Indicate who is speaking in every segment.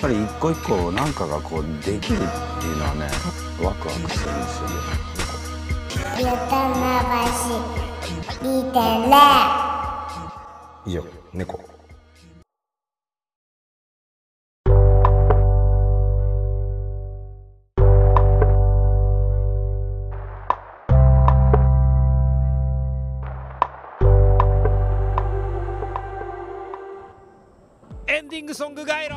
Speaker 1: ぱり一個一個なんかがこうできるっていうのはねワクワクするんですよね
Speaker 2: ゆたまばし見てね
Speaker 3: 以上猫
Speaker 4: エンディングソングガイロ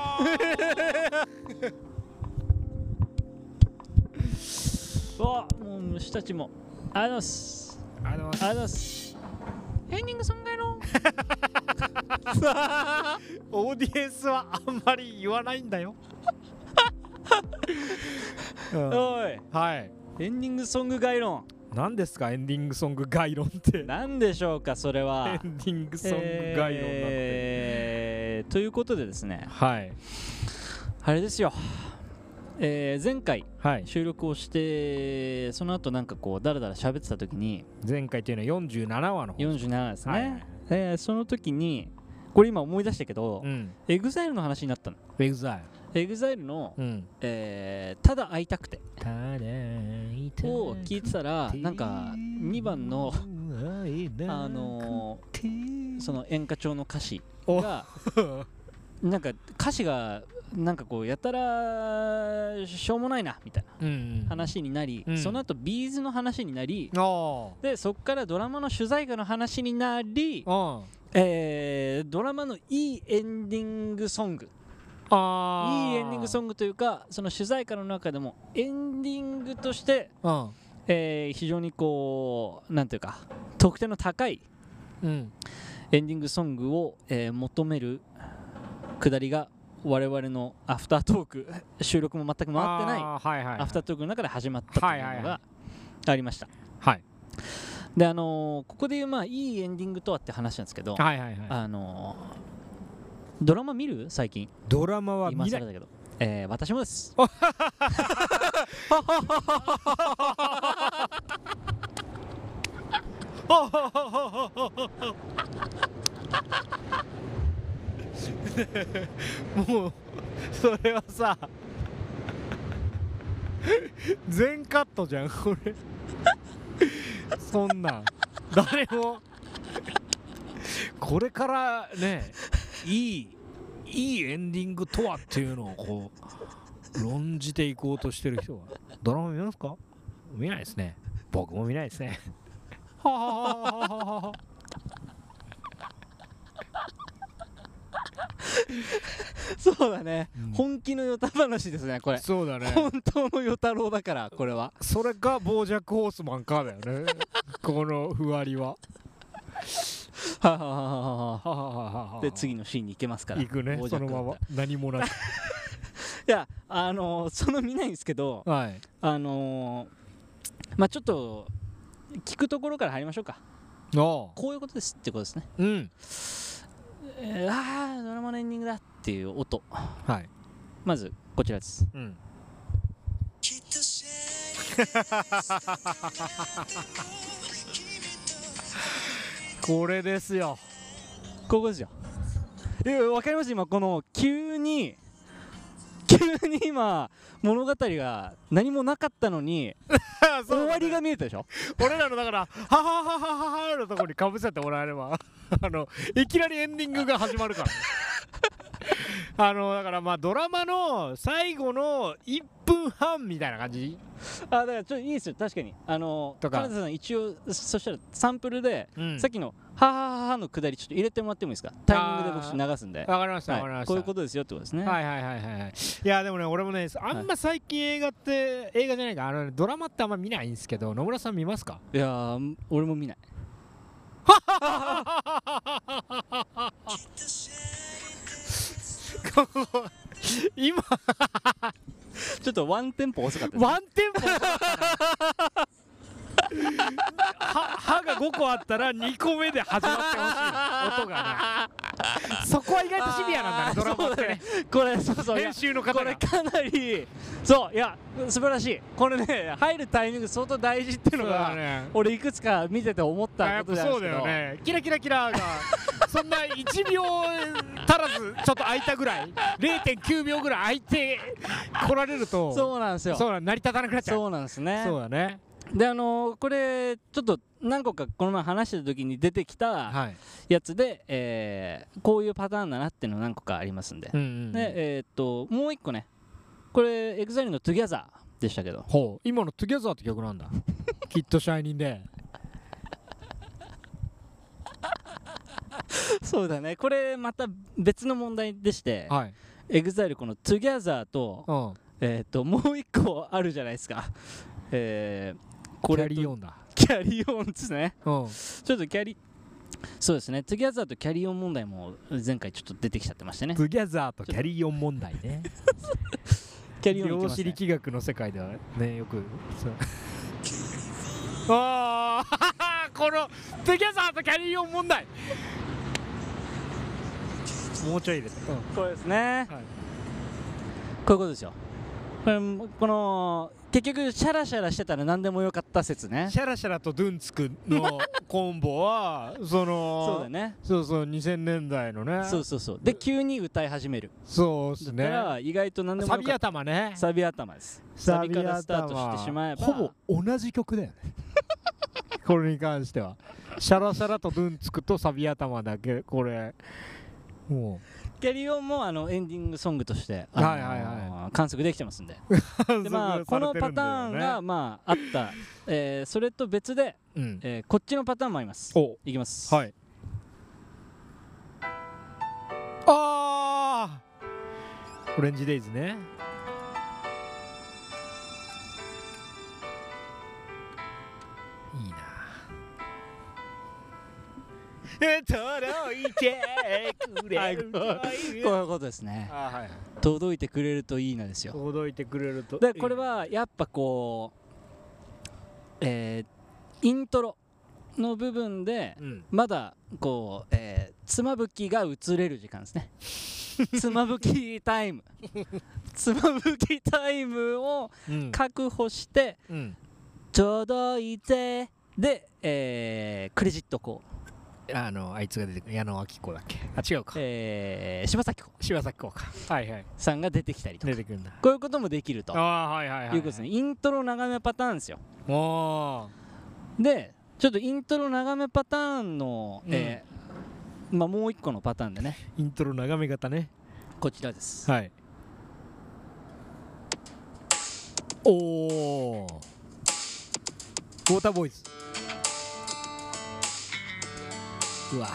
Speaker 5: わあもう虫たちもあのす
Speaker 4: あの
Speaker 5: あのすエンディングソングやろ
Speaker 4: オーディエンスはあんまり言わないん だよ、うん
Speaker 5: おい
Speaker 4: はい
Speaker 5: エンディングソング概論
Speaker 4: 何ですかエンディングソング概論ってエンデ
Speaker 5: なんでしょうかそれは
Speaker 4: ィングソング概論なんて、
Speaker 5: えーということでですね
Speaker 4: はい
Speaker 5: あれですよえー前回
Speaker 4: はい
Speaker 5: 収録をしてその後なんかこうだらだら喋ってた時に
Speaker 4: 前回というのは47話の方
Speaker 5: 47ですね、
Speaker 4: はいはい
Speaker 5: えーその時にこれ今思い出したけど、
Speaker 4: うん
Speaker 5: エグザイルの話になったの
Speaker 4: エグザ
Speaker 5: エグザイルの、
Speaker 4: イルうん
Speaker 5: えーただ会いたくて
Speaker 4: ただいた
Speaker 5: を聞いてたらなんか2番のあのーその演歌調の歌詞
Speaker 4: お
Speaker 5: がなんか歌詞がなんかこうやたらしょうもないなみたいな
Speaker 4: うん
Speaker 5: 話になり、
Speaker 4: うん
Speaker 5: その後ビーズの話になり
Speaker 4: あ
Speaker 5: でそこからドラマの主題歌の話になり、
Speaker 4: あ
Speaker 5: えードラマのいいエンディングソング
Speaker 4: あ
Speaker 5: いいエンディングソ
Speaker 4: ン
Speaker 5: ングというかその主題歌の中でもエンディングとして、
Speaker 4: グ
Speaker 5: えー非常にこうなんていうか得点の高い
Speaker 4: うんうん
Speaker 5: エンディングソングを、えー求めるくだりが我々のアフタートーク 収録も全く回ってない
Speaker 4: あーはいはいはい
Speaker 5: アフタートークの中で始まったという
Speaker 4: はい
Speaker 5: の
Speaker 4: はいは
Speaker 5: がありました
Speaker 4: はい
Speaker 5: であのーここで言うまあいいエンディングとはって話なんですけど
Speaker 4: はいはいはい
Speaker 5: あのードラマ見る最近
Speaker 4: ドラマは
Speaker 5: 今
Speaker 4: 見な
Speaker 5: 更
Speaker 4: い
Speaker 5: だけど、えー私もです
Speaker 4: もうそれはさ全カットじゃんこれそんなん誰もこれからねいいいいエンディングとはっていうのをこう論じていこうとしてる人はドラマ見ますか見ないですね僕も見ないですねはははははは
Speaker 5: そうだね、
Speaker 4: うん
Speaker 5: 本気のヨタ話ですねこれ
Speaker 4: そうだね
Speaker 5: 本当のヨタ郎だからこれは
Speaker 4: それが傍若ホースマンかだよね このふわりは
Speaker 5: ははははは
Speaker 4: はははは
Speaker 5: で次のシーンに行けますから
Speaker 4: 行くね
Speaker 5: 傍
Speaker 4: そ
Speaker 5: 若
Speaker 4: のまま
Speaker 5: い
Speaker 4: 何もなく
Speaker 5: やあのーその見ないんですけど
Speaker 4: はい
Speaker 5: あのーまあちょっと聞くところから入りましょうか
Speaker 4: あ
Speaker 5: こういうことですってことですね、
Speaker 4: うん
Speaker 5: えーああドラマのエンディングだっていう音
Speaker 4: はい
Speaker 5: まずこちらです
Speaker 4: うん これですよ
Speaker 5: ここですよいやわかります今この急に急に今物語が何もなかったのに 終わりが見えたでしょ
Speaker 4: 俺らのだから「はははははは」のところにかぶせてもらえれば あのいきなりエンディングが始まるからね あのだからまあドラマの最後の1分半みたいな感じ
Speaker 5: あだからちょっといいですよ確かにあの
Speaker 4: とか
Speaker 5: 金田さん一応そしたらサンプルで、
Speaker 4: うん
Speaker 5: さっきの「はははは」のくだりちょっと入れてもらってもいいですかタイミングで僕流すんで、
Speaker 4: わかりましたわかりま
Speaker 5: は
Speaker 4: した
Speaker 5: い、こういうことですよってことですね、
Speaker 4: はいはいはいはいはいいやでもね俺もねあんま最近映画って、映画じゃないかあのねドラマってあんま見ないんですけど野村さん見ま すか
Speaker 5: い、やー俺も見ない
Speaker 4: 今
Speaker 5: ちょっとワンテンポ遅かったですね
Speaker 4: ワンテンポ遅かったな歯歯が5個あったら2個目で始まってほしい音がねそこは意外とシビアなんだねドラマってね
Speaker 5: これそうそういや
Speaker 4: 編集の
Speaker 5: こ
Speaker 4: 方
Speaker 5: れ
Speaker 4: が
Speaker 5: かなりそういや素晴らしいこれね入るタイミング相当大事っていうのが
Speaker 4: ね
Speaker 5: 俺いくつか見てて思っ
Speaker 4: あや
Speaker 5: た
Speaker 4: っ
Speaker 5: こと
Speaker 4: ぱ
Speaker 5: なんです
Speaker 4: そう
Speaker 5: け
Speaker 4: だ
Speaker 5: ど
Speaker 4: よねキラキラキラがそんな1秒足らずちょっと空いたぐらい0.9秒ぐらい空いて来られると
Speaker 5: そうなんですよ
Speaker 4: そうだ成り立たなくなっちゃう
Speaker 5: そうなんですね
Speaker 4: そうだね
Speaker 5: であのーこれちょっと何個かこの前話してた時に出てきた
Speaker 4: はい
Speaker 5: やつで、えーこういうパターンだなっていうの何個かありますんで、
Speaker 4: うんうん
Speaker 5: でえーっともう一個ねこれエグザイルの「トゥギャザー」でしたけど
Speaker 4: ほう今の「Together」って曲 なんだきっとシャイニンで
Speaker 5: そうだねこれまた別の問題でして
Speaker 4: はい、
Speaker 5: エグザイルこの「トゥギャザーと」
Speaker 4: うん、
Speaker 5: えーっともう一個あるじゃないですかえー
Speaker 4: こ
Speaker 5: これ
Speaker 4: れ
Speaker 5: と
Speaker 4: リオンだ
Speaker 5: キャリオンですね
Speaker 4: うん
Speaker 5: ちょっとキャリそうですねトゥギャザーとキャリオン問題も前回ちょっと出てきちゃってましてね
Speaker 4: Together とキャリオン問題ね
Speaker 5: キャリオンいき
Speaker 4: 量
Speaker 5: ます
Speaker 4: 子
Speaker 5: ね
Speaker 4: 力学の世界ではねよくそうああこの「Together」とキャリオン問題もうちょい入れて、
Speaker 5: これですね、
Speaker 4: はい
Speaker 5: こういうことですよこれもこの結局シャラシャラしてたら何でもよかった説ね
Speaker 4: シャラシャラとドゥンツクのコンボはその
Speaker 5: そうだね
Speaker 4: そうそう2000年代のね
Speaker 5: そうそうそうで急に歌い始める
Speaker 4: そうっ
Speaker 5: だ
Speaker 4: す
Speaker 5: った
Speaker 4: ね
Speaker 5: ら意外と何でも
Speaker 4: サ
Speaker 5: よ
Speaker 4: ビ
Speaker 5: かった
Speaker 4: 頭ね
Speaker 5: サビ頭ですサビからスタートしてしまえば
Speaker 4: ほぼ同じ曲だよね これに関してはシャラシャラとドゥンつくとサビ頭だけこれも
Speaker 5: キャリオンもあのエンディングソングとして、あの
Speaker 4: はいはいは
Speaker 5: 観測できてますんで
Speaker 4: う
Speaker 5: で、まあ、 このパターンが、、まあ、あった、えーそれと別で、
Speaker 4: うん、
Speaker 5: えーこっちのパターンもあります
Speaker 4: お
Speaker 5: いきます、
Speaker 4: はいあーオレンジデイズねいいなえ届いてくれ
Speaker 5: はい
Speaker 4: る
Speaker 5: こうこういうことですね
Speaker 4: あはい
Speaker 5: 届いてくれるといいなですよ
Speaker 4: 届いてくれると
Speaker 5: でこれはやっぱこうえーイントロの部分で
Speaker 4: うん
Speaker 5: まだこう、えーつまぶきが映れる時間です ねつまぶきタイムつまぶきタイムを
Speaker 4: うん
Speaker 5: 確保して
Speaker 4: うん
Speaker 5: 届いてで、えークレジットこう、
Speaker 4: あのあいつが出てくる矢野顕子だっけあ違うか
Speaker 5: えー柴咲コウ
Speaker 4: 柴咲コウかはいはい
Speaker 5: さんが出てきたりとか
Speaker 4: 出てくるんだ
Speaker 5: こういうこともできると
Speaker 4: ああはいはいはい
Speaker 5: いうことですねイントロ長めパターンですよ
Speaker 4: おー
Speaker 5: でちょっとイントロ長めパターンの、
Speaker 4: うん
Speaker 5: えーまあ、もう一個のパターンでね
Speaker 4: イントロ眺め方ね
Speaker 5: こちらです
Speaker 4: はいおおウォーターボーイズうわ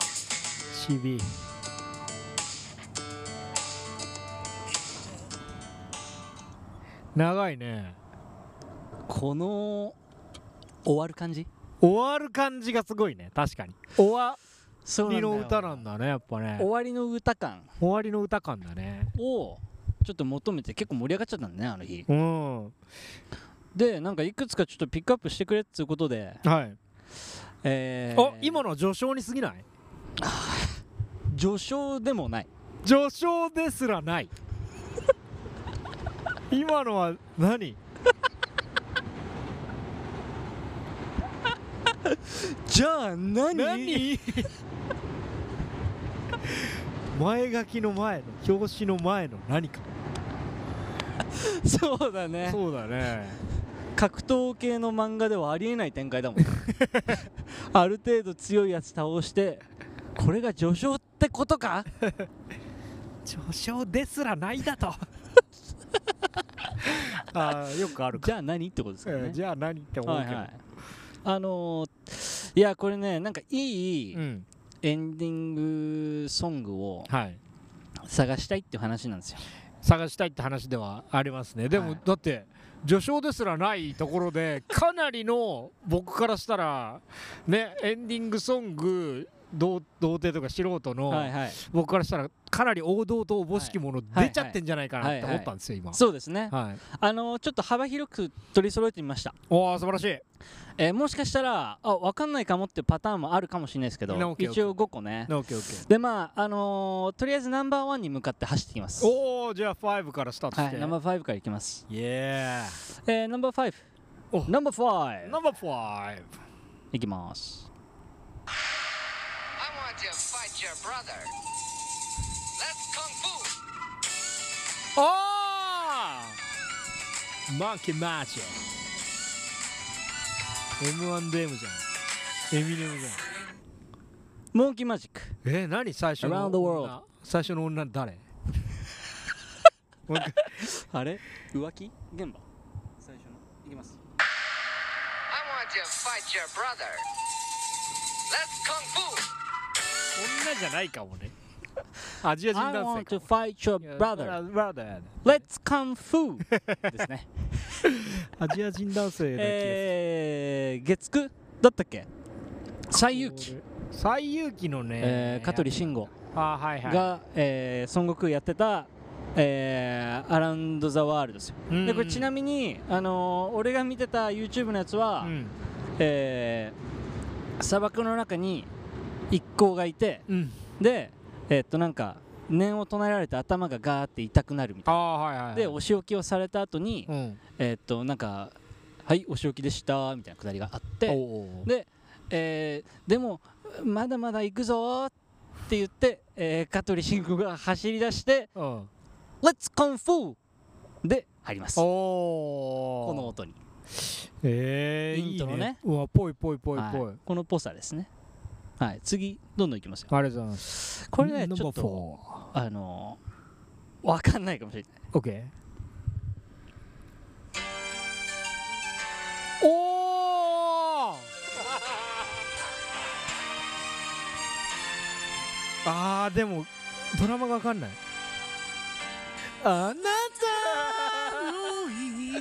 Speaker 4: しび長いね
Speaker 5: この終わる感じ
Speaker 4: 終わる感じがすごいね確かに終わ
Speaker 5: そ
Speaker 4: りの歌なんんだねやっぱね
Speaker 5: 終わりの歌感
Speaker 4: 終わりの歌感だね
Speaker 5: をちょっと求めて結構盛り上がっちゃったんだねあの日
Speaker 4: うんは
Speaker 5: でなんかいくつかちょっとピックアップしてくれっつうことで
Speaker 4: い
Speaker 5: えー
Speaker 4: あ今のは序章に過ぎない
Speaker 5: 序章でもない
Speaker 4: 序章ですら ない今のは何
Speaker 5: じゃあ何
Speaker 4: 何 前書きの前の表紙の前の何か
Speaker 5: そうだね
Speaker 4: そうだね
Speaker 5: 格闘系の漫画ではありえない展開だもん ある程度強いやつ倒してこれが序章ってことか
Speaker 4: 序章ですらない だとあーよくあるか
Speaker 5: じゃあ何ってことですから
Speaker 4: え
Speaker 5: ね
Speaker 4: ー、じゃあ何って思う
Speaker 5: は
Speaker 4: け
Speaker 5: い
Speaker 4: ど、
Speaker 5: はいあのーいやこれねなんかいい
Speaker 4: うん
Speaker 5: エンディングソングを
Speaker 4: はい
Speaker 5: 探したいっていう話なんですよ
Speaker 4: 探したいって話ではありますねでも、
Speaker 5: はい
Speaker 4: だって序章ですらないところでかなりの僕からしたらねエンディングソング童童貞とか素人の、
Speaker 5: はいはい
Speaker 4: 僕からしたらかなり王道とおぼしきもの
Speaker 5: はい
Speaker 4: 出ちゃってんじゃないかなって思ったんですよ今。
Speaker 5: そうですね
Speaker 4: はい、
Speaker 5: あのちょっと幅広く取り揃えてみました、
Speaker 4: おお素晴らしい。
Speaker 5: えーもしかしたらあ分かんないかもってパターンもあるかもしれないですけど
Speaker 4: な OK
Speaker 5: 一応5個ね
Speaker 4: オッケーオッケー。
Speaker 5: でまああのーとりあえずナンバーワンに向かって走っています
Speaker 4: おおじゃあ5からスタートし
Speaker 5: は
Speaker 4: て。
Speaker 5: いナンバーファイブからいきます
Speaker 4: イエ
Speaker 5: えーナンバーファイ
Speaker 4: お
Speaker 5: ブナンバーファイ
Speaker 4: ーイ。
Speaker 5: ブ
Speaker 4: ナンバー5。
Speaker 5: いきます
Speaker 6: I want to fight your brother. Let's kung fu.
Speaker 4: あーマンキーマーチ M&M じゃんエミネムじゃん
Speaker 5: モンキーマジック
Speaker 4: えー、何最初
Speaker 5: Around
Speaker 4: の
Speaker 5: the world
Speaker 4: 女最初の女誰 もう一回
Speaker 5: あれ浮気現場最初のいきます
Speaker 6: I want to fight your brother. Let's kung fu.
Speaker 4: 女じゃないかもねアジア
Speaker 5: I
Speaker 4: 人男
Speaker 5: want
Speaker 4: 性
Speaker 5: to
Speaker 4: か
Speaker 5: fight your
Speaker 4: いや
Speaker 5: brother
Speaker 4: brother
Speaker 5: Let's kung fu ですね
Speaker 4: アジア人男性の気がする
Speaker 5: えー、月9だったっけ最有機
Speaker 4: 最有機のね、
Speaker 5: えー香取慎吾
Speaker 4: あーはいはい
Speaker 5: が、えー、孫悟空やってた、えー、アラウンド・ザ・ワールドですよ、でこれちな
Speaker 4: み
Speaker 5: みに、あのー俺が見てた YouTube のやつは、
Speaker 4: うん
Speaker 5: えー砂漠の中に一行がいて
Speaker 4: うん
Speaker 5: でえーっとなんか念を唱えられて頭がガーって痛くなるみたい
Speaker 4: ああはいはいは
Speaker 5: ないでお仕置きをされた後に、
Speaker 4: うん
Speaker 5: えーっとなんか「はいお仕置きでした」みたいなくだりがあって
Speaker 4: おー
Speaker 5: で、えーでもまだまだ行くぞーって言って、えー、香取慎吾が走り出して
Speaker 4: うん
Speaker 5: 「Let's Kung Fu!」で入りますこ
Speaker 4: おー
Speaker 5: の音に
Speaker 4: えー、
Speaker 5: イントロね
Speaker 4: いいねうわぽいぽいぽいぽい、
Speaker 5: はいこのポスターですねはい次どんどんいきますよ
Speaker 4: ありがとうございます
Speaker 5: これね
Speaker 4: ナン
Speaker 5: ちょ
Speaker 4: バ
Speaker 5: っ
Speaker 4: ー
Speaker 5: とあのー、わかんないかもしれない
Speaker 4: 4オッケーお ーあーでもドラマがわかんないあなたの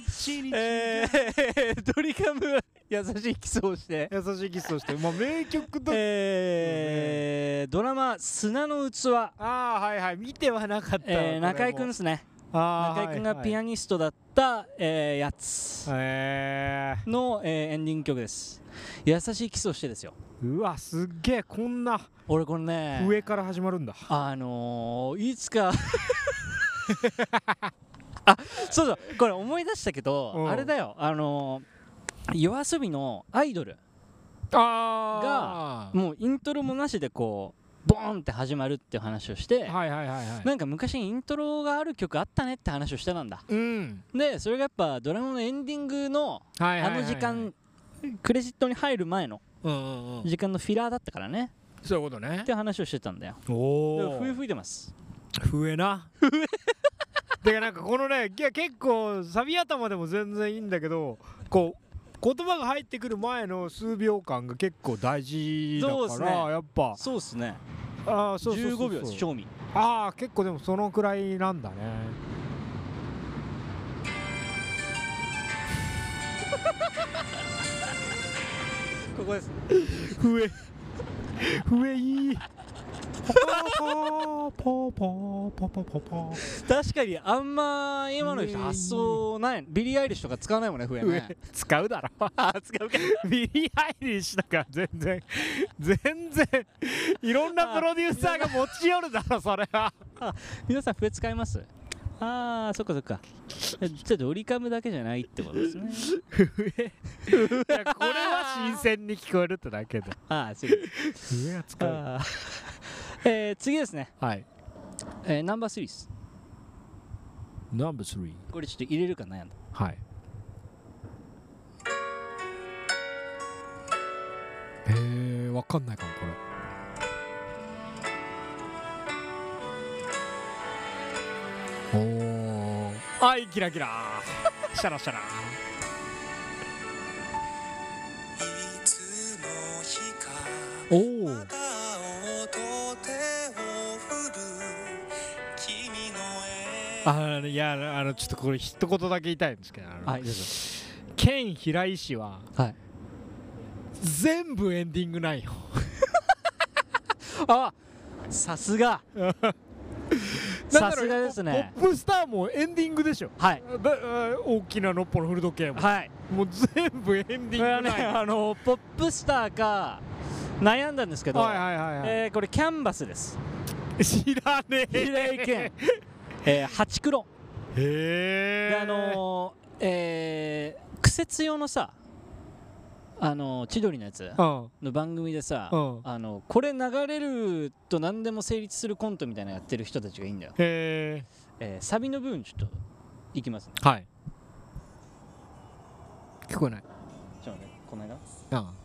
Speaker 4: 一日
Speaker 5: えー、ドリカム優しいキスをして
Speaker 4: 優しいキスをしてまあ名曲だ、
Speaker 5: えー、ドラマ「砂の器
Speaker 4: ああはいはい見てはなかっ」たわ、
Speaker 5: えー、中居
Speaker 4: く
Speaker 5: 君
Speaker 4: ん
Speaker 5: ですね
Speaker 4: 中
Speaker 5: 中居君がピア
Speaker 4: ニ
Speaker 5: ニストだった、えーやつ
Speaker 4: え
Speaker 5: の、えーエンディング曲です優しいキスをしてですよ
Speaker 4: ー、うわすっげえこんな
Speaker 5: 俺これね
Speaker 4: 上から始まるんだ、
Speaker 5: あのー、いつ か あそうそうこれ思い出したけど、
Speaker 4: うん
Speaker 5: あれだよあのー、夜遊びのアイドル
Speaker 4: あ
Speaker 5: もうイントロもなしでこうボーンって始まるって話をして、
Speaker 4: はいはいはいはい
Speaker 5: なんか昔イントロがある曲あったねって話をしてたんだ
Speaker 4: うん
Speaker 5: でそれがやっぱドラマのエンディングの
Speaker 4: はい
Speaker 5: あ
Speaker 4: はいはいはい
Speaker 5: の時間クレジットに入る前の
Speaker 4: うんうんうん
Speaker 5: 時間のフィラーだったからね
Speaker 4: そういうことね
Speaker 5: って話をしてたんだよ
Speaker 4: お
Speaker 5: だから
Speaker 4: お
Speaker 5: 笛吹いてます
Speaker 4: 笛な笛てかなんかこのねいや結構サビ頭でも全然いいんだけどこう言葉が入ってくる前の数秒間が結構大事だか
Speaker 5: そう
Speaker 4: ら
Speaker 5: っすね
Speaker 4: やっぱ
Speaker 5: そうっすね
Speaker 4: ああそうそうそうそう
Speaker 5: 15秒です賞味
Speaker 4: ああ結構でもそのくらいなんだね
Speaker 5: ここです
Speaker 4: 笛笛いいポーポーポーポーポーポーポー
Speaker 5: 確かにあんま今の人発想ないビリー・アイリッシュとか使わないもんね笛ね
Speaker 4: 笛使うだろ使うかビリー・アイリッシュだから全然全然いろんなプロデューサーが持ち寄るだろそれは
Speaker 5: 皆さん笛使いますああそっかそっかえじゃあドリカムだけじゃないってこと ですね
Speaker 4: いやこれは新鮮に聞こえるってだけで
Speaker 5: ああそういうこと
Speaker 4: 笛は使う
Speaker 5: あーえー次ですね、
Speaker 4: はい
Speaker 5: えーナンバースリーです
Speaker 4: ナンバー3
Speaker 5: これちょっと入れるか悩んだ
Speaker 4: はいえー、わかんないかもこれおーはいキラキラ シャラシャラおおあのいやあのちょっとこれ一言だけ言いたいんですけどあの
Speaker 5: はいどうぞ
Speaker 4: 県平井氏は
Speaker 5: はい
Speaker 4: 全部エンディングないよ
Speaker 5: あさす がさすがですね
Speaker 4: ポップスターもエンディングでしょ
Speaker 5: はい
Speaker 4: だあ大きなのっぽの古時計も、
Speaker 5: はい
Speaker 4: もう全部エンディング
Speaker 5: これはね
Speaker 4: ない
Speaker 5: あのポップスターか悩んだんですけど、
Speaker 4: はいはいはいはい、
Speaker 5: えーこれキャンバスです
Speaker 4: 知らねえ
Speaker 5: 平井 堅えー、ハチクロ
Speaker 4: へ
Speaker 5: で
Speaker 4: え
Speaker 5: あのーえー苦節用のさあのー千鳥のやつの番組でさ、
Speaker 4: うん
Speaker 5: あのこれ流れると何でも成立するコントみたいなのやってる人たちがいいんだよ、
Speaker 4: へえ
Speaker 5: えーサビの部分ちょっといきますね
Speaker 4: はい聞こえない
Speaker 5: ちょっと待ってこの間
Speaker 4: あ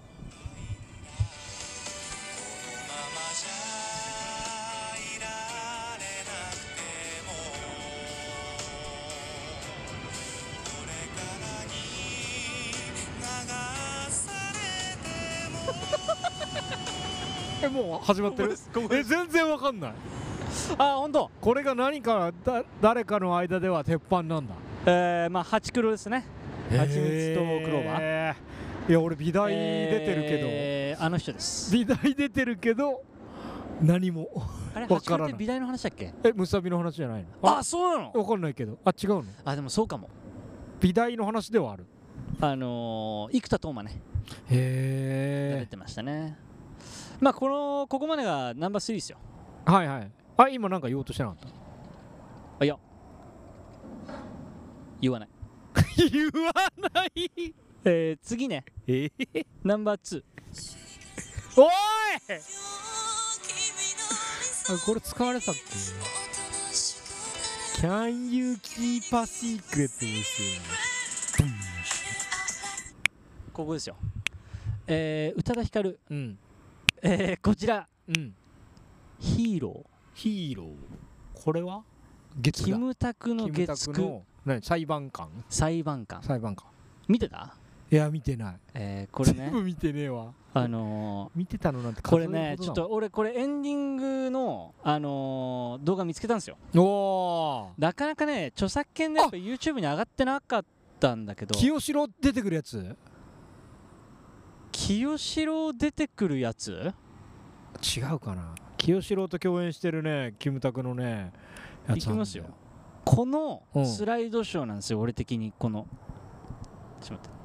Speaker 4: えもう始まってるえ全然わかんない
Speaker 5: あ本当
Speaker 4: これが何かだ誰かの間では鉄板なんだ
Speaker 5: えー、まあハチクロですねハチミツとクローバー
Speaker 4: へーいや俺美大出てるけど、
Speaker 5: えーあの人です
Speaker 4: 美大出てるけど何も
Speaker 5: あれハ
Speaker 4: わからない
Speaker 5: チクロって美大の話だっけ
Speaker 4: えムサビの話じゃないの
Speaker 5: あそうなの
Speaker 4: わかんないけどあ違うの
Speaker 5: あでもそうかも
Speaker 4: 美大の話ではある
Speaker 5: あのー、生田斗真ね出
Speaker 4: へ
Speaker 5: てましたねまあこのここまでがナンバー3ですよ
Speaker 4: えはいはいあ今なんか言おうとしてなかった
Speaker 5: 言わない
Speaker 4: 言わない
Speaker 5: えー、次ね
Speaker 4: え
Speaker 5: ナンバー2
Speaker 4: おいこれ使われてたっけ Can you keep a secret ですよ
Speaker 5: ここですよえー、宇多田ヒカル
Speaker 4: うん
Speaker 5: えー、こちら
Speaker 4: うん
Speaker 5: ヒーロ
Speaker 4: ヒーローこれは
Speaker 5: ー
Speaker 4: 月
Speaker 5: キ
Speaker 4: だ
Speaker 5: ムタクの
Speaker 4: キムタ
Speaker 5: 月
Speaker 4: ク
Speaker 5: 9
Speaker 4: の何裁判官
Speaker 5: 裁判官
Speaker 4: 裁判官
Speaker 5: 見てた
Speaker 4: いや見てない
Speaker 5: えー、これね
Speaker 4: 全部見てねえわ
Speaker 5: あの
Speaker 4: 見てたのなんて
Speaker 5: ー、これねちょっ
Speaker 4: と
Speaker 5: と俺これエンディングのあのー、動画見つけたんですよ
Speaker 4: お
Speaker 5: なかなかね著作権でやっぱ YouTube に上がってなかったんだけど
Speaker 4: ー清志郎出てくるやつ
Speaker 5: 清志郎出てくるやつ
Speaker 4: 違うかな清志郎と共演してるねキムタクのねやつなんだ
Speaker 5: いきますよこの
Speaker 4: うん
Speaker 5: スライドショーなんですよ、俺的にこのちょっと待って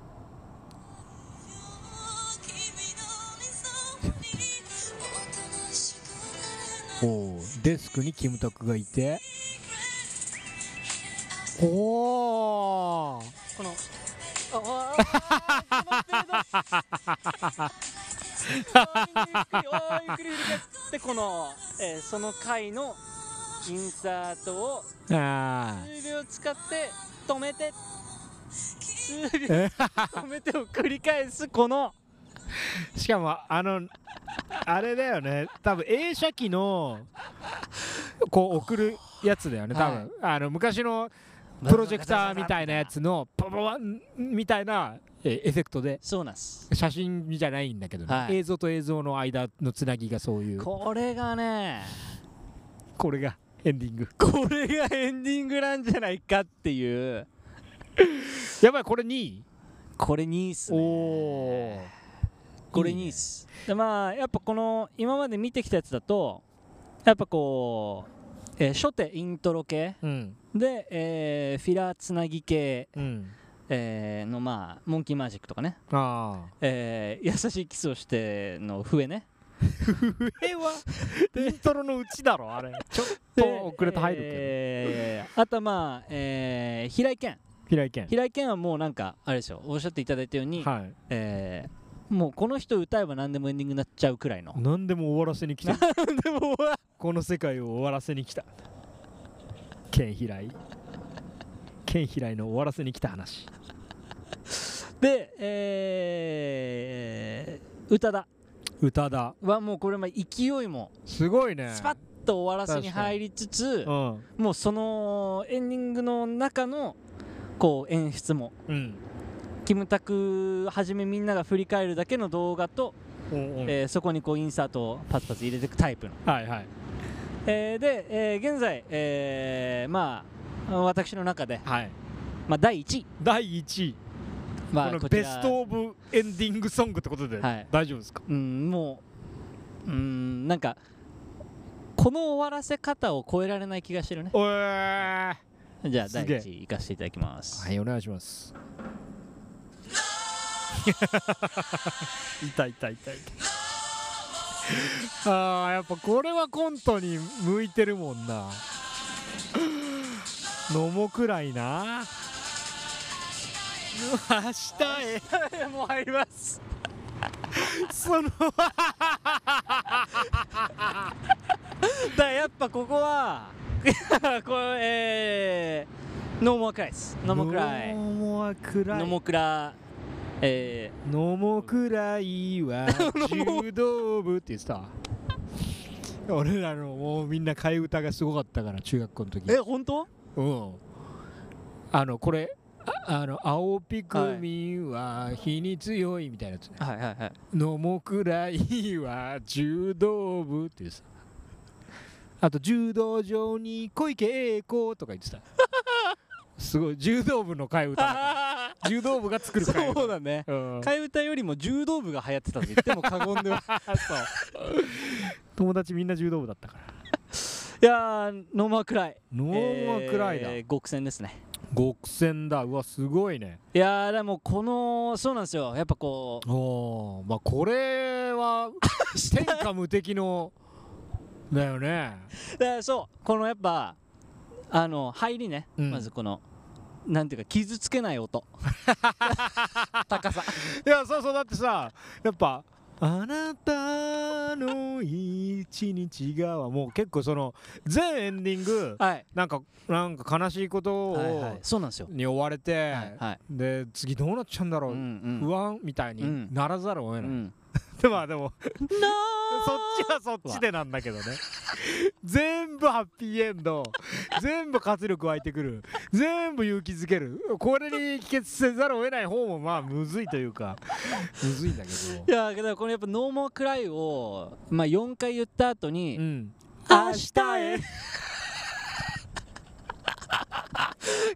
Speaker 4: おーデスクにキムタクがいておお
Speaker 5: このあああゆっくりゆっくりゆっくりでこの、えーその回のインサートを
Speaker 4: あ
Speaker 5: 数秒使って止めて数秒止めてを繰り返すこの
Speaker 4: ーしかもあのあれだよね多分映写機のこう送るやつだよね多分、
Speaker 5: はい
Speaker 4: あの昔のプロジェクターみたいなやつのパパパンみたいなえエフェクトで
Speaker 5: そうなんです
Speaker 4: 写真じゃないんだけどね、
Speaker 5: はい
Speaker 4: 映像と映像の間のつなぎがそういうこ
Speaker 5: これがね
Speaker 4: れがエンディング
Speaker 5: これがエンディングなんじゃないかっていう
Speaker 4: やばいこれ2位
Speaker 5: これニース、ね、
Speaker 4: お
Speaker 5: これニースでまあやっぱこの今まで見てきたやつだとやっぱこう、えー初手イントロ系
Speaker 4: うん
Speaker 5: で、えーフィラーつなぎ系、
Speaker 4: うん
Speaker 5: えーのまあモンキーマジックとかね、
Speaker 4: ああ
Speaker 5: えー優しいキスをしての笛ね
Speaker 4: 上は イントロのうちだろあれちょっ
Speaker 5: で
Speaker 4: と遅れて入るけど、
Speaker 5: えーあとはまあ、えー平井堅
Speaker 4: 平井堅
Speaker 5: 平井堅はもうなんかあれですよおっしゃっていただいたように、
Speaker 4: はい
Speaker 5: えーもうこの人歌えば何でもエンディングになっちゃうくらいの
Speaker 4: 何でも終わらせに来た
Speaker 5: でも
Speaker 4: この世界を終わらせに来た剣平井剣平井の終わらせに来た話
Speaker 5: で、えー、宇多田
Speaker 4: 宇多田
Speaker 5: はもうこれまあ勢いも
Speaker 4: すごいね
Speaker 5: スパッと終わらせに入りつつ
Speaker 4: うん
Speaker 5: もうそのエンディングの中のこう演出も
Speaker 4: うん
Speaker 5: キムタクはじめみんなが振り返るだけの動画と、
Speaker 4: うんうん
Speaker 5: えーそこにこうインサートをパツパツ入れていくタイプの、
Speaker 4: はいはい
Speaker 5: えーで、えー現在、えーまあ私の中で、
Speaker 4: はい
Speaker 5: まあ、第1位、
Speaker 4: 第1位
Speaker 5: まあ
Speaker 4: この
Speaker 5: こち
Speaker 4: ベ
Speaker 5: ら
Speaker 4: スト・オブ・エンディング・ソングってことで
Speaker 5: はい
Speaker 4: 大丈夫ですか
Speaker 5: うんもううんなんかこの終わらせ方を超えられない気がしてるね
Speaker 4: おえ
Speaker 5: じゃあ
Speaker 4: す
Speaker 5: 第
Speaker 4: げえ
Speaker 5: 一行かせていただきます、
Speaker 4: はいお願いします 痛い痛い痛い痛いあーやっぱこれはコントに向いてるもんな飲もくらいな明日へ
Speaker 5: もう入ります
Speaker 4: その
Speaker 5: だからやっぱここは これえー、ノーモアクライですノーモアクライノ
Speaker 4: 飲もくらい
Speaker 5: ーモアクラえ
Speaker 4: のもくらい は柔道部って言ってたわ俺らのもうみんな替え歌がすごかったから中学校の時
Speaker 5: ー、え本当
Speaker 4: うんあのこれああの青ピクミンは日に強いみたいなやつね、
Speaker 5: はいはいはい
Speaker 4: のもくらいは柔道部って言ってたあと柔道場に小池栄子とか言 ってたすごい柔道部の替え歌だか
Speaker 5: あ
Speaker 4: ら柔道部が作る替え歌
Speaker 5: そうだね
Speaker 4: うん
Speaker 5: 替え歌よりも柔道部が流行ってたと言っても過言では
Speaker 4: 友達みんな柔道部だったか ら
Speaker 5: いやーノーマークライ
Speaker 4: ノーマークライだ、
Speaker 5: えー極戦ですね
Speaker 4: 極戦だうわすごいね
Speaker 5: いやーでもこのそうなんですよやっぱこう
Speaker 4: おーまあこ れは天下無敵のだよね
Speaker 5: だからそうこのやっぱあの入りね、
Speaker 4: うん
Speaker 5: まずこのなんていうか傷つけない音 高さ
Speaker 4: いやそうそうだってさやっぱ「あなたの一日が」はもう結構その全エンディング
Speaker 5: はい
Speaker 4: なんかなんか悲しいことを、
Speaker 5: はいはいそうなんですよ
Speaker 4: に追われて、
Speaker 5: はいはい
Speaker 4: で次どうなっちゃうんだろ
Speaker 5: う
Speaker 4: う、
Speaker 5: ん
Speaker 4: 不安みたいにならざるを得
Speaker 5: う
Speaker 4: ない、
Speaker 5: ん
Speaker 4: で まあでも
Speaker 5: な
Speaker 4: そっちはそっちでなんだけどね全部ハッピーエンド全部活力湧いてくる全部勇気づけるこれに帰結せざるを得ない方もまあむずいというかむずいんだけ
Speaker 5: いやだからこのやっぱ「ノーモアクライをまあ4回言った後に
Speaker 4: ど、うん、
Speaker 5: 明日へ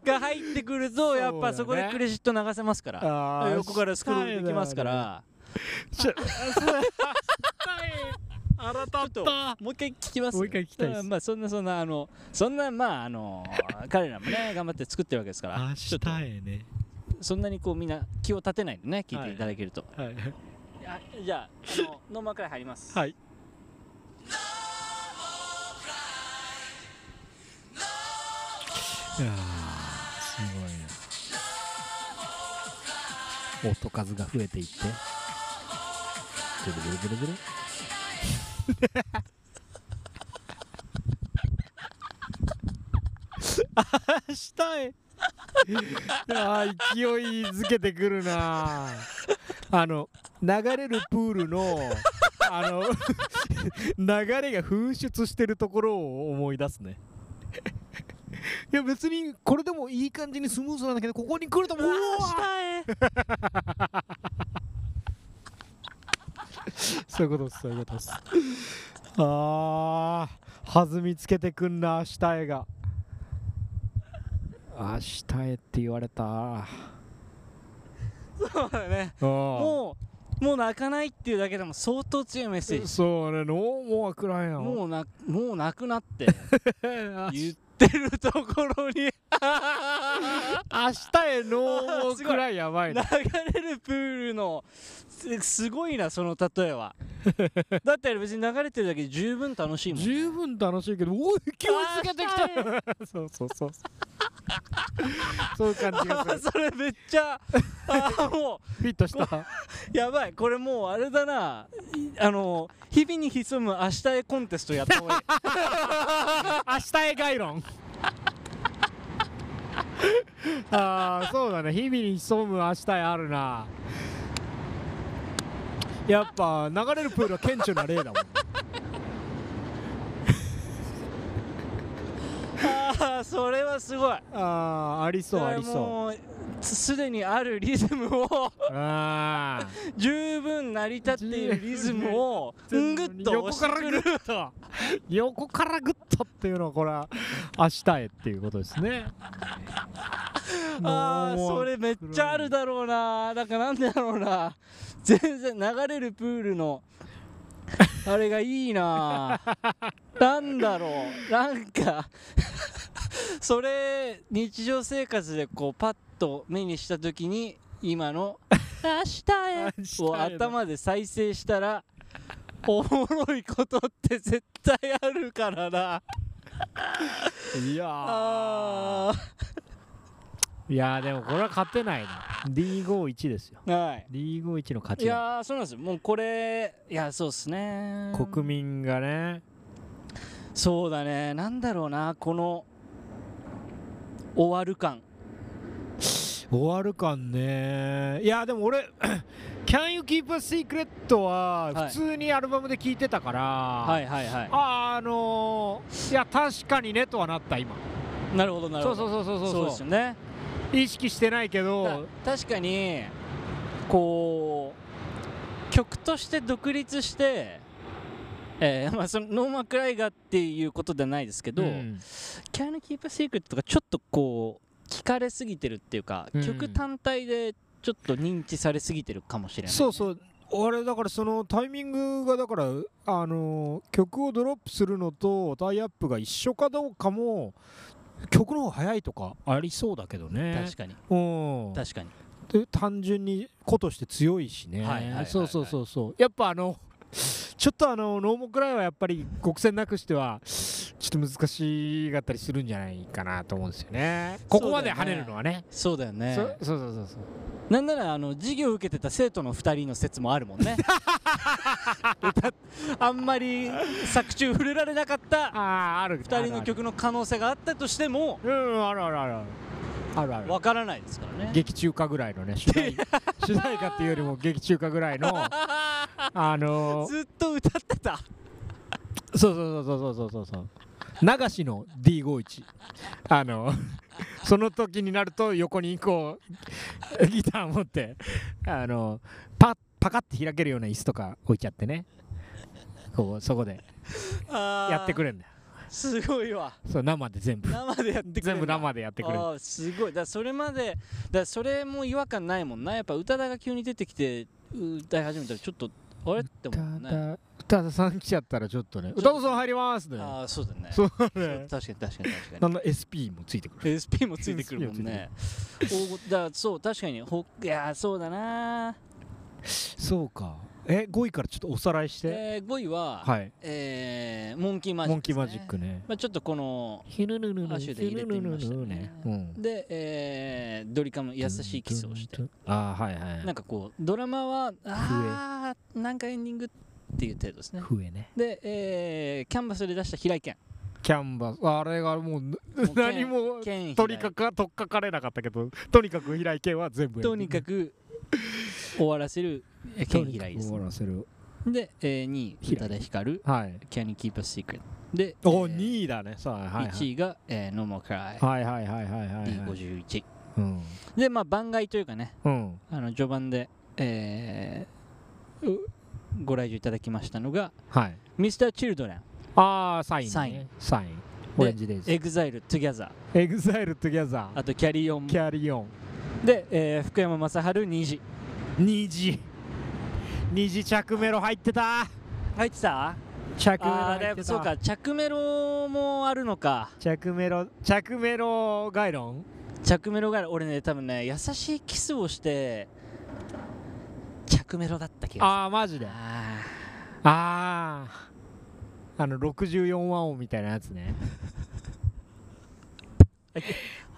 Speaker 5: が入ってくる
Speaker 4: そ
Speaker 5: と
Speaker 4: うだ
Speaker 5: や
Speaker 4: ね
Speaker 5: っぱそこでクレジット流せますから、
Speaker 4: あー
Speaker 5: 横からスクロールできますから
Speaker 4: ちょ
Speaker 5: 改ったもう一回聞きます
Speaker 4: もう一回聞きたいです
Speaker 5: うんまあそんなそんなあのそんなまああの彼らもね頑張って作ってるわけですから
Speaker 4: 明
Speaker 5: ちょっと
Speaker 4: 日へね
Speaker 5: そんなにこうみんな気を立てないでね聞いていただけると、
Speaker 4: はい
Speaker 5: あじゃああのノーマークライ入ります
Speaker 4: はいいやーすごいな音数が増えていってブルブルブルブル 明日へいやー勢いづけてくるなあの流れるプールのあの流れが噴出してるところを思い出すねいや別にこれでもいい感じにスムーズなんだけどここに来るともうそういうことですそういうことですあー弾みつけてくんな明日へが明日へって言われたあ
Speaker 5: そうだねもうもう泣かないっていうだけでも相当強いメッセージ
Speaker 4: そうねノーモアくらいな
Speaker 5: もうなもう泣くなって
Speaker 4: 明日
Speaker 5: 言ってるところに
Speaker 4: へノーモアくらいやばい
Speaker 5: 流
Speaker 4: な
Speaker 5: れるプールのすすごいなその例え はだって別に流れてるだけで十分楽しいもん
Speaker 4: 十分楽しいけどおい気をつけてきたそうそうそう そういう感じが す る
Speaker 5: それめっちゃあーも
Speaker 4: フィットした
Speaker 5: う やばいこれもうあれだないあの日々に潜む明日へコンテストやった方 がいい
Speaker 4: 明日へ概論 ああそうだね日々に潜む明日へあるなやっぱ流れるプールは顕著な例だもん
Speaker 5: ああそれはすごい
Speaker 4: あーありそうありそう
Speaker 5: もうすでにあるリズムを
Speaker 4: ああ
Speaker 5: 十分成り立っているリズムをぐ
Speaker 4: 全部
Speaker 5: っと押してくる
Speaker 4: 横からグッと横からグッとっていうのはこれは明日へっていうことですね
Speaker 5: ああ
Speaker 4: もう
Speaker 5: それめっちゃあるだろうなだからなんでだろうな全然流れるプールのあれがいいなあなんだろうなんかそれ日常生活でこうパッと目にした時に今の「明日へ」を
Speaker 4: 明日へだ
Speaker 5: 頭で再生したらおもろいことって絶対あるからない
Speaker 4: やー
Speaker 5: あ
Speaker 4: いやーでもこれは勝てないな D51 ですよ
Speaker 5: ーはい
Speaker 4: D51 の勝
Speaker 5: い
Speaker 4: ちだ
Speaker 5: やーそうなんですよもうこれいやそうっすね
Speaker 4: 国民がね
Speaker 5: そうだねなんだろうなこの終わる感
Speaker 4: 終わるかねいやでも俺 「Can You Keep a Secret」は
Speaker 5: はい
Speaker 4: 普通にアルバムで聴いてたから、
Speaker 5: はいはいはい
Speaker 4: あーあのー、いや確かにねとはなった今
Speaker 5: なるほどなる
Speaker 4: そ
Speaker 5: ほ
Speaker 4: う
Speaker 5: ど
Speaker 4: そうそうそうそう
Speaker 5: ですよね
Speaker 4: 意識してないけど
Speaker 5: だ確かにこう曲として独立して、えーまあ、 そのノーマンクライガーっていうことではないですけど「
Speaker 4: うん、
Speaker 5: Can I Keep a Secret」とかちょっとこう聞かれすぎてるっていうか、
Speaker 4: うん
Speaker 5: 曲単体でちょっと認知されすぎてるかもしれない
Speaker 4: そうそう俺だからそのタイミングがだからあのー曲をドロップするのとタイアップが一緒かどうかも曲の方が早いとかありそうだけどね
Speaker 5: 確かに
Speaker 4: うん
Speaker 5: 確かに
Speaker 4: で単純に子として強いしね、
Speaker 5: はいはいはいはい
Speaker 4: そうそうそうそうやっぱあのちょっとあのノーモくらいはやっぱり極戦なくしてはちょっと難しかったりするんじゃないかなと思うんですよねここまで跳ねるのはね
Speaker 5: そうだよね
Speaker 4: そそうそうそうそう
Speaker 5: なんならあの授業を受けてた生徒の2人の説もあるもんね 歌っあんまり作中触れられなかった
Speaker 4: ああーある
Speaker 5: 2人の曲の可能性があったとしても
Speaker 4: うんあるあるあるあるあるある
Speaker 5: わからないですからね
Speaker 4: 劇中歌ぐらいのね主題主題歌っていうよりも劇中歌ぐら いのあの
Speaker 5: ずっと歌ってた
Speaker 4: そうそうそうそうそうそうそう流しの D51 あのその時になると横にこうギター持ってあのパッパカッて開けるような椅子とか置いちゃってねこうそこでやってく
Speaker 5: れ
Speaker 4: れるんだよ
Speaker 5: すごいわ
Speaker 4: そう生で全部
Speaker 5: 生でやってくれ
Speaker 4: 全部生
Speaker 5: で
Speaker 4: でやってくれる
Speaker 5: あーすごいだからそれまでだからそれも違和感ないもんなやっぱ宇多田が急に出てきて歌い始めたらちょっとあれって思うもんね
Speaker 4: 歌歌田さん来ちゃったらちょっとね
Speaker 5: ょっ
Speaker 4: 歌
Speaker 5: と
Speaker 4: 田さん入りますね
Speaker 5: ああそうだね
Speaker 4: そう
Speaker 5: 確
Speaker 4: ね
Speaker 5: かに確かに確か に
Speaker 4: なんだ SP もついてくる
Speaker 5: SP もついてくるもんね。大ごだからそう確かにほいやーそうだなー。
Speaker 4: そうかえ5位からちょっとおさらいして
Speaker 5: えー、5位は、
Speaker 4: はい
Speaker 5: えーモンキーマジック、
Speaker 4: モンキーマジッ。クね
Speaker 5: まあちょっとこの
Speaker 4: ヒルルルル
Speaker 5: アシュで入れてみましたね
Speaker 4: うん
Speaker 5: で、えードリカム優しいキスをして。
Speaker 4: ああはいはい
Speaker 5: なんかこうドラマはああなんかエンディングっていう程度ですね。
Speaker 4: 笛ね
Speaker 5: で、えーキャンバスで出した平井堅。
Speaker 4: キャンバスあれがもう
Speaker 5: もう
Speaker 4: 何も
Speaker 5: 堅
Speaker 4: とにかく取っかかれなかったけどとにかく平井堅は全部
Speaker 5: とにか
Speaker 4: く
Speaker 5: く終わらせるえ堅平井です
Speaker 4: 終
Speaker 5: ね、
Speaker 4: わらせる
Speaker 5: で、えー、2位宇
Speaker 4: 平井
Speaker 5: 多田ヒカル
Speaker 4: はい
Speaker 5: 「Can You Keep a Secret」で、
Speaker 4: お
Speaker 5: えー
Speaker 4: 2位だねさあはいは
Speaker 5: 1
Speaker 4: い
Speaker 5: 位が、えー、No More Cry、
Speaker 4: はいはいはいはいはい
Speaker 5: D51
Speaker 4: うん
Speaker 5: でまあ番外というかね
Speaker 4: うん
Speaker 5: あの序盤で、えーうご来場いただきましたのが
Speaker 4: はい
Speaker 5: Mr.Children
Speaker 4: ああサインね
Speaker 5: サイン
Speaker 4: サインオレンジデイズ
Speaker 5: EXILE Together
Speaker 4: エグザイルトゥギャザ
Speaker 5: あと Carry On
Speaker 4: ーキャリーオン
Speaker 5: で、えー福山雅治虹
Speaker 4: 虹虹着メロ入ってた
Speaker 5: 入ってた
Speaker 4: 着メロ
Speaker 5: あー
Speaker 4: 入
Speaker 5: だ
Speaker 4: っ
Speaker 5: いぶ
Speaker 4: てた
Speaker 5: そうか着メロもあるのか
Speaker 4: 着メロ着メロガイロン
Speaker 5: 着メロが俺ね多分ね優しいキスをして着メロだった気が
Speaker 4: ああマジ
Speaker 5: す
Speaker 4: で
Speaker 5: る
Speaker 4: あ
Speaker 5: あ
Speaker 4: ああの64和音みたいなやつね
Speaker 5: ー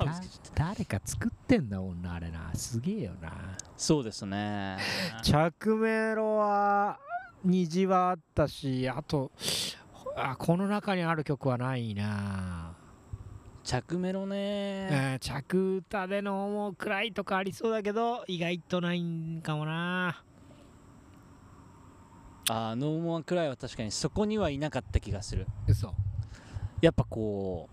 Speaker 4: だ誰か作ってんだ女あれなすげえよな
Speaker 5: そうですね
Speaker 4: 着メロは虹はあったしあとあこの中にある曲はないな
Speaker 5: 着メロね
Speaker 4: うん着歌でのもう暗いとかありそうだけど意外とないんかもな
Speaker 5: あーノーモアくらいは確かにそこにはいなかった気がする
Speaker 4: 嘘
Speaker 5: やっぱこ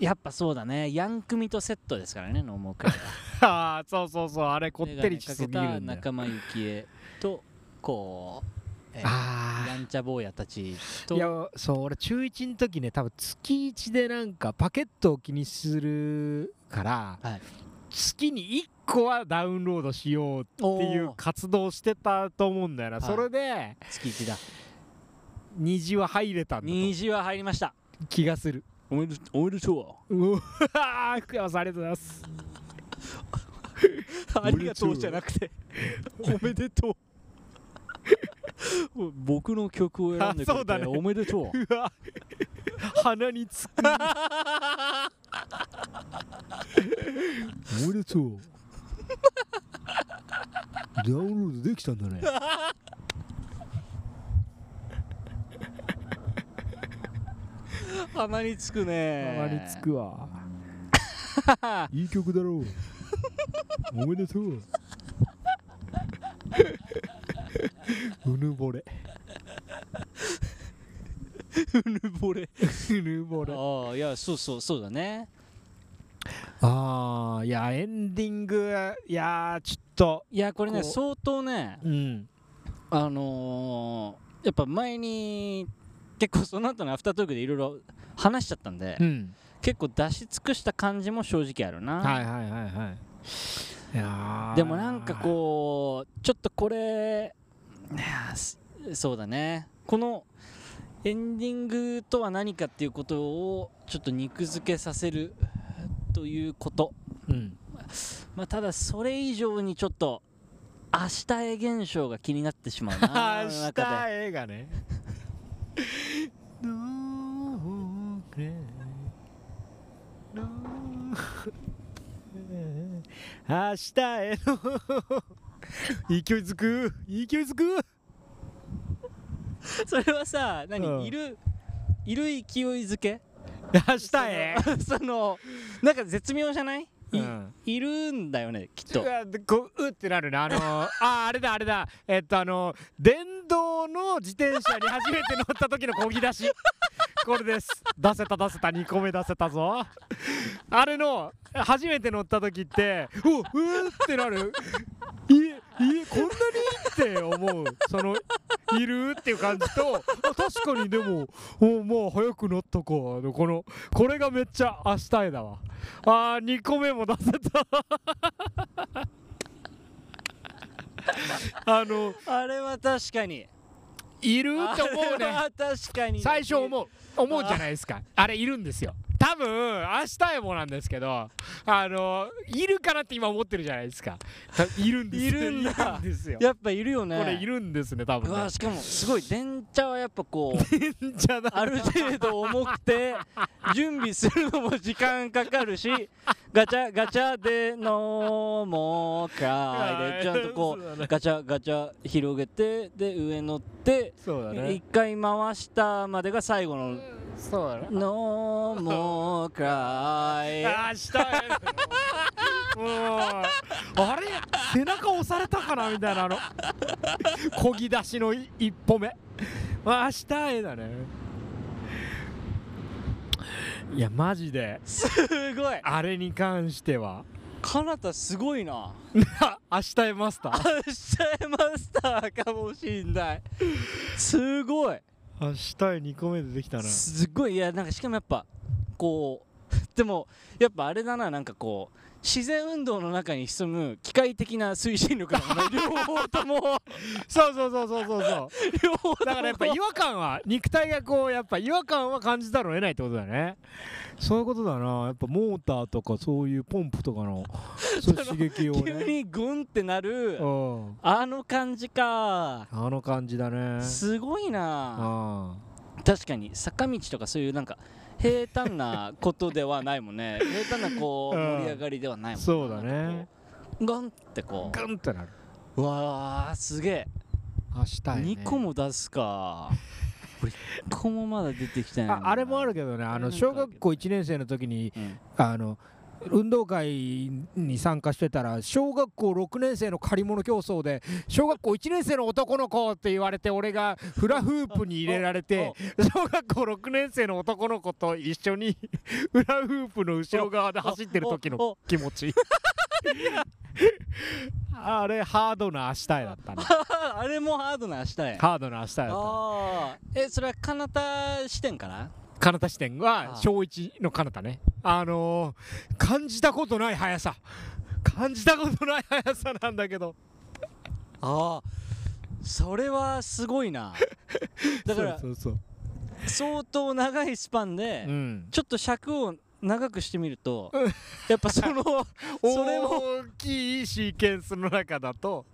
Speaker 5: うやっぱそうだねヤン組とセットですからねノーモアくらいは
Speaker 4: ああそうそうそうあれ こってりしす
Speaker 5: 眼鏡か
Speaker 4: ぎる
Speaker 5: けた
Speaker 4: んだよ
Speaker 5: 仲間由紀恵とこう、えー
Speaker 4: あ
Speaker 5: やんちゃ坊やたち
Speaker 4: あ
Speaker 5: と
Speaker 4: いやそう俺中1の時ね多分月1でなんかパケットを気にするから、
Speaker 5: はい
Speaker 4: 月に1個はダウンロードしようっていう
Speaker 5: おー
Speaker 4: 活動をしてたと思うんだよな、
Speaker 5: はい
Speaker 4: それで
Speaker 5: 月一だ
Speaker 4: 虹は入れたんだと
Speaker 5: 虹は入りました
Speaker 4: 気がする
Speaker 5: おめでおめでと
Speaker 4: うわー福山さんありがとうございます
Speaker 5: うありがとうじゃなくて おめでと う僕の曲を選んでく
Speaker 4: あそ
Speaker 5: れ
Speaker 4: うだ
Speaker 5: て
Speaker 4: ね
Speaker 5: おめでとう
Speaker 4: うわ鼻につく俺とダウンロードできたんだね
Speaker 5: 鼻につくね
Speaker 4: 鼻につくわいい曲だろうおめでとううぬぼれ
Speaker 5: うぬぼれ
Speaker 4: うぬぼれ
Speaker 5: ああいやそうそうそうだね
Speaker 4: ああいやエンディングいやーちょっと
Speaker 5: いやこれね
Speaker 4: こう
Speaker 5: 相当ね
Speaker 4: うん
Speaker 5: あのー、やっぱ前に結構その後のアフタートークでいろいろ話しちゃったんで、
Speaker 4: うん
Speaker 5: 結構出し尽くした感じも正直あるな、
Speaker 4: はいはいはいはいいやー
Speaker 5: でもなんかこうちょっとこれいやすそうだねこのエンディングとは何かっていうことをちょっと肉付けさせるということ、
Speaker 4: うん
Speaker 5: まあ、ただそれ以上にちょっと明日へ現象が気になってしまうな 世の
Speaker 4: 明日
Speaker 5: 中で
Speaker 4: 映画ねどうくれどうくれ明日への 勢いづく勢いづく
Speaker 5: それはさ何、
Speaker 4: うん
Speaker 5: いるいる勢いづけ
Speaker 4: 明日へ
Speaker 5: その そのなんか絶妙じゃない、い
Speaker 4: うん
Speaker 5: いるんだよねきっと
Speaker 4: うわでこううってなるなあのーあーあれだあれだえっとあのー電動の自転車に初めて乗った時の漕ぎ出しこれです出せた出せた2個目出せたぞあれの初めて乗った時っておうーってなるいえいえこんなにって思うそのいるっていう感じとあ確かにでもおもう早くなったかこのこれがめっちゃ明日へだわあー2個目も出せたあの
Speaker 5: あれは確かに
Speaker 4: いるって思う
Speaker 5: あれ
Speaker 4: ね
Speaker 5: は確かに
Speaker 4: 最初思う思うじゃないですかあれいるんですよ多分明日へもなんですけどあのいるかなって今思ってるじゃないですかたいるんです
Speaker 5: いるんだ
Speaker 4: いるんですよ
Speaker 5: やっぱいるよね
Speaker 4: これいるんですね多
Speaker 5: う
Speaker 4: 分ね
Speaker 5: わしかもすごい電車はやっぱこ う
Speaker 4: じゃあな
Speaker 5: ある程度重くて準備するのも時間かかるしガチャガチャでのもかいでちゃんとこ
Speaker 4: そうだ
Speaker 5: う
Speaker 4: ね
Speaker 5: ガチャガチャ広げてで上乗って
Speaker 4: そうだ
Speaker 5: 一回回したまでが最後の
Speaker 4: そうだね
Speaker 5: のもかい
Speaker 4: あーしたいもうあれ背中押されたかなみたいなあの漕ぎ出しのい一歩目まあしたいだねいやマジです
Speaker 5: ごい
Speaker 4: あれに関しては
Speaker 5: かなたすごいな
Speaker 4: 明日へマスタ
Speaker 5: ア
Speaker 4: ー
Speaker 5: ッシャイマスターかもしんないすごい
Speaker 4: 明日へ2個目でできたな
Speaker 5: すごいいやなんかしかもやっぱこうでもやっぱあれだななんかこう自然運動の中に潜む機械的な推進力だもんね両方とも
Speaker 4: そうそうそうそうそうそう
Speaker 5: 両方とも
Speaker 4: だからやっぱ違和感は肉体がこうやっぱ違和感は感じざるを得ないってことだよねそういうことだなやっぱモーターとかそういうポンプとか のそういう刺激を
Speaker 5: 急
Speaker 4: ね
Speaker 5: にグンってなる
Speaker 4: うん
Speaker 5: あの感じか
Speaker 4: あの感じだね
Speaker 5: すごいな
Speaker 4: あ
Speaker 5: 確かに坂道とかそういうなんか平坦なことではないもんね平坦なこう
Speaker 4: うん
Speaker 5: 盛り上がりではないもんな
Speaker 4: そうだね
Speaker 5: なんかこうガンってこ
Speaker 4: グンってなる
Speaker 5: ううわーすげえ
Speaker 4: 明日へ、
Speaker 5: 2
Speaker 4: ね、
Speaker 5: 個も出すか俺1個もまだ出てきてない
Speaker 4: ああれもある
Speaker 5: け
Speaker 4: けどねあ
Speaker 5: あれな
Speaker 4: の
Speaker 5: んか
Speaker 4: 小学校1年生の時に
Speaker 5: ど、うん
Speaker 4: あの運動会に参加してたら小学校6年生の借り物競争で小学校1年生の男の子って言われて俺がフラフープに入れられて小学校6年生の男の子と一緒に フラフープの後ろ側で走ってる時
Speaker 5: おお
Speaker 4: の気 持ちあれハードな明日へだっ たね
Speaker 5: ああれもハードな明日へ
Speaker 4: ハードな明日へだっ
Speaker 5: ああえそれはかなた視点かな
Speaker 4: たかなた視点
Speaker 5: あ
Speaker 4: は
Speaker 5: あ
Speaker 4: 小一のかなたねあのー、感じたことない速さ感じたことない速さなんだけど
Speaker 5: ああそれはすごいなだから
Speaker 4: そうそうそう
Speaker 5: 相当長いスパンで、
Speaker 4: うん
Speaker 5: ちょっと尺を長くしてみると、やっぱそ のそれも
Speaker 4: 大きいシーケンスの中だと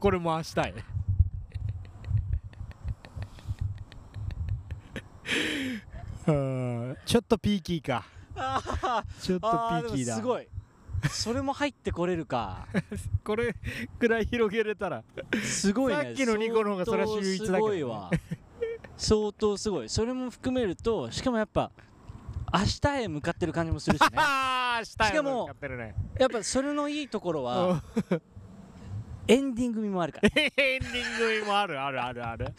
Speaker 4: これ回した いうんちょっとピーキーかちょっとピ
Speaker 5: あー
Speaker 4: ーキー
Speaker 5: で
Speaker 4: だ
Speaker 5: もすごいそれも入ってこれるか
Speaker 4: これくらい広げれた ら
Speaker 5: すごいね
Speaker 4: さっきのニコの方がそれは秀逸だけどね
Speaker 5: 相当すごいわ相当すごいそれも含めるとしかもやっぱ明日へ向かってる感じもするし ね
Speaker 4: ああしたい
Speaker 5: しかも
Speaker 4: やってるね
Speaker 5: やっぱそれのいいところ
Speaker 4: う
Speaker 5: は
Speaker 4: ん
Speaker 5: エンディング味もあるから
Speaker 4: エンディングにもあるあるあるある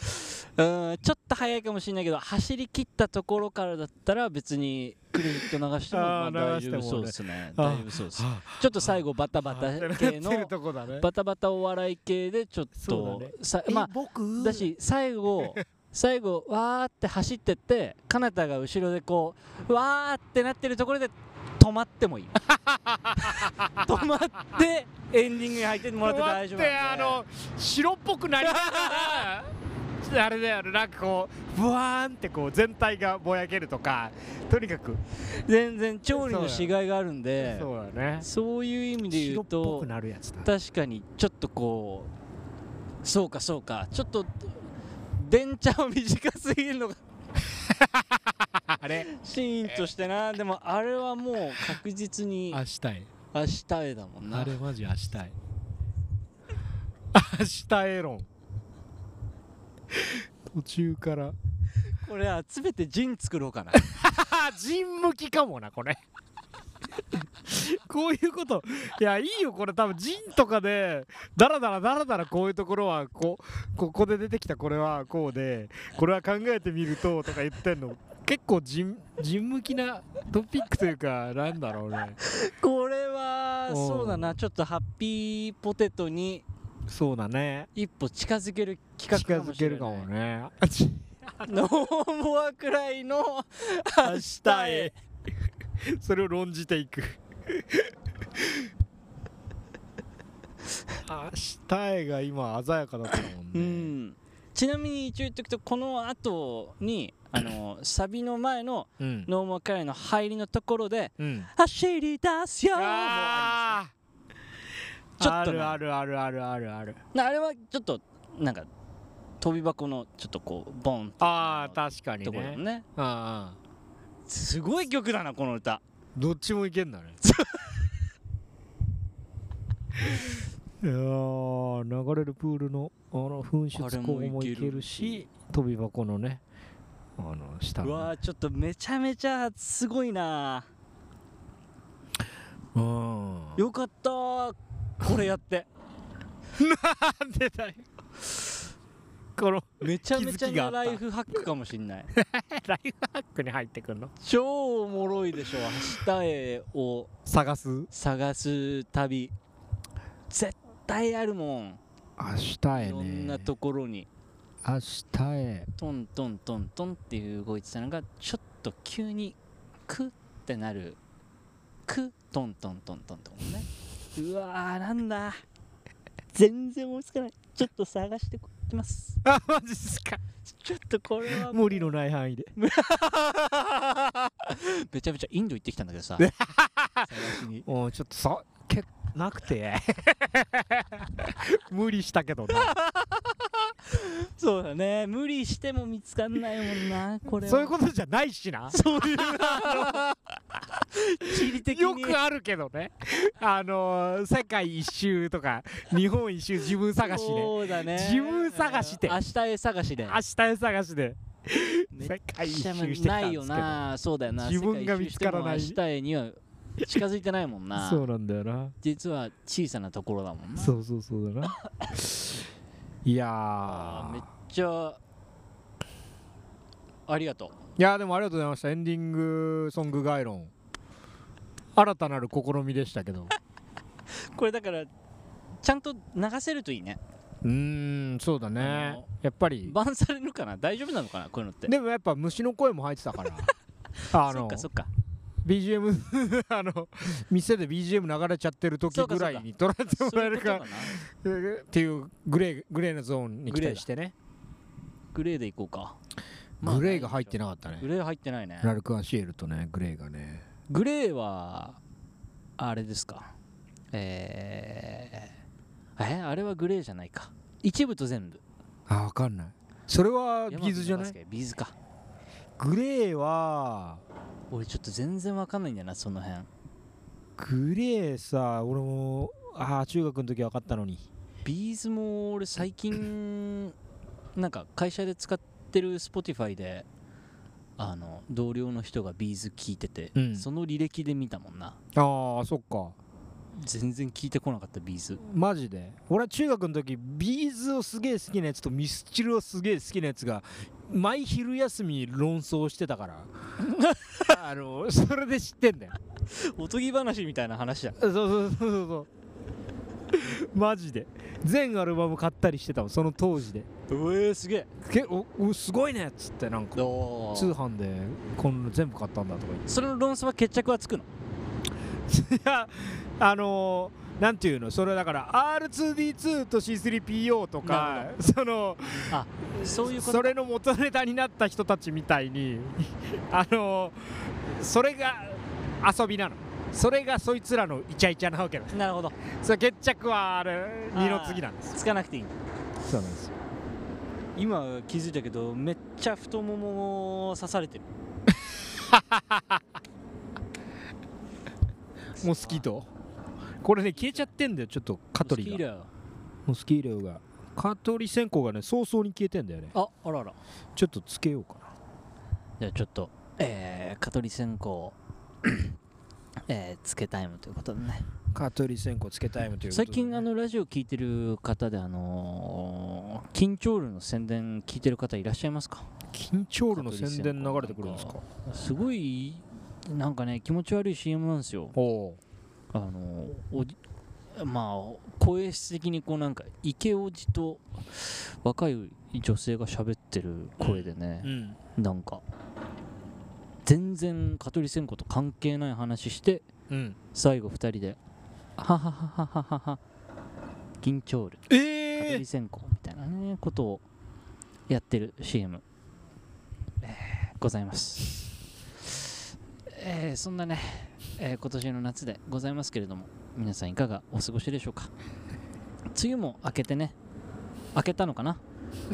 Speaker 5: うんちょっと早いかもしれないけど走り切ったところからだったら別にクレジット流してもま
Speaker 4: あ
Speaker 5: あ
Speaker 4: ー
Speaker 5: 大
Speaker 4: 流
Speaker 5: 丈
Speaker 4: して
Speaker 5: 夫
Speaker 4: もね
Speaker 5: そうですね
Speaker 4: あー
Speaker 5: 大丈夫そうですちょっと最後バタバタ系
Speaker 4: やってる
Speaker 5: の
Speaker 4: とこだね
Speaker 5: バタバタお笑い系でちょっ
Speaker 4: そ
Speaker 5: と
Speaker 4: うだね
Speaker 5: さ
Speaker 4: え
Speaker 5: まあ
Speaker 4: 僕
Speaker 5: だし最 後最後わーって走ってってかなたが後ろでこうわーってなってるところで止まって もいい止まってエンディングに入ってもらって大丈夫なんで
Speaker 4: 待ってあの白っぽくなりそうなちょっとあれだよねなんかこうブワーンってこう全体がぼやけるとかとにかく
Speaker 5: 全然調理のしがいがあるんで
Speaker 4: そうだね
Speaker 5: そういう意味で言
Speaker 4: 白
Speaker 5: う
Speaker 4: っぽ
Speaker 5: と
Speaker 4: くなるやつだ
Speaker 5: 確かにちょっとこうそうかそうかちょっと電車は短すぎるのが
Speaker 4: あれ
Speaker 5: シーンとしてなでもあれはもう確実に
Speaker 4: 明日へ
Speaker 5: 明日へだもんな
Speaker 4: あれマジ明日 へ明日へ論途中から
Speaker 5: これ集めて陣作ろうかな
Speaker 4: あ人向きかもなこれこういうこといやいいよこれ多分人とかでダラダラダラダラこういうところはこうここで出てきたこれはこうでこれは考えてみるととか言ってんの結構人人向きなトピックというかなんだろうね
Speaker 5: これは
Speaker 4: おう
Speaker 5: そうだなちょっとハッピーポテトに
Speaker 4: そうだね
Speaker 5: 一歩近づける
Speaker 4: 近
Speaker 5: 企画かも
Speaker 4: づ
Speaker 5: しれ
Speaker 4: け
Speaker 5: な
Speaker 4: る
Speaker 5: い
Speaker 4: かもね
Speaker 5: ノ ーモアくらいの明日へ
Speaker 4: それを論じていく明日へが今鮮やかだったもんね、
Speaker 5: うん、ちなみに一応言っとくとこの後にあ のサビの前の
Speaker 4: うん
Speaker 5: ノーマルカレーの入りのところで
Speaker 4: うん
Speaker 5: 「走り出すよ」もうあり
Speaker 4: あ
Speaker 5: ますねちょ
Speaker 4: あ
Speaker 5: っとね
Speaker 4: るあるあるあるあるある
Speaker 5: なあれはちょっとなんか飛び箱のちょっとこうボンって
Speaker 4: ああ確かに
Speaker 5: ところ
Speaker 4: ね
Speaker 5: だね
Speaker 4: ああ
Speaker 5: すごい曲だなこの歌
Speaker 4: どっちもいけ んだねいやー流れるプールのあの噴出口もいけるし飛び箱のねあの下
Speaker 5: う
Speaker 4: の
Speaker 5: わーちょっとめちゃめちゃすごいな
Speaker 4: うん
Speaker 5: よかったーこれやって
Speaker 4: なんでだよこの
Speaker 5: めちゃめちゃ
Speaker 4: 気づきがあ
Speaker 5: な
Speaker 4: った
Speaker 5: ライフハックかもしんない
Speaker 4: ライフハックに入ってくんの
Speaker 5: 超おもろいでしょ「明日へ」を
Speaker 4: 探す明
Speaker 5: 探す旅絶対あるもん
Speaker 4: 日へね
Speaker 5: いろんなところに
Speaker 4: 明日へ
Speaker 5: トントントントンっていう動いてたのがちょっと急にクッってなるクットントントントンってことねうわーなんだ全然追いつかないちょっと探してきます
Speaker 4: あマジっすか
Speaker 5: ちょっとこれは
Speaker 4: 無理のない範囲で
Speaker 5: めちゃめちゃインド行ってきたんだけ どさ探しに
Speaker 4: もうちょっとさけなくて 無理したけどね
Speaker 5: そうだね無理しても見つかんないもんなこれは
Speaker 4: そういうことじゃないしな
Speaker 5: そういうあの 地理的に
Speaker 4: よくあるけどねあのー、世界一周とか日本一周自分探しで
Speaker 5: そうだね
Speaker 4: 自分探しで
Speaker 5: 明日へ探しで
Speaker 4: 明日へ探しで
Speaker 5: めっ
Speaker 4: 世界一
Speaker 5: ちゃ
Speaker 4: 周してきた
Speaker 5: なんい
Speaker 4: で
Speaker 5: よ
Speaker 4: すけど
Speaker 5: なそうだよな
Speaker 4: 自分が見つからない
Speaker 5: 世界一周しても明日へには近づいてないもんな
Speaker 4: そうなんだよな
Speaker 5: 実は小さなところだもんな
Speaker 4: そうそうそうだな いや
Speaker 5: あー
Speaker 4: ー
Speaker 5: めっちゃありがとう
Speaker 4: いやーでもありがとうございましたエンディングソング概論新たなる試みでした けど
Speaker 5: これだからちゃんと流せるといいね
Speaker 4: うーんそうだ
Speaker 5: あ
Speaker 4: ね
Speaker 5: の
Speaker 4: やっぱり
Speaker 5: バンされるかな大丈夫なのかなこういうのって
Speaker 4: でもやっぱ虫の声も入って たからあ
Speaker 5: そっ
Speaker 4: の
Speaker 5: かそっ か
Speaker 4: BGM あの店で BGM 流れちゃってる時ぐらいに捉えてもらえるか
Speaker 5: そういうことかな
Speaker 4: っていうグレーグレーなゾーンに期待してね
Speaker 5: グレーでいこうか
Speaker 4: グレーが入ってなかったね
Speaker 5: グレー入ってないね
Speaker 4: ラルク・アンシエルとねグレーがね
Speaker 5: グレーはあれですかえー、えあれはグレーじゃないか一部と全部
Speaker 4: あ分かんないそれはビーズじゃな
Speaker 5: 山
Speaker 4: い
Speaker 5: 口のバスケビーズか
Speaker 4: グレーは
Speaker 5: 俺ちょっと全然わかんないんだよなその辺
Speaker 4: グレーさ俺もああ中学の時分かったのに
Speaker 5: ビーズも俺最近なんか会社で使ってる Spotify であの同僚の人がビーズ聞いてて、
Speaker 4: うん
Speaker 5: その履歴で見たもんな
Speaker 4: ああそっか
Speaker 5: 全然聞いてこなかったビーズ
Speaker 4: マジで俺は中学の時ビーズをすげえ好きなやつとミスチルをすげえ好きなやつが毎昼休み論争してたから あのそれで知ってんだよ
Speaker 5: おとぎ話みたいな話だ
Speaker 4: そうそうそうそうそうマジで全アルバム買ったりしてたもんその当時で
Speaker 5: うえすげえ
Speaker 4: けおおすごいねっつってなんか
Speaker 5: お
Speaker 4: 通販でこんな全部買ったんだとか言って
Speaker 5: それの論争は決着はつくの
Speaker 4: いやあのーなんていうのそれだから R2D2 と C3PO と
Speaker 5: な
Speaker 4: かその
Speaker 5: そういうこと
Speaker 4: それの元ネタになった人たちみたいに あのーそれが遊びなのそれがそいつらのイチャイチャなわけだ
Speaker 5: なるほど
Speaker 4: それ決着はあれ二の次なんです
Speaker 5: つかなくていいんだ
Speaker 4: そうなんです
Speaker 5: 今気づいたけどめっちゃ太ももを刺されてる
Speaker 4: モスキートこれね消えちゃってんだよちょっとカトリ
Speaker 5: 好
Speaker 4: ー
Speaker 5: きだ
Speaker 4: が
Speaker 5: よ
Speaker 4: モスキーレオがカトリ線香がね早々に消えてんだよね
Speaker 5: ああらあら
Speaker 4: ちょっとつけようかな
Speaker 5: じゃあちょっとえー、蚊取り線香をえー、つけタイムということでね
Speaker 4: カトリ線香つけタイムということ
Speaker 5: 最
Speaker 4: で
Speaker 5: 近あのラジオ聞いてる方であのー、緊張ルの宣伝聞いてる方いらっしゃいますか
Speaker 4: 緊張ルの宣伝流れてくるんですか
Speaker 5: すごいなんかね気持ち悪い CM なんですよ
Speaker 4: おお
Speaker 5: あのおじまあ声質的にこうなんかイケおじと若い女性が喋ってる声でね
Speaker 4: う、ん
Speaker 5: なんか全然香取千子と関係ない話して
Speaker 4: うん
Speaker 5: 最後2人で「ははははははは銀長ル
Speaker 4: え
Speaker 5: 香取千子」みたいなねことをやってる CM、えーございます、えーそんなね、えー今年の夏でございますけれども皆さんいかがお過ごしでしょうか梅雨も明けてね明けたのかな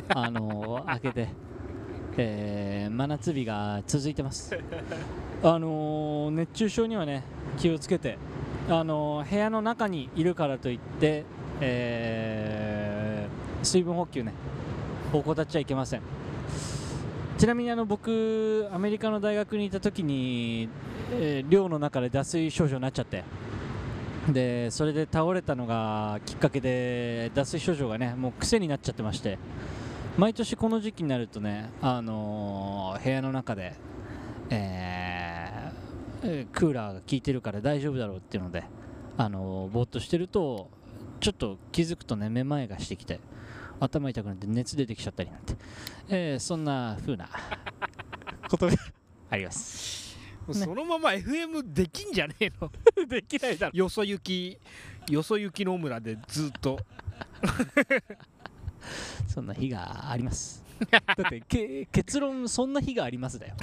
Speaker 5: あのー、明けて、えー真夏日が続いてますあのー熱中症にはね気をつけてあのー部屋の中にいるからといって、えー水分補給ね怠っちゃいけませんちなみにあの僕アメリカの大学にいた時に、えー寮の中で脱水症状になっちゃってでそれで倒れたのがきっかけで脱水症状がねもう癖になっちゃってまして毎年この時期になるとね、あのー部屋の中で、えーえークーラーが効いてるから大丈夫だろうっていうので、あのーぼーっとしてるとちょっと気づくとねめまいがしてきて頭痛くなって熱出てきちゃったりなんて、えーそんな風な ことがあります。
Speaker 4: そのまま FM できんじゃねえの
Speaker 5: できないだろ
Speaker 4: よそ行きよそ行きの村でずっと
Speaker 5: そんな日があります。だってけ結論そんな日がありますだよ。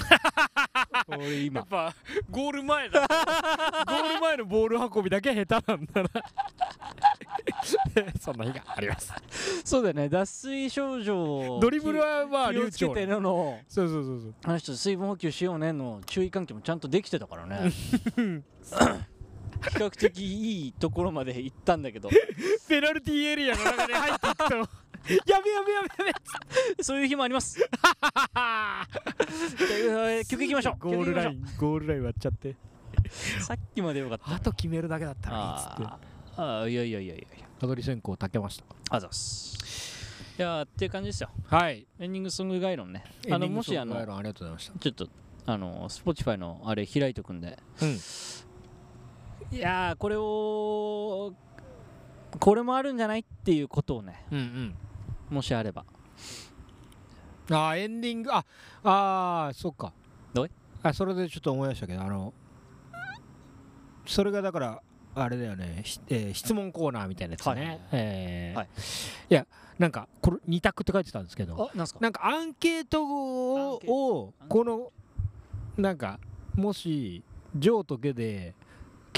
Speaker 5: 俺今
Speaker 4: ぱゴール前だゴール前のボール運びだけ下手なんだな そんな日があります
Speaker 5: そうだよね脱水症状
Speaker 4: ドリブルはまあ
Speaker 5: 気を
Speaker 4: 流
Speaker 5: つけ
Speaker 4: 暢
Speaker 5: て
Speaker 4: に
Speaker 5: のの
Speaker 4: そうそうそうそう
Speaker 5: あの人水分補給しようねの注意喚起もちゃんとできてたからね比較的いいところまで行ったんだけ ど
Speaker 4: ペナルティーエリアの中で入っていくと やべやべやべやべ
Speaker 5: そういう日もあります えー曲いきましょう
Speaker 4: ゴールライ
Speaker 5: 曲行き
Speaker 4: ンゴールライン割っちゃって
Speaker 5: ましょうさっきまでよかった
Speaker 4: あと決めるだけだった
Speaker 5: あーあーいやいやいやいやいや
Speaker 4: たどり線香たけまし
Speaker 5: あざっすいやーっていう感じですよ
Speaker 4: たはい
Speaker 5: エンディングソング概論ねあのもしあの
Speaker 4: ありがとうございました
Speaker 5: ちょっとあの Spotify のあれ開いとくんで、いやーこれをこれもあるんじゃないっていうことをね
Speaker 4: うんうん
Speaker 5: もしあれば
Speaker 4: あーエンディングああーそっか
Speaker 5: どうい
Speaker 4: あそれでちょっと思い出したけどあのそれがだからあれだよね、ひえー質問コーナーみたいなやつね、
Speaker 5: はい
Speaker 4: えー
Speaker 5: はい
Speaker 4: い、やなんかこれ2択って書いてたんですけど
Speaker 5: あなんすか
Speaker 4: なんかアンケート
Speaker 5: アン
Speaker 4: を
Speaker 5: ケート
Speaker 4: をこのなんかもしジョーとゲで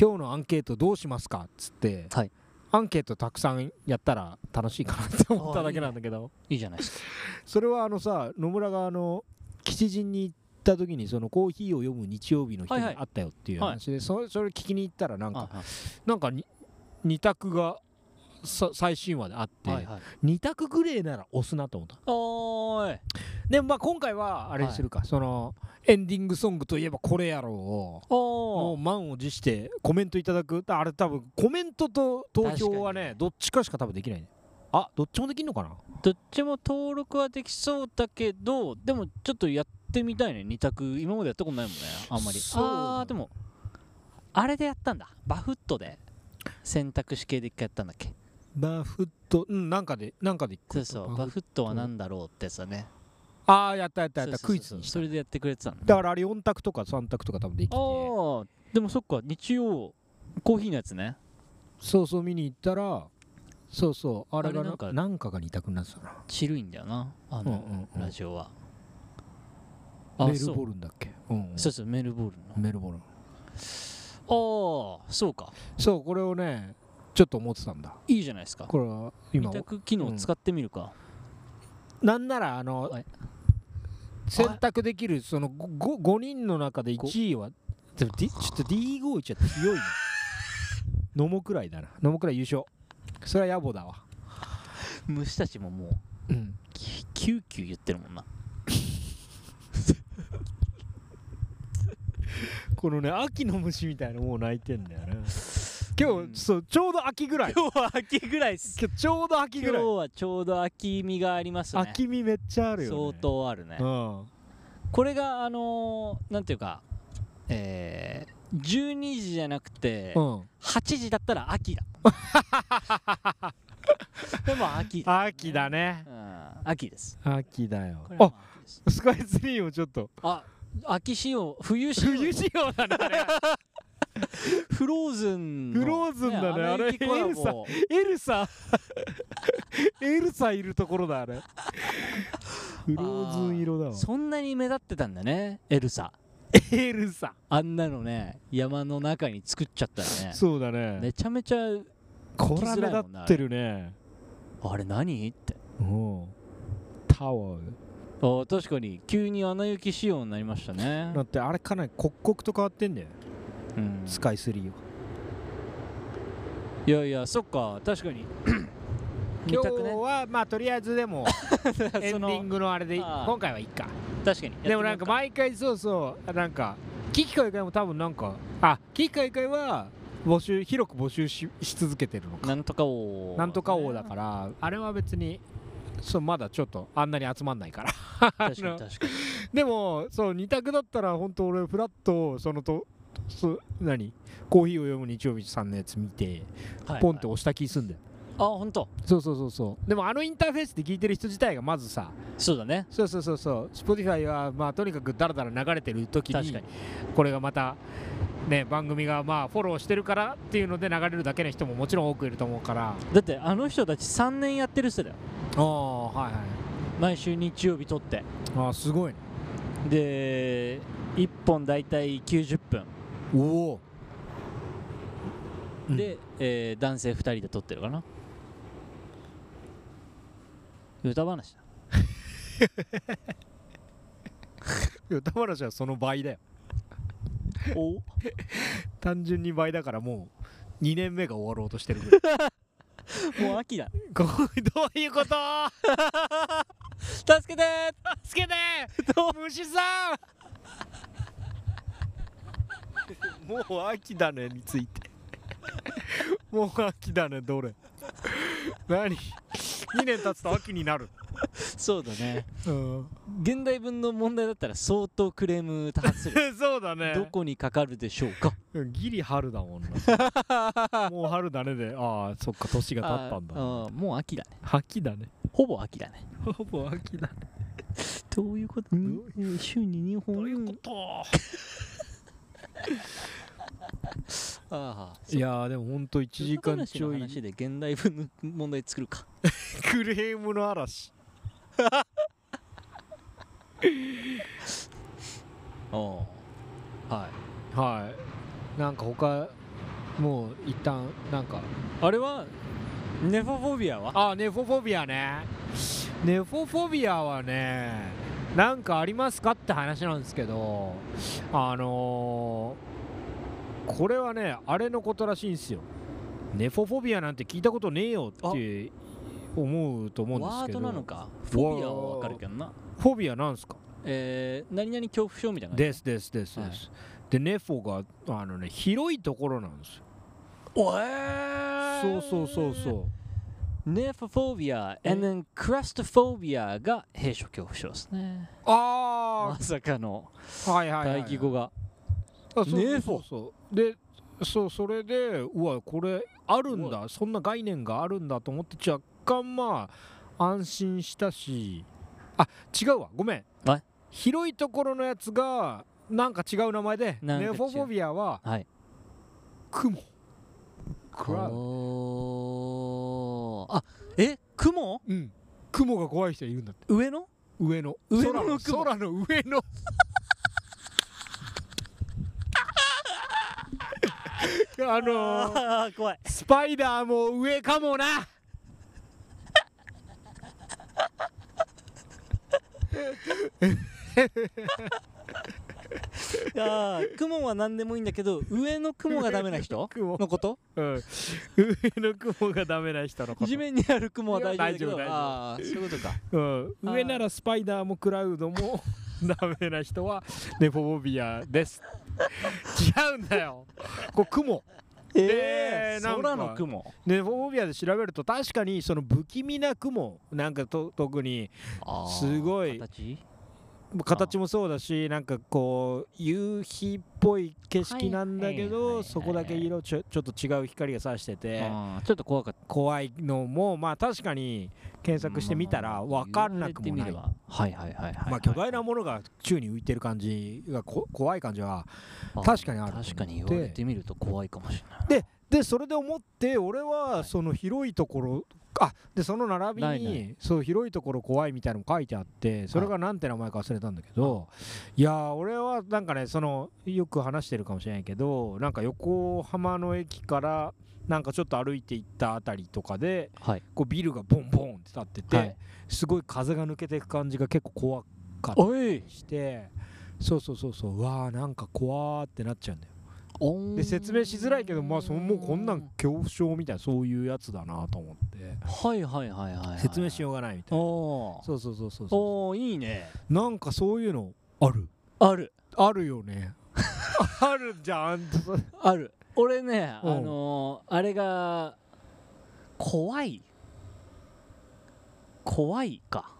Speaker 4: 今日のアンケートどうしますかっつって、
Speaker 5: はい
Speaker 4: アンケートたくさんやったら楽しいかなって思った だけなんだけど
Speaker 5: いいじゃないですか
Speaker 4: それはあのさ野村があの吉人に行った時にそのコーヒーを読む日曜日の人に
Speaker 5: はい
Speaker 4: 会
Speaker 5: は
Speaker 4: ったよっていう話で、それそれ聞きに行ったらなんか
Speaker 5: あ
Speaker 4: なんかに2択がさ最新話であって、
Speaker 5: あはいはい
Speaker 4: 2択ぐらいなら押すなと思った
Speaker 5: おーい
Speaker 4: でもまあ今回はあれにするか、そのエンディングソングといえばこれやろうをも
Speaker 5: お
Speaker 4: う
Speaker 5: ー
Speaker 4: 満を持してコメントいただくあれ多分コメントと投票は
Speaker 5: 確かに
Speaker 4: ね
Speaker 5: ね
Speaker 4: どっちかしか多分できないねあどっちもできんのかな
Speaker 5: どっちも登録はできそうだけどでもちょっとやってみたいね2択今までやったことないもんねあんまり
Speaker 4: そう
Speaker 5: あーでもあれでやったんだバフットで選択肢系で一回やったんだっけ
Speaker 4: バフットうんなんかでなんかで
Speaker 5: そうそうバ
Speaker 4: バ
Speaker 5: フットは何だろうってやつだね
Speaker 4: ああやったやったやっ
Speaker 5: そう
Speaker 4: た
Speaker 5: そうそう
Speaker 4: クイズにし
Speaker 5: そ
Speaker 4: た
Speaker 5: れでやってくれてたの
Speaker 4: だからあれ4択とか3択とか多分できて
Speaker 5: ああでもそっか日曜コーヒーのやつね
Speaker 4: そうそう見に行ったらそうそうあれが
Speaker 5: あれなん
Speaker 4: な
Speaker 5: ん
Speaker 4: か
Speaker 5: か
Speaker 4: なんかが2択になってたな
Speaker 5: チルいんだよなあの、
Speaker 4: うんうんうん
Speaker 5: ラジオは
Speaker 4: メルボ
Speaker 5: ル
Speaker 4: ルンだっけうんうん
Speaker 5: そうそうメルボルン
Speaker 4: メルボルン
Speaker 5: のああそうか
Speaker 4: そうこれをねちょっと思ってたんだ
Speaker 5: いいじゃないですか
Speaker 4: これは
Speaker 5: 二
Speaker 4: 今
Speaker 5: 択機能使ってみるか、
Speaker 4: なんならあの
Speaker 5: はい
Speaker 4: 選択できるその 5, 5人の中で1位はでも D ちょっと D51 は強い な野茂くらいだな野茂くらい優勝それは野暮だわ
Speaker 5: 虫たちももう
Speaker 4: うん
Speaker 5: きキューキュー言ってるもんな
Speaker 4: このね秋の虫みたいなのもう泣いてんだよね今日そうちょうど秋ぐらい
Speaker 5: 今日は秋ぐらいっす
Speaker 4: 今日ちょうど秋
Speaker 5: 今
Speaker 4: ぐ
Speaker 5: 日
Speaker 4: らい
Speaker 5: はちょうど秋みがありますね
Speaker 4: 秋みめっちゃあるよね
Speaker 5: 相当あるね、
Speaker 4: うん
Speaker 5: これがあのー、なんていうかえー、12時じゃなくて、
Speaker 4: うん、
Speaker 5: 8時だったら秋 だでも秋だ、
Speaker 4: 秋だね
Speaker 5: うん、秋です
Speaker 4: 秋だよ
Speaker 5: これは
Speaker 4: あ
Speaker 5: まあ秋です
Speaker 4: スカイツリーもちょっと
Speaker 5: あ秋仕様冬 仕様
Speaker 4: 冬仕様だねあれ
Speaker 5: フローズンの
Speaker 4: フローズンだね
Speaker 5: アナ雪
Speaker 4: あれ
Speaker 5: コラボ
Speaker 4: エルサエルサいるところだあれ フローズン色だわ
Speaker 5: そんなに目立ってたんだねエルサ
Speaker 4: エルサ
Speaker 5: あんなのね山の中に作っちゃったらね
Speaker 4: そうだね
Speaker 5: めちゃめちゃ
Speaker 4: こら
Speaker 5: づら
Speaker 4: 目
Speaker 5: い
Speaker 4: 立
Speaker 5: もんな
Speaker 4: ってるね
Speaker 5: あれ何って
Speaker 4: うんタワー
Speaker 5: あ確かに急に穴雪仕様になりましたね
Speaker 4: だ、ってあれかなり刻々と変わってんだよ
Speaker 5: うん、
Speaker 4: スカイツリーはい
Speaker 5: やいやそっか確かに見
Speaker 4: 今
Speaker 5: た
Speaker 4: 日
Speaker 5: くね
Speaker 4: はまあとりあえずで もエンディングのあれでい
Speaker 5: ああ
Speaker 4: 今回はいいか
Speaker 5: 確かに
Speaker 4: でもなんか
Speaker 5: やっ
Speaker 4: 毎回そうそうなんか危機開会も多分なんかあ危機開会は募集広く募集しし続けてる
Speaker 5: てみよ
Speaker 4: の
Speaker 5: うか
Speaker 4: か
Speaker 5: なんとか王
Speaker 4: なんとか王だからあれは別にそうまだちょっとあんなに集まんない から
Speaker 5: 確か
Speaker 4: あの
Speaker 5: に確かに
Speaker 4: でもそう2択だったら本当俺フラッとそのとそ何コーヒーを読む日曜日さんのやつ見て
Speaker 5: はい
Speaker 4: ポンって押した気すんだよ、
Speaker 5: あ本当
Speaker 4: そうそうそうそうでもあのインターフェースで聞いてる人自体がまずさ
Speaker 5: そうだね
Speaker 4: そうそうそうそう Spotify はまあとにかくダラダラ流れてる時
Speaker 5: 確
Speaker 4: に
Speaker 5: かに
Speaker 4: これがまたね番組がまあフォローしてるからっていうので流れるだけの人ももちろん多くいると思うからあ
Speaker 5: だってあの人たち3年やってる人だよ
Speaker 4: あはい
Speaker 5: 毎週日曜日撮って
Speaker 4: はいあすごいね
Speaker 5: で1本大体90分
Speaker 4: おお
Speaker 5: で、えー男性2人で撮ってるかな歌話だ
Speaker 4: 歌話はその倍だよ
Speaker 5: お
Speaker 4: 単純に倍だからもう2年目が終わろうとしてるぐらい
Speaker 5: もう秋だ
Speaker 4: こうどういうこと
Speaker 5: 助けてー
Speaker 4: 助けて虫さん もう秋だねについてもう秋だねどれ何2年経つと秋になる
Speaker 5: そうだね
Speaker 4: うん
Speaker 5: 現代文の問題だったら相当クレーム多発す る
Speaker 4: そうだ
Speaker 5: ど
Speaker 4: ね
Speaker 5: こにかかるでしょうか
Speaker 4: ギリ春だ もんなもう春だねでああそっか年が経ったん
Speaker 5: あ
Speaker 4: だ
Speaker 5: ーあーもう秋だね
Speaker 4: 秋だね
Speaker 5: ほぼ秋だね
Speaker 4: ほぼ秋だね
Speaker 5: どういうこと週に2本
Speaker 4: どういうこと
Speaker 5: ああ
Speaker 4: いやーでもほんと1時間ちょい
Speaker 5: 話で現代文の問題作るか
Speaker 4: クレームの嵐
Speaker 5: おはい
Speaker 4: はいなんか他もう一旦なんか
Speaker 5: あれはネフォフォビアは
Speaker 4: あネフォフォビアねネフォフォビアはねなんかありますかって話なんですけどあのーこれはねあれのことらしいんですよネフォフォビアなんて聞いたことねえよって思うと思うんです
Speaker 5: ワー
Speaker 4: け
Speaker 5: ド
Speaker 4: ど
Speaker 5: なのかフォビアはわかるけどな
Speaker 4: フォビアなんですか
Speaker 5: えー、何々恐怖症みたいな感じ
Speaker 4: ですですですで
Speaker 5: は
Speaker 4: す、
Speaker 5: い
Speaker 4: でネフォがあのね広いところなんですよ
Speaker 5: おえ
Speaker 4: そうそうそうそう
Speaker 5: ネフォフォビア and then クラストフォビアが閉所恐怖症ですね
Speaker 4: あ
Speaker 5: まさかの
Speaker 4: あはいはい、はい、
Speaker 5: 大義語が
Speaker 4: あそう
Speaker 5: ネフォ
Speaker 4: そうそうでそうそれでうわこれあるんだそんな概念があるんだと思って若干まあ安心したしあ違うわごめん
Speaker 5: はい
Speaker 4: 広いところのやつがなんか違う名前で
Speaker 5: なんか違
Speaker 4: ネ
Speaker 5: う
Speaker 4: フォフォビアは
Speaker 5: はい
Speaker 4: 雲クラウ
Speaker 5: おーあえ雲
Speaker 4: うん雲が怖い人いるんだって
Speaker 5: 上の
Speaker 4: 上の
Speaker 5: 上の
Speaker 4: 空の
Speaker 5: 雲
Speaker 4: 空の上 のあのー、
Speaker 5: ああ怖い
Speaker 4: スパイダーも上かもな
Speaker 5: あー雲は何でもいいんだけど上の雲がダメな人
Speaker 4: 雲
Speaker 5: のこと
Speaker 4: うん、上の雲がダメな人のこと
Speaker 5: 地、面にある雲は大丈夫だけど
Speaker 4: いや大丈夫大丈夫
Speaker 5: ああそういうことか
Speaker 4: うん、
Speaker 5: あー
Speaker 4: 上ならスパイダーもクラウドも ダメな人はネフォボビアです違うんだよこれ雲
Speaker 5: え
Speaker 4: えー
Speaker 5: ー、
Speaker 4: なんか
Speaker 5: 空の雲
Speaker 4: ネフォボビアで調べると確かにその不気味な雲なんかと特に
Speaker 5: あー
Speaker 4: すごい
Speaker 5: 形
Speaker 4: 形もそうだしなんかこう夕日っぽい景色なんだけ
Speaker 5: はいはいはい
Speaker 4: ど
Speaker 5: はい
Speaker 4: そこだけ色ちょちょっと違う光がさしてて、
Speaker 5: あーちょっと怖かった
Speaker 4: 怖いのもまあ確かに検索してみたら分かんなくもな
Speaker 5: 言われてみ
Speaker 4: い、
Speaker 5: ればはいはいはいはいはい
Speaker 4: まあ、巨大なものが宙に浮いてる感じがこ怖い感じは
Speaker 5: あ
Speaker 4: 確かにあると思って
Speaker 5: 確かに言われてみると怖いかもしれない
Speaker 4: でそれで思って俺はその広いところあでその並び
Speaker 5: ないな
Speaker 4: にそう広いところ怖いみたいなのも書いてあってそれが何て名前か忘れたんだけどいやー俺はなんかねそのよく話してるかもしれないけどなんか横浜の駅からなんかちょっと歩いて行ったあたりとかで
Speaker 5: はい
Speaker 4: こうビルがボンボンって立ってて、
Speaker 5: はい
Speaker 4: すごい風が抜けていく感じが結構怖かった
Speaker 5: おい
Speaker 4: りしてそうそうそうそううわーなんか怖ーってなっちゃうんだよで説明しづらいけどまあそのもうこんなん恐怖症みたいなそういうやつだなと思って
Speaker 5: はいはいはいはい、はい、
Speaker 4: 説明し
Speaker 5: よ
Speaker 4: ようがないみた
Speaker 5: う
Speaker 4: いな
Speaker 5: おー
Speaker 4: そうそうそうそうそ
Speaker 5: おーいいね
Speaker 4: うなんかそういうのある
Speaker 5: ある
Speaker 4: あるよね あるじゃん
Speaker 5: ある俺ねあ
Speaker 4: うん
Speaker 5: のー、あれが怖い怖いか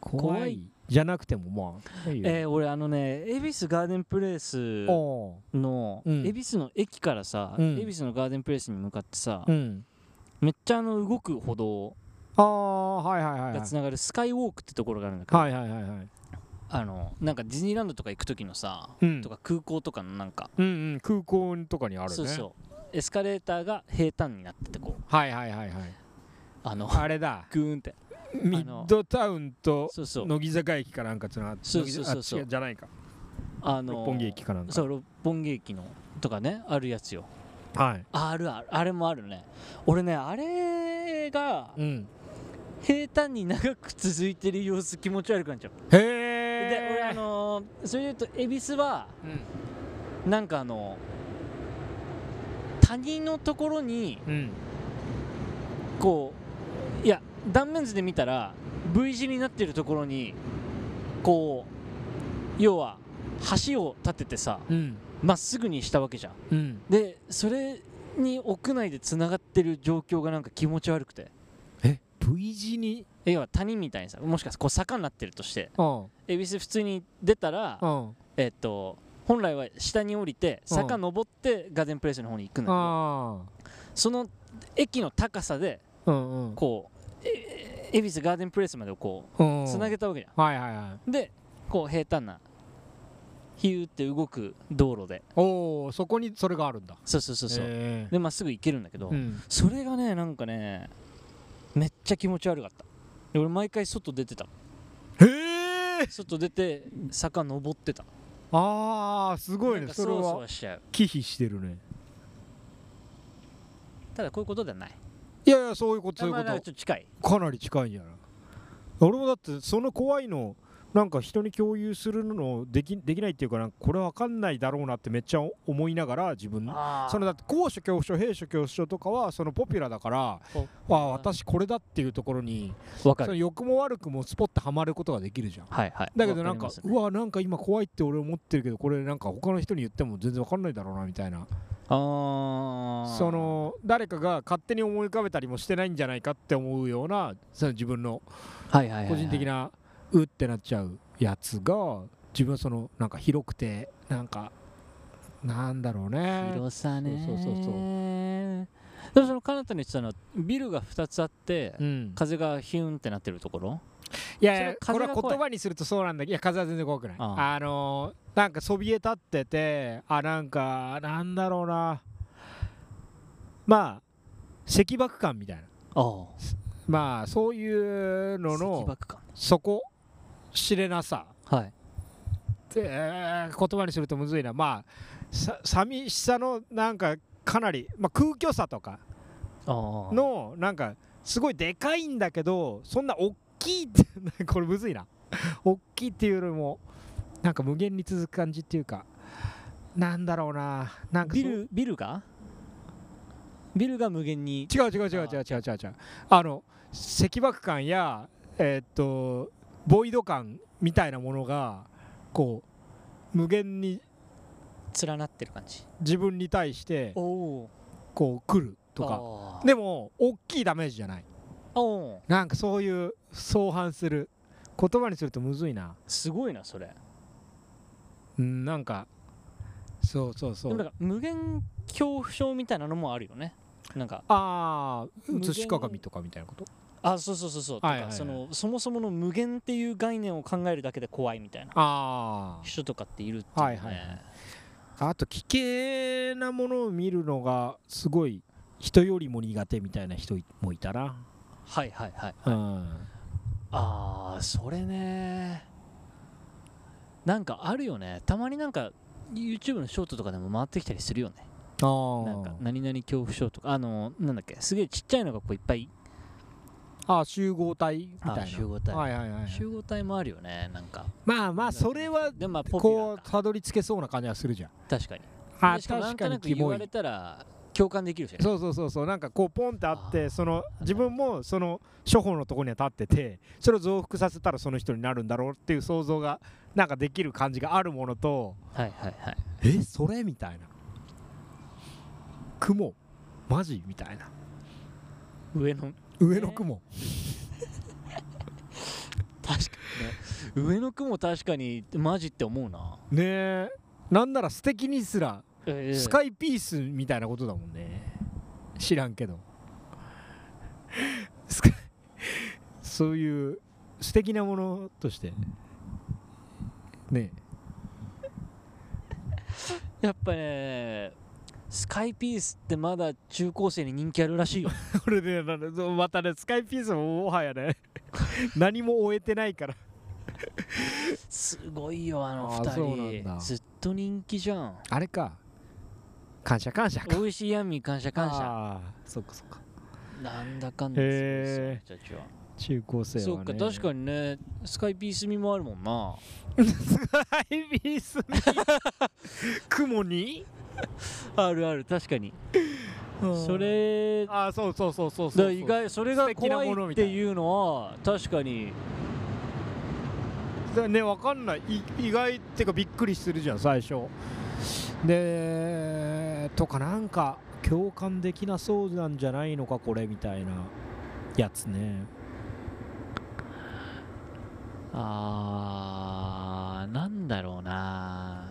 Speaker 5: 怖い
Speaker 4: 怖いじゃなくてもまあいいよ
Speaker 5: えー、俺あのね恵比寿ガーデンプレイス
Speaker 4: お
Speaker 5: の
Speaker 4: うん
Speaker 5: 恵比寿の駅からさ
Speaker 4: うん
Speaker 5: 恵比寿のガーデンプレイスに向かってさ、
Speaker 4: ーうん
Speaker 5: めっちゃあの動く歩道
Speaker 4: ああはいはいはい
Speaker 5: がつながるスカイウォークってところがあるんだけど、
Speaker 4: はいはいはいはい
Speaker 5: あのなんかディズニーランドとか行く時のさ、
Speaker 4: うん
Speaker 5: とか空港とかのなんか、
Speaker 4: うんうん空港とかにあるね
Speaker 5: そうそうエスカレーターが平坦になっててこう
Speaker 4: はいはいはいはい
Speaker 5: あの
Speaker 4: あれだ
Speaker 5: グーンって
Speaker 4: ミッドタウンと
Speaker 5: そうそう
Speaker 4: 乃木坂駅かなんかつながって
Speaker 5: そうそうそうそう
Speaker 4: 乃木坂あ違じゃないか
Speaker 5: あの
Speaker 4: 六本木駅かなんか
Speaker 5: そう六本木駅のとかねあるやつよ
Speaker 4: はい
Speaker 5: ああるあるあれもあるね俺ねあれが
Speaker 4: うん
Speaker 5: 平坦に長く続いてる様子気持ち悪くなっちゃう
Speaker 4: へ
Speaker 5: で俺あ
Speaker 4: え
Speaker 5: のーそれで言うと恵比寿は、なんかあの谷のところに
Speaker 4: うん
Speaker 5: こういや断面図で見たら V 字になってるところにこう要は橋を立ててさ
Speaker 4: うん
Speaker 5: まっすぐにしたわけじゃん
Speaker 4: うん
Speaker 5: でそれに屋内でつながってる状況がなんか気持ち悪くて
Speaker 4: え V 字に
Speaker 5: 要は谷みたいにさもしかしてこう坂になってるとして
Speaker 4: うん
Speaker 5: 恵比寿普通に出たら
Speaker 4: うん
Speaker 5: えっと本来は下に降りて
Speaker 4: うん
Speaker 5: 坂登ってガーデンプレイスの方に行くんだけど
Speaker 4: あ
Speaker 5: その駅の高さで
Speaker 4: あうんうん
Speaker 5: こうえ恵比寿ガーデンプレイスまでをこう
Speaker 4: うん
Speaker 5: つなげたわけじゃん
Speaker 4: はいはいはい
Speaker 5: でこう平坦なヒューって動く道路で
Speaker 4: おおそこにそれがあるんだ
Speaker 5: そうそうそうそう、
Speaker 4: え
Speaker 5: でまっすぐ行けるんだけど、
Speaker 4: ーうん
Speaker 5: それがねなんかねめっちゃ気持ち悪かったで俺毎回外出てた
Speaker 4: へえ
Speaker 5: 外出て坂登ってた
Speaker 4: あーすごい
Speaker 5: なん
Speaker 4: ね
Speaker 5: か
Speaker 4: それ
Speaker 5: そわそ
Speaker 4: は
Speaker 5: わしちゃう
Speaker 4: 忌避してるね
Speaker 5: ただこういうことではない
Speaker 4: いやいやそういうことそういう
Speaker 5: まあ
Speaker 4: こ
Speaker 5: なんかちょっと近い
Speaker 4: とかなり近いんじゃない俺もだってその怖いのなんか人に共有するのできできないっていうかなんかこれわかんないだろうなってめっちゃ思いながら自分
Speaker 5: あ
Speaker 4: そのだって高所恐怖症、平所恐怖症とかはそのポピュラーだから
Speaker 5: ほ、
Speaker 4: あ私これだっていうところに、
Speaker 5: わか
Speaker 4: その
Speaker 5: る
Speaker 4: 欲も悪くもスポッとはまることができるじゃん。
Speaker 5: はいはい
Speaker 4: だけどなんか
Speaker 5: わります
Speaker 4: うわなんか今怖いって俺思ってるけどこれなんか他の人に言っても全然わかんないだろうなみたいな
Speaker 5: あー
Speaker 4: その誰かが勝手に思い浮かべたりもしてないんじゃないかって思うようなその自分の
Speaker 5: はいはいはいはい
Speaker 4: 個人的なうってなっちゃうやつが自分はそのなんか広くてなんかなんだろうね
Speaker 5: 広さね
Speaker 4: そうそうそうそう
Speaker 5: でもその彼方に言ってたのはビルが2つあって、
Speaker 4: うん
Speaker 5: 風がヒュンってなってるところ
Speaker 4: いやいや
Speaker 5: そ
Speaker 4: こ
Speaker 5: れ
Speaker 4: れ
Speaker 5: 風が怖
Speaker 4: は
Speaker 5: い
Speaker 4: 言葉にするとそうなんだけどいや風は全然怖くない
Speaker 5: あ
Speaker 4: あのーなんかそびえ立っててあなんかなんだろうなまあ石爆感みたいな
Speaker 5: ああ
Speaker 4: まあそういうの
Speaker 5: 石
Speaker 4: の
Speaker 5: 爆感
Speaker 4: 底知れなさ
Speaker 5: はい
Speaker 4: でえー言葉にするとむずいなまあさ寂しさのなんかかなり、まあ、空虚さとか
Speaker 5: ああ
Speaker 4: のなんかすごいでかいんだけどそんな大きいって これむずいな大きいっていうよりもなんか無限に続く感じっていうかなんだろうななんかそ
Speaker 5: ビ
Speaker 4: う
Speaker 5: ルビルがビルが無限に
Speaker 4: 違う違う違う違う違う違う違うあの石爆感やえーっとボイド感みたいなものがこう無限に
Speaker 5: 連なってる感じ
Speaker 4: 自分に対して
Speaker 5: おお
Speaker 4: こう来るとか
Speaker 5: か
Speaker 4: でも大きいダメージじゃない
Speaker 5: おお
Speaker 4: なんかそういう相反する言葉にするとむずいな
Speaker 5: すごいなそれ
Speaker 4: うんなんかそうそうそ
Speaker 5: でもなん
Speaker 4: う
Speaker 5: か無限恐怖症みたいなのもあるよねなんか
Speaker 4: ああ
Speaker 5: 無限
Speaker 4: 写し鏡とかみたいなこと
Speaker 5: あそうそうそうそうと
Speaker 4: はい
Speaker 5: か
Speaker 4: はいはい
Speaker 5: そのそもそもの無限っていう概念を考えるだけで怖いみたいな
Speaker 4: あ
Speaker 5: 人とかっているっていうね
Speaker 4: はいはいはいああと危険なものを見るのがすごい人よりも苦手みたいな人もいたな、
Speaker 5: はいはいはい
Speaker 4: うん、
Speaker 5: ああそれねなんかあるよねたまになんか YouTube のショートとかでも回ってきたりするよね
Speaker 4: あ
Speaker 5: なんか何々恐怖症とかあのなんだっけすげえちっちゃいのがこういっぱい
Speaker 4: ああ集合体みたいな
Speaker 5: あ集合体
Speaker 4: はいはいはい
Speaker 5: 集合体もあるよねなんか
Speaker 4: まあまあそれは
Speaker 5: でもまあポピュラー
Speaker 4: こう
Speaker 5: か
Speaker 4: たどり着けそうな感じはするじゃん
Speaker 5: 確かに
Speaker 4: あ
Speaker 5: でしかもなんとなく
Speaker 4: キ
Speaker 5: 言
Speaker 4: モ
Speaker 5: わ
Speaker 4: い
Speaker 5: れたら共感できるしね
Speaker 4: そうそうそうそうなんかこうポンってあって
Speaker 5: あー
Speaker 4: その自分もその処方のとこには立っててそれを増幅させたらその人になるんだろうっていう想像がなんかできる感じがあるものと
Speaker 5: はいはいはい
Speaker 4: えそれみたいな雲マジみたいな
Speaker 5: 上の
Speaker 4: 上の雲、
Speaker 5: 確かにね上の雲確かにマジって思うな、
Speaker 4: ねえなんなら素敵にすら
Speaker 5: え
Speaker 4: スカイピースみたいなことだもんね知らんけど スカイそういう素敵なものとしてね
Speaker 5: やっぱねスカイピースってまだ中高生に人気あるら しいよ
Speaker 4: これでなんかまたねスカイピースももはや ね何も終えてないから
Speaker 5: すごいよあの
Speaker 4: あーそ
Speaker 5: 二
Speaker 4: うなん
Speaker 5: 人
Speaker 4: だ
Speaker 5: ずっと人気じゃん
Speaker 4: あれか感謝感謝
Speaker 5: 美味しいヤンミー感謝感謝
Speaker 4: ああそっかそっか
Speaker 5: なんだかんだすごいですよ
Speaker 4: へ
Speaker 5: 人たちは
Speaker 4: 中高生はね
Speaker 5: そうか確かにねスカイピース味もあるもんな
Speaker 4: スカイピースに 雲に
Speaker 5: あるある確かにそれだ
Speaker 4: ああそうそうそうそうそ
Speaker 5: か
Speaker 4: う
Speaker 5: ら意外それが
Speaker 4: 素敵な
Speaker 5: 怖
Speaker 4: もの
Speaker 5: いっ
Speaker 4: みたい
Speaker 5: て
Speaker 4: な
Speaker 5: いうのは確かに
Speaker 4: だねわかんないい意外っていうかびっくりするじゃん最初でとかなんか共感できなそうなんじゃないのかこれみたいなやつね
Speaker 5: あーなんだろうな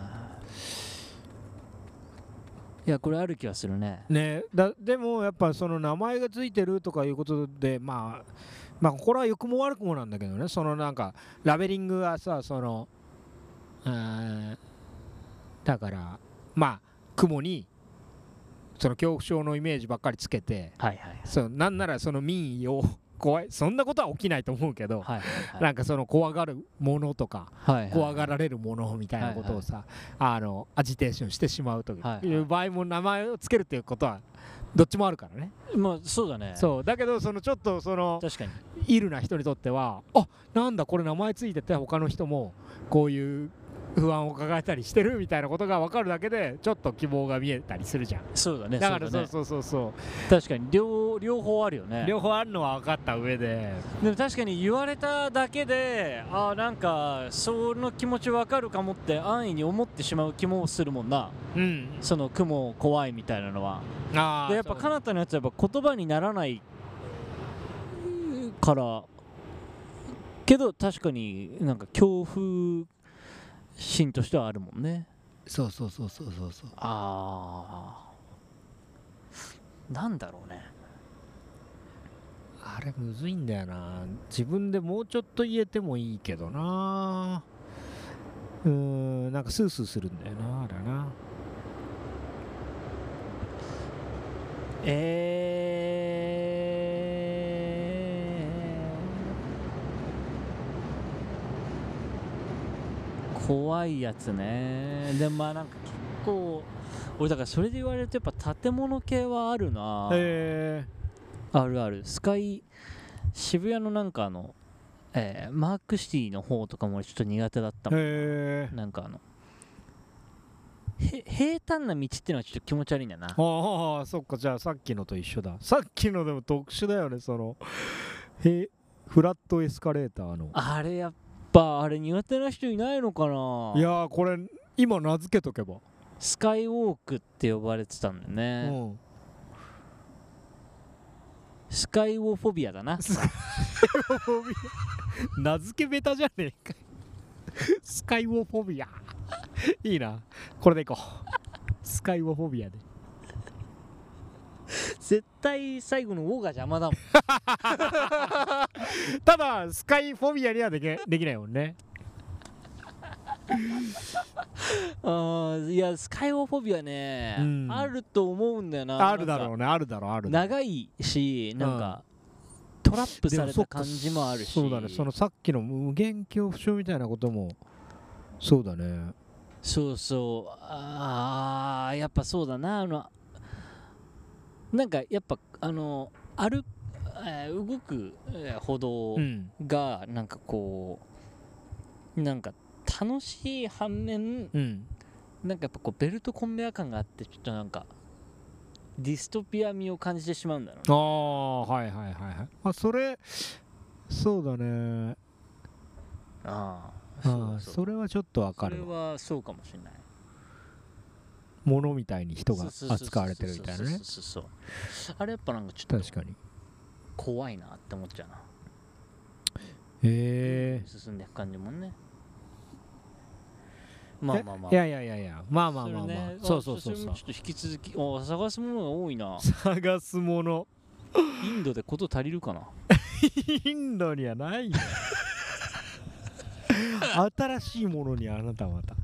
Speaker 5: いやこれある気はするね
Speaker 4: ねだでもやっぱその名前がついてるとかいうことでまあまあこれは良くも悪くもなんだけどねそのなんかラベリングはさそのあーだからまあ雲にその恐怖症のイメージばっかりつけて
Speaker 5: はいはい
Speaker 4: そうなんならその民意を怖いそんなことは起きないと思うけど、
Speaker 5: はい
Speaker 4: なんかその怖がるものとか
Speaker 5: はいはい
Speaker 4: 怖がられるものみたいなことをさ、あのアジテーションしてしまうという
Speaker 5: はいはい
Speaker 4: いう場合も名前をつけるっていうことはどっちもあるからね、
Speaker 5: まあそうだね
Speaker 4: そうだけどそのちょっとその
Speaker 5: 確かに
Speaker 4: イルな人にとってはあなんだこれ名前ついてて他の人もこういう不安を抱えたりしてるみたいなことが分かるだけでちょっと希望が見えたりするじゃん
Speaker 5: そうだね
Speaker 4: だか
Speaker 5: そ
Speaker 4: らそうう
Speaker 5: だね
Speaker 4: そうそうそう
Speaker 5: 確かに両両方あるよね
Speaker 4: 両方あるのは分かった上で
Speaker 5: でも確かに言われただけでああなんかその気持ちわかるかもって安易に思ってしまう気もするもんな
Speaker 4: うん
Speaker 5: その雲怖いみたいなのは
Speaker 4: ああ
Speaker 5: でやっぱカナタのやつはやっぱ言葉にならないからけど確かになんか恐怖心としてはあるもんね
Speaker 4: そうそうそうそうそうそう
Speaker 5: ああなんだろうね
Speaker 4: あれむずいんだよな自分でもうちょっと言えてもいいけどなうーんなんかスースーするんだよなあれはな
Speaker 5: えー、怖いやつねでもまあなんか結構俺だからそれで言われるとやっぱ建物系はあるな
Speaker 4: へ
Speaker 5: あるあるスカイ渋谷のなんかあの、えーマークシティの方とかも俺ちょっと苦手だった
Speaker 4: え
Speaker 5: もん
Speaker 4: へえ
Speaker 5: なんかあのへ平坦な道っていうのはちょっと気持ち悪いんだよな
Speaker 4: ああそっかじゃあさっきのと一緒ださっきのでも特殊だよねそのへフラットエスカレーターの
Speaker 5: あれやっぱあれ苦手な人いないのかない
Speaker 4: やーこれ今名付けとけば、
Speaker 5: スカイウォークって呼ばれてたんだよ
Speaker 4: う
Speaker 5: ね、
Speaker 4: ん、
Speaker 5: スカイウォフォビアだ な
Speaker 4: 名付けベタじゃねえかスカイウォフォビアいいなこれでいこうスカイウォフォビアで
Speaker 5: 絶対最後のウォが邪魔だもん
Speaker 4: ただスカイフォビアにはできできないもんね
Speaker 5: あーいやスカイウォフォビアね、
Speaker 4: うん
Speaker 5: あると思うんだよな
Speaker 4: あるだろうねあるだろうあるだろう
Speaker 5: 長いしなんか、トラップされ
Speaker 4: でもそ
Speaker 5: た
Speaker 4: っか
Speaker 5: 感じもあるし
Speaker 4: そうだねそのさっきの無限恐怖症みたいなこともそうだね
Speaker 5: そうそうあーやっぱそうだなあのなんかやっぱあの歩く、えー動くえー歩道、
Speaker 4: うん
Speaker 5: がなんかこうなんか楽しい反面
Speaker 4: うん
Speaker 5: なんかやっぱこうベルトコンベヤー感があってちょっとなんかディストピア味を感じてしまうんだろう
Speaker 4: ああはいはいはいはいあそれそうだね
Speaker 5: なあ
Speaker 4: あ
Speaker 5: あ
Speaker 4: あそれはちょっとわ
Speaker 5: そ
Speaker 4: か
Speaker 5: れ
Speaker 4: るわ
Speaker 5: はそうかもしれない
Speaker 4: ものみたいに人が
Speaker 5: そうそうそうそう
Speaker 4: 扱われてるみたいなね
Speaker 5: そうそうそうそうあれやっぱなんかちょっと
Speaker 4: 確かに
Speaker 5: 怖いなって思っちゃうな
Speaker 4: へえ
Speaker 5: 進んでいく感じもねまあまあまあ
Speaker 4: いやいやいやいやまあまあまあ
Speaker 5: それ
Speaker 4: まあ
Speaker 5: ね
Speaker 4: そうそうそう
Speaker 5: れ
Speaker 4: そ
Speaker 5: も
Speaker 4: う
Speaker 5: ちょっと引き続きお探すものが多い な
Speaker 4: 探すもの
Speaker 5: インドでこと足りるかな
Speaker 4: インドにはないよ 新しいものにあなたまた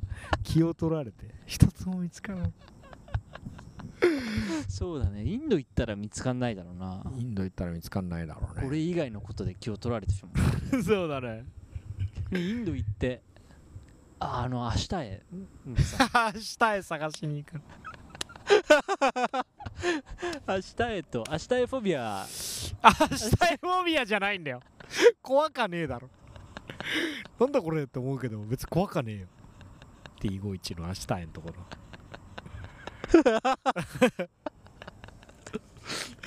Speaker 4: 気を取られて一つも見つからない
Speaker 5: そうだねインド行ったら見つかんないだろうな
Speaker 4: インド行ったら見つかんないだろう
Speaker 5: 俺以外のことで気を取られてしまう
Speaker 4: そうだね
Speaker 5: インド行ってああの明日へうんさ
Speaker 4: 明日へ探しに行く
Speaker 5: 明日へと明日へフォビア
Speaker 4: 明日へフォビアじゃないんだよ怖かねえだろなんだこれって思うけど別に怖かねえよ T51 の明日へのところ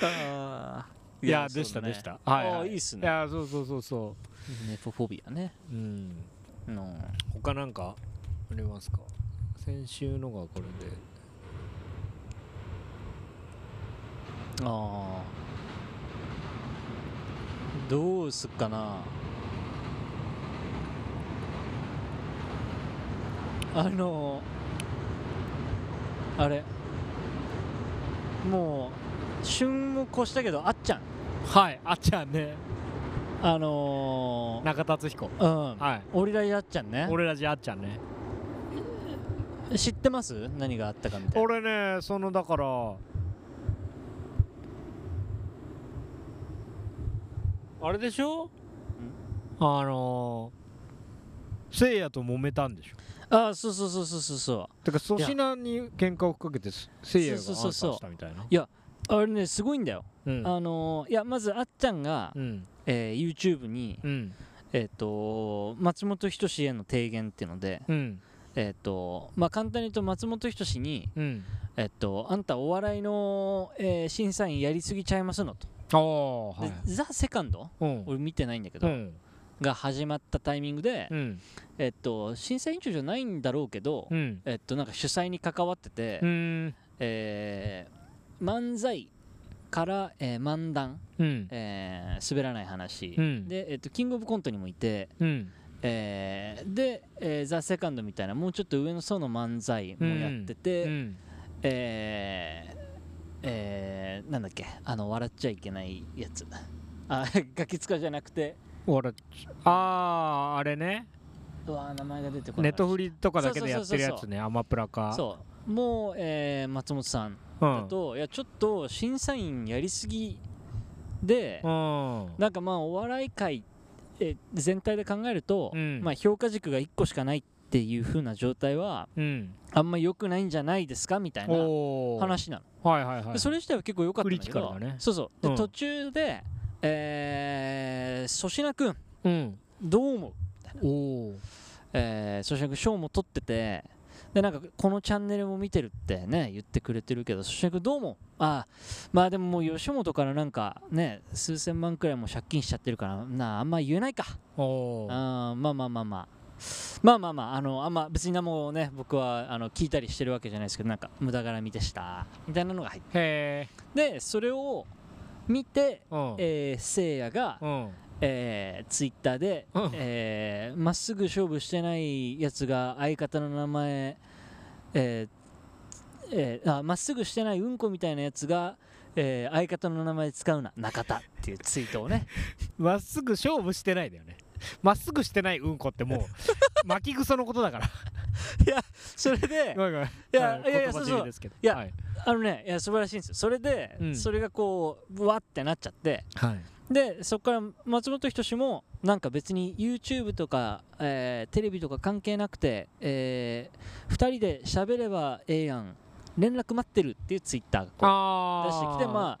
Speaker 5: あ
Speaker 4: いやでしたでしたはいはい
Speaker 5: いいっす
Speaker 4: い
Speaker 5: ね
Speaker 4: やそうそうそうそ
Speaker 5: ネフォフォビアね
Speaker 4: ううん
Speaker 5: の
Speaker 4: 他なんかありますか先週のがこれで
Speaker 5: あーどうすっかなあのあれもう旬も越したけどあっちゃん
Speaker 4: はいあっちゃんね
Speaker 5: あの
Speaker 4: 中達彦
Speaker 5: ーうん
Speaker 4: はい
Speaker 5: オリラジあっちゃんね
Speaker 4: 俺らじあっちゃんね
Speaker 5: 知ってます何があったかみたいな
Speaker 4: 俺ねそのだからあれでしょあのー、せいやと揉めたんでしょ
Speaker 5: あそうそうそうそうそうそう
Speaker 4: てか粗品に喧嘩を吹っかけてすせいやが
Speaker 5: そう
Speaker 4: 反
Speaker 5: そう
Speaker 4: 発
Speaker 5: そう
Speaker 4: したみたいな
Speaker 5: あれねすごいんだよ、
Speaker 4: うん
Speaker 5: あのーいやまずあっちゃんが、
Speaker 4: うん
Speaker 5: えー YouTube に、
Speaker 4: うん
Speaker 5: えっと松本人志への提言っていうので、
Speaker 4: うん
Speaker 5: えっとまあ、簡単に言うと松本人志に、
Speaker 4: うん
Speaker 5: えっとあんたお笑いの、えー審査員やりすぎちゃいますのと、
Speaker 4: ああはい
Speaker 5: でザ・セカンド
Speaker 4: うん
Speaker 5: 俺見てないんだけ
Speaker 4: う
Speaker 5: ど、
Speaker 4: ん
Speaker 5: が始まったタイミングで、
Speaker 4: うん
Speaker 5: えっと審査委員長じゃないんだろうけど、
Speaker 4: うん
Speaker 5: えっとなんか主催に関わってて、
Speaker 4: うん
Speaker 5: えー漫才から、えー漫談、
Speaker 4: うん
Speaker 5: えー滑らない話、
Speaker 4: うん
Speaker 5: で、えっとキングオブコントにもいて、
Speaker 4: うん
Speaker 5: えーで、えーザ・セカンドみたいなもうちょっと上の層の漫才もやってて、
Speaker 4: うん
Speaker 5: えーえーなんだっけあの笑っちゃいけないやつあ ガキ使じゃなくて
Speaker 4: 俺あああれね
Speaker 5: うわー名前が出てこな
Speaker 4: ネ
Speaker 5: い
Speaker 4: ットフリとかだけで
Speaker 5: そ
Speaker 4: や
Speaker 5: う
Speaker 4: っ
Speaker 5: そうそうそう
Speaker 4: てるやつねアマプラか
Speaker 5: そうもう、えー松本さん
Speaker 4: う
Speaker 5: だ
Speaker 4: ん
Speaker 5: と、いやちょっと審査員やりすぎで、
Speaker 4: うん
Speaker 5: なんかまあお笑い界えー全体で考えると、
Speaker 4: うん
Speaker 5: まあ、評価軸が1個しかないっていう風な状態は
Speaker 4: うん
Speaker 5: あんま良くないんじゃないですかみたいな
Speaker 4: おー
Speaker 5: 話なの、
Speaker 4: はいはいはい
Speaker 5: でそれ自体は結構良かったんだけ
Speaker 4: クリティ
Speaker 5: ど、
Speaker 4: カルだね
Speaker 5: そうそうで、
Speaker 4: うん
Speaker 5: 途中で、えー粗品君
Speaker 4: うん
Speaker 5: どう思う
Speaker 4: おお
Speaker 5: えー、粗品君賞も取っててでなんかこのチャンネルも見てるってね言ってくれてるけど粗品君どうもあーまあでももう吉本からなんかね数千万くらいもう借金しちゃってるからなああんま言えないか
Speaker 4: おー
Speaker 5: あーまあまあまあまあまあまあまああのあんま別に何もね僕はあの聞いたりしてるわけじゃないですけどなんか無駄絡みでしたみたいなのが入って
Speaker 4: へえ
Speaker 5: でそれを見て、
Speaker 4: うん
Speaker 5: えー、せいやが、
Speaker 4: うん
Speaker 5: えー、ツイッターで
Speaker 4: うん
Speaker 5: ま、えー、まっすぐ勝負してないやつが相方の名前えーえーあまっすぐしてないうんこみたいなやつが、えー、相方の名前使うな中田っていうツイートを ね
Speaker 4: まっすぐ勝負してないだよねまっすぐしてないうんこっても う巻き草のことだから
Speaker 5: それで
Speaker 4: ごめんごめん
Speaker 5: いや
Speaker 4: はい
Speaker 5: やいや
Speaker 4: 言葉
Speaker 5: そうそう
Speaker 4: 尻ですけど
Speaker 5: いや
Speaker 4: はい
Speaker 5: あのねいや素晴らしいんですよそれで、
Speaker 4: うん
Speaker 5: それがこうぶわってなっちゃって
Speaker 4: はい
Speaker 5: でそこから松本人志もなんか別に YouTube とか、えーテレビとか関係なくて、え2人で喋ればええやん連絡待ってるっていうツイッターがこう
Speaker 4: あ
Speaker 5: 出してきて
Speaker 4: あ
Speaker 5: まあ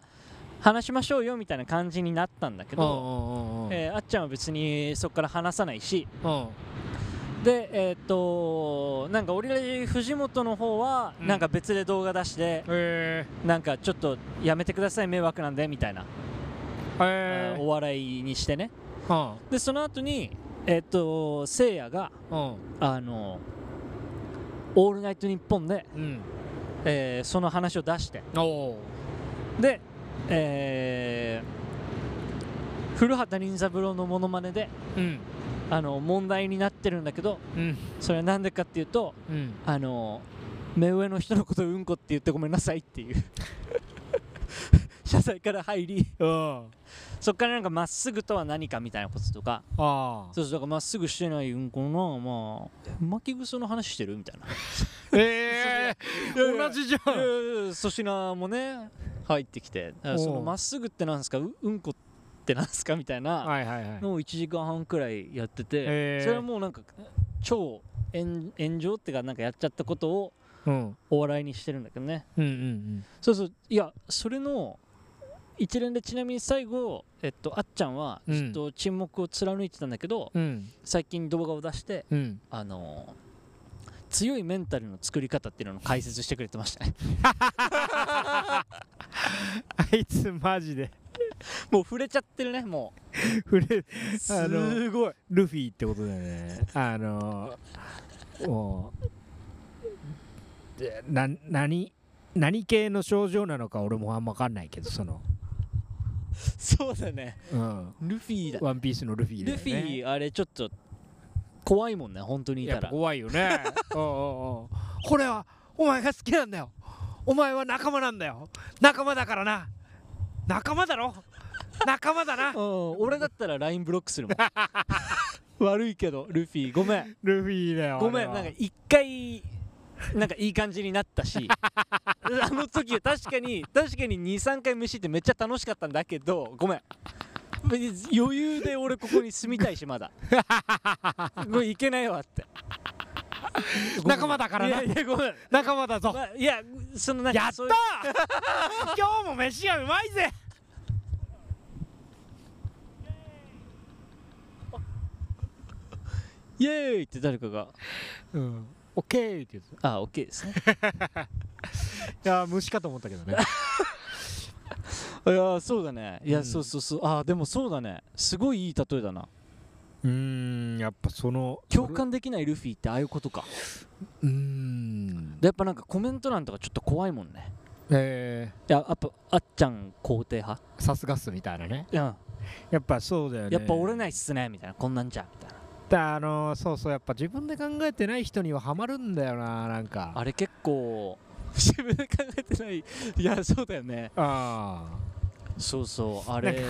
Speaker 5: 話しましょうよみたいな感じになったんだけ
Speaker 4: うんう
Speaker 5: ど、
Speaker 4: んうんうん
Speaker 5: えーあっちゃんは別にそこから話さないし
Speaker 4: うん
Speaker 5: でえーっとなんか俺ら藤本の方は
Speaker 4: うん
Speaker 5: なんか別で動画出して、
Speaker 4: へ
Speaker 5: なんかちょっとやめてください迷惑なんでみたいな、
Speaker 4: ーへ
Speaker 5: あーお笑いにしてね
Speaker 4: ー
Speaker 5: でその後にえっとせいやが
Speaker 4: うんうん
Speaker 5: あのオールナイトニッポンで、
Speaker 4: うん
Speaker 5: えーその話を出して
Speaker 4: おお
Speaker 5: で、えー古畑任三郎のモノマネで
Speaker 4: うん
Speaker 5: あの問題になってるんだけど
Speaker 4: うん
Speaker 5: それは何でかっていうと
Speaker 4: うん
Speaker 5: あの目上の人のことをうんこって言ってごめんなさいっていう謝罪から入り
Speaker 4: うん
Speaker 5: そこからなんかまっすぐとは何かみたいなこととか
Speaker 4: あ
Speaker 5: そうそうだからまっすぐしてないうんこのまあ巻き草の話してるみたいな
Speaker 4: あええ同じじゃ
Speaker 5: いや
Speaker 4: ん
Speaker 5: いやいや粗品もね入ってきてだから
Speaker 4: おう
Speaker 5: そのまっすぐってなんですかううんこってなんですかみたいな
Speaker 4: はいはいはい
Speaker 5: のを1時間半くらいやってて、
Speaker 4: へー
Speaker 5: それはもうなんか超炎炎上っていうかなんかやっちゃったことを
Speaker 4: うん
Speaker 5: お笑いにしてるんだけどね
Speaker 4: うんうん
Speaker 5: そうそういやそれの一連でちなみに最後、えっと、あっちゃんは
Speaker 4: うん
Speaker 5: ずっと沈黙を貫いてたんだけど、
Speaker 4: うんうん
Speaker 5: 最近動画を出して
Speaker 4: うん
Speaker 5: あのー強いメンタルの作り方っていうのを解説してくれてましたね
Speaker 4: あいつマジで
Speaker 5: もう触れちゃってるねもう
Speaker 4: 触れあの
Speaker 5: すごい
Speaker 4: ルフィってことだよねあのもうでな何何系の症状なのか俺もあんま分かんないけどその、
Speaker 5: そうだね
Speaker 4: うん、
Speaker 5: ルフィだ
Speaker 4: ワンピースのルフィだ
Speaker 5: ル
Speaker 4: よ
Speaker 5: フ
Speaker 4: ね
Speaker 5: ィあれちょっと怖いもんね本当にい
Speaker 4: や
Speaker 5: た
Speaker 4: っぱ
Speaker 5: ら
Speaker 4: 怖いよ ねおうおうおうこれはお前が好きなんだよお前は仲間なんだよ仲間だからな仲間だろ仲間だ な
Speaker 5: うん俺だったら LINE ブロックす るもん悪いけどルフィごめん
Speaker 4: ルフィだよ
Speaker 5: ごめんなんか一回なんかいい感じになった しあの時は確かに確かに23回飯ってめっちゃ楽しかったんだけどごめん別に余裕で俺ここに住みたいし まだこれいけないわって
Speaker 4: 仲間だから
Speaker 5: い
Speaker 4: な
Speaker 5: やいやごめん、
Speaker 4: 仲間だぞ
Speaker 5: まあ、いやそのなんか
Speaker 4: やった
Speaker 5: そう
Speaker 4: ー
Speaker 5: いう
Speaker 4: 今日も飯がうまいぜ
Speaker 5: イエーイって誰かが
Speaker 4: うんオッケーって言って
Speaker 5: あオッケーですね
Speaker 4: いやー虫かと思ったけどね
Speaker 5: いやーそうだねいや、
Speaker 4: うん
Speaker 5: そうそうそうあーでもそうだねすごいいい例えだな
Speaker 4: うーんやっぱその
Speaker 5: 共感できないルフィってああいうことか
Speaker 4: うーん
Speaker 5: でやっぱなんかコメント欄とかちょっと怖いもんね
Speaker 4: え
Speaker 5: いややっぱあっちゃん肯定派
Speaker 4: ー、さすがっすみたいなね
Speaker 5: うんや
Speaker 4: やっぱそうだよね
Speaker 5: っぱ折れないっすねみたいなこんなんじゃみたいな
Speaker 4: だあのーそうそうやっぱ自分で考えてない人にはハマるんだよななんか
Speaker 5: あれ結構自分で考えてない いやそうだよね
Speaker 4: あ
Speaker 5: そうそうあれ
Speaker 4: あ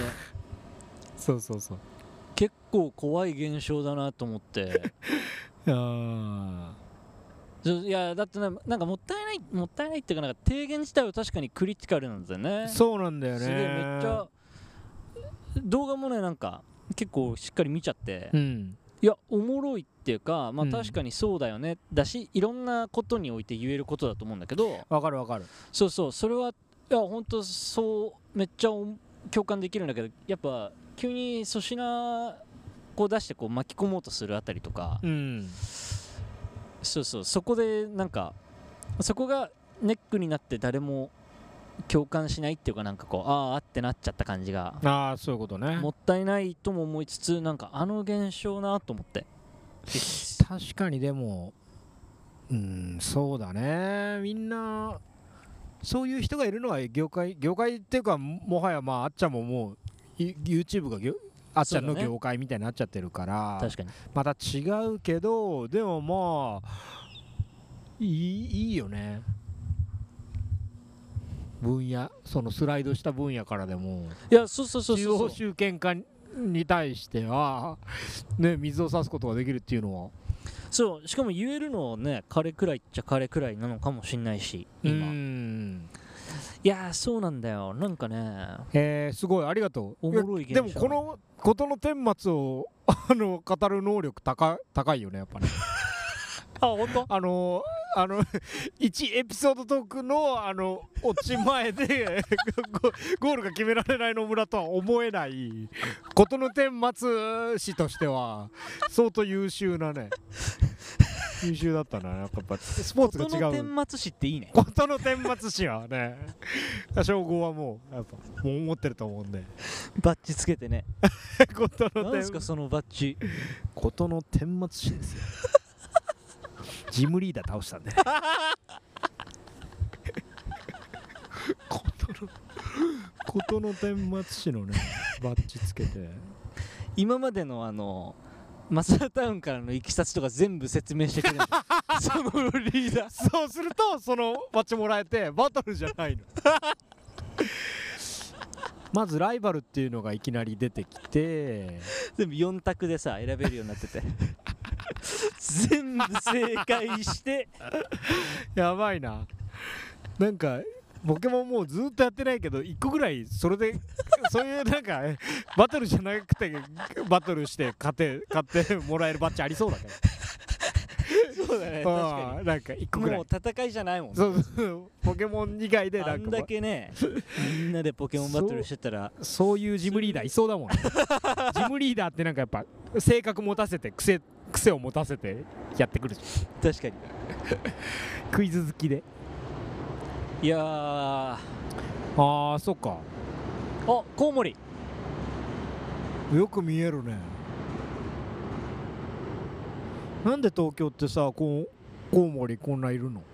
Speaker 4: そうそうそう
Speaker 5: 結構怖い現象だなと思って
Speaker 4: あ
Speaker 5: そういやだってななんかもったいないもったいないっていうかなんか提言自体は確かにクリティカルなんだよね
Speaker 4: あそうなんだよね
Speaker 5: すげえめっちゃ動画もねなんか結構しっかり見ちゃって、
Speaker 4: うん
Speaker 5: いやおもろいっていうかまあ
Speaker 4: うん
Speaker 5: 確かにそうだよね、だしいろんなことにおいて言えることだと思うんだけど
Speaker 4: わかるわかる
Speaker 5: そうそうそれはいや本当そうめっちゃお共感できるんだけどやっぱ急に粗品こう出してこう巻き込もうとするあたりとか、
Speaker 4: うん
Speaker 5: そうそうそこでなんかそこがネックになって誰も共感しないっていうかなんかこうあーあってなっちゃった感じが
Speaker 4: ああそういうことね
Speaker 5: もったいないとも思いつつなんかあの現象なと思って
Speaker 4: 確かにでもうんそうだねみんなそういう人がいるのは業界業界っていうかももはやまああっちゃんももうい YouTube がぎょあっちゃんの
Speaker 5: そうだね
Speaker 4: 業界みたいになっちゃってるから、
Speaker 5: 確かに
Speaker 4: また違うけどでもまあいいいいよね分野そのスライドした分野からでも
Speaker 5: いやそうそうそう
Speaker 4: 中
Speaker 5: そう
Speaker 4: 央集権化に対してはね水を差すことができるっていうのは
Speaker 5: そうしかも言えるのはね彼くらいっちゃ彼くらいなのかもしんないし今、
Speaker 4: う
Speaker 5: い
Speaker 4: ん
Speaker 5: やーそうなんだよなんかね
Speaker 4: えー、すごいありがとう
Speaker 5: おもろい現
Speaker 4: で
Speaker 5: 象
Speaker 4: もこのことの顛末を あの語る能力高高いよねやっぱね
Speaker 5: あ本当
Speaker 4: あのあの1エピソードトークのあの落ち前で ゴゴールが決められない野村とは思えないことの顛末師としては相当優秀なね優秀だったななんかやっぱスポーツが
Speaker 5: の
Speaker 4: 違う
Speaker 5: 顛末師っていいね
Speaker 4: ことの顛末師はね称号はもうやっぱもう持ってると思うんで
Speaker 5: バッジつけてね
Speaker 4: こと
Speaker 5: 何
Speaker 4: の顛
Speaker 5: す
Speaker 4: 末
Speaker 5: かそのバッジ
Speaker 4: ことの顛末師です よジムリーダー倒したんでことのことの顛末師のねバッジつけて
Speaker 5: 今までのあのマサラタウンからのいきさつとか全部説明してくれる そのリーダー
Speaker 4: そうするとそのバッジもらえてバトルじゃ ないのまずライバルっていうのがいきなり出てきて
Speaker 5: 全部4択でさ選べるようになって て全部正解して
Speaker 4: やばいななんかポケモンもうずっとやってないけど1個ぐらいそれでそういうなんかバトルじゃなくてバトルして勝て買ってもらえるバッジありそうだけど
Speaker 5: そうだね
Speaker 4: あ
Speaker 5: 確
Speaker 4: ーなんか1
Speaker 5: か
Speaker 4: 個
Speaker 5: に
Speaker 4: ぐら
Speaker 5: も
Speaker 4: いう
Speaker 5: 戦いじゃないもんね
Speaker 4: そうそうポケモン以外で
Speaker 5: あ
Speaker 4: なん
Speaker 5: ん
Speaker 4: か
Speaker 5: だけ ねみんなでポケモンバトルしてたら
Speaker 4: そういうジムリーダーいそうだもんねジムリーダーってなんかやっぱ性格持たせて癖癖を持たせてやってくるじゃ
Speaker 5: 確かに
Speaker 4: んクイズ好きで
Speaker 5: いやーあ
Speaker 4: ああそっか
Speaker 5: コウモリ
Speaker 4: よく見えるねなんで東京ってさこうコウモリこんないるのん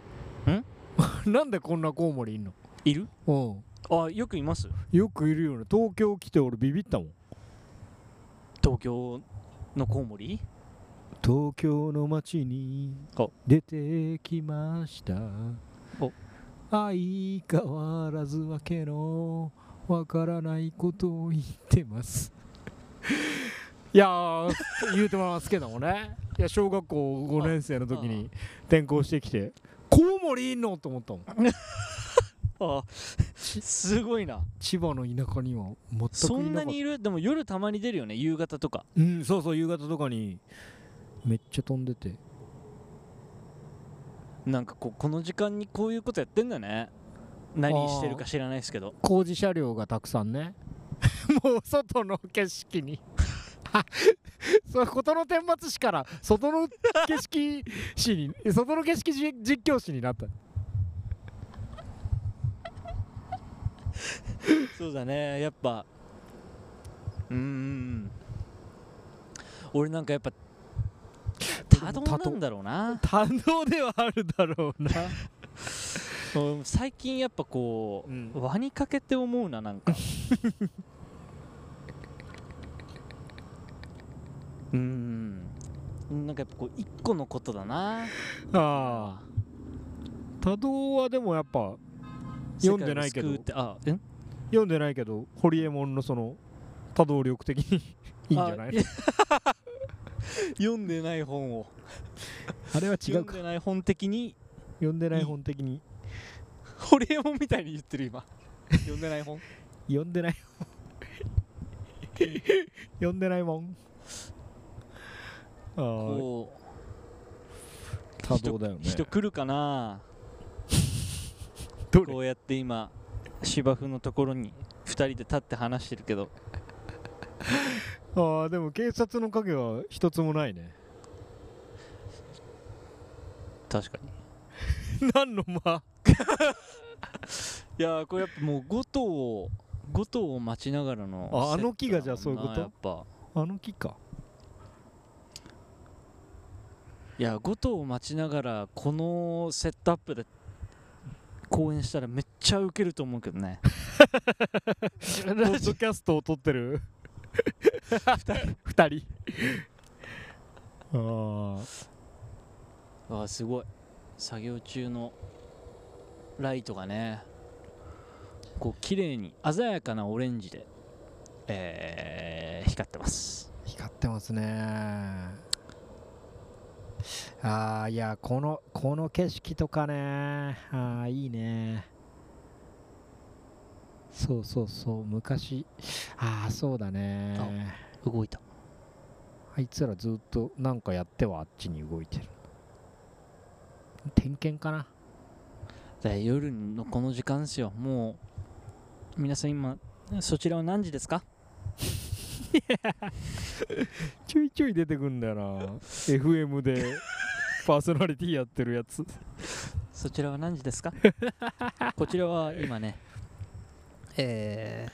Speaker 4: なんでこんなコウモリいんの
Speaker 5: いる
Speaker 4: うん
Speaker 5: あよくいます
Speaker 4: よくいるよね東京来て俺ビビったもん
Speaker 5: 東京のコウモリ
Speaker 4: 東京の街に
Speaker 5: お
Speaker 4: 出てきました
Speaker 5: お
Speaker 4: 相変わらずわけのわからないことを言ってます いやー言うてますけどもねいや小学校5年生の時に転校してきてコウモリいんのと思ったもん
Speaker 5: あすごいな
Speaker 4: 千葉の田舎には全くいなかった
Speaker 5: そんなにいるでも夜たまに出るよね夕方とか
Speaker 4: うんそうそう夕方とかにめっちゃ飛んでて
Speaker 5: なんかこうこの時間にこういうことやってんだね何してるか知らないですけど
Speaker 4: 工事車両がたくさんね もう外の景色に そうことの顛末史から外の景色史に 外の景色じ実況史になった
Speaker 5: そうだねやっぱうーん俺なんかやっぱ多動なんだろうな
Speaker 4: 多動ではあるだろうな
Speaker 5: うん最近やっぱこう、
Speaker 4: うん
Speaker 5: 輪にかけて思うななんか うーんなんかやっぱこう一個のことだな
Speaker 4: ああ多動はでもやっぱ読んでないけど
Speaker 5: 世界を救うってあえん
Speaker 4: 読んでないけどホリエモンのその多動力的に いいんじゃない
Speaker 5: あ 読んでない本を
Speaker 4: あれは違う
Speaker 5: 読ん
Speaker 4: か
Speaker 5: でない本的に
Speaker 4: 読んでない本的に
Speaker 5: ホリエモンみたいに言ってる今読んで ない本
Speaker 4: 読んでないもん読んでないもんあ
Speaker 5: こ
Speaker 4: あ多動だよ
Speaker 5: う人来るかな
Speaker 4: どれ
Speaker 5: こうやって今芝生のところに2人で立って話してるけど
Speaker 4: ああでも警察の影は一つもないね
Speaker 5: 確かに
Speaker 4: 何の間
Speaker 5: いやーこれやっぱもう5頭を5頭を待ちながらの
Speaker 4: ああ
Speaker 5: セット
Speaker 4: の木がじゃあ
Speaker 5: だもんな
Speaker 4: そういうこと
Speaker 5: やっぱ
Speaker 4: あの木か
Speaker 5: いや5頭を待ちながらこのセットアップで公演したらめっちゃウケると思うけど ね
Speaker 4: ポッドキャストを撮ってる二人ああ
Speaker 5: あーすごい作業中のライトがねこう綺麗に鮮やかなオレンジで、えー光ってます
Speaker 4: 光ってますねああいやこのこの景色とかねああいいねそうそうそう昔ああそうだね
Speaker 5: 動いた
Speaker 4: あいつらずっとなんかやってはあっちに動いてる点検かな
Speaker 5: で夜のこの時間ですよもう皆さん今そちらは何時ですか
Speaker 4: ちょいちょい出てくんだよ な FM でパーソナリティやってるやつ
Speaker 5: そちらは何時です かこちらは今ねえ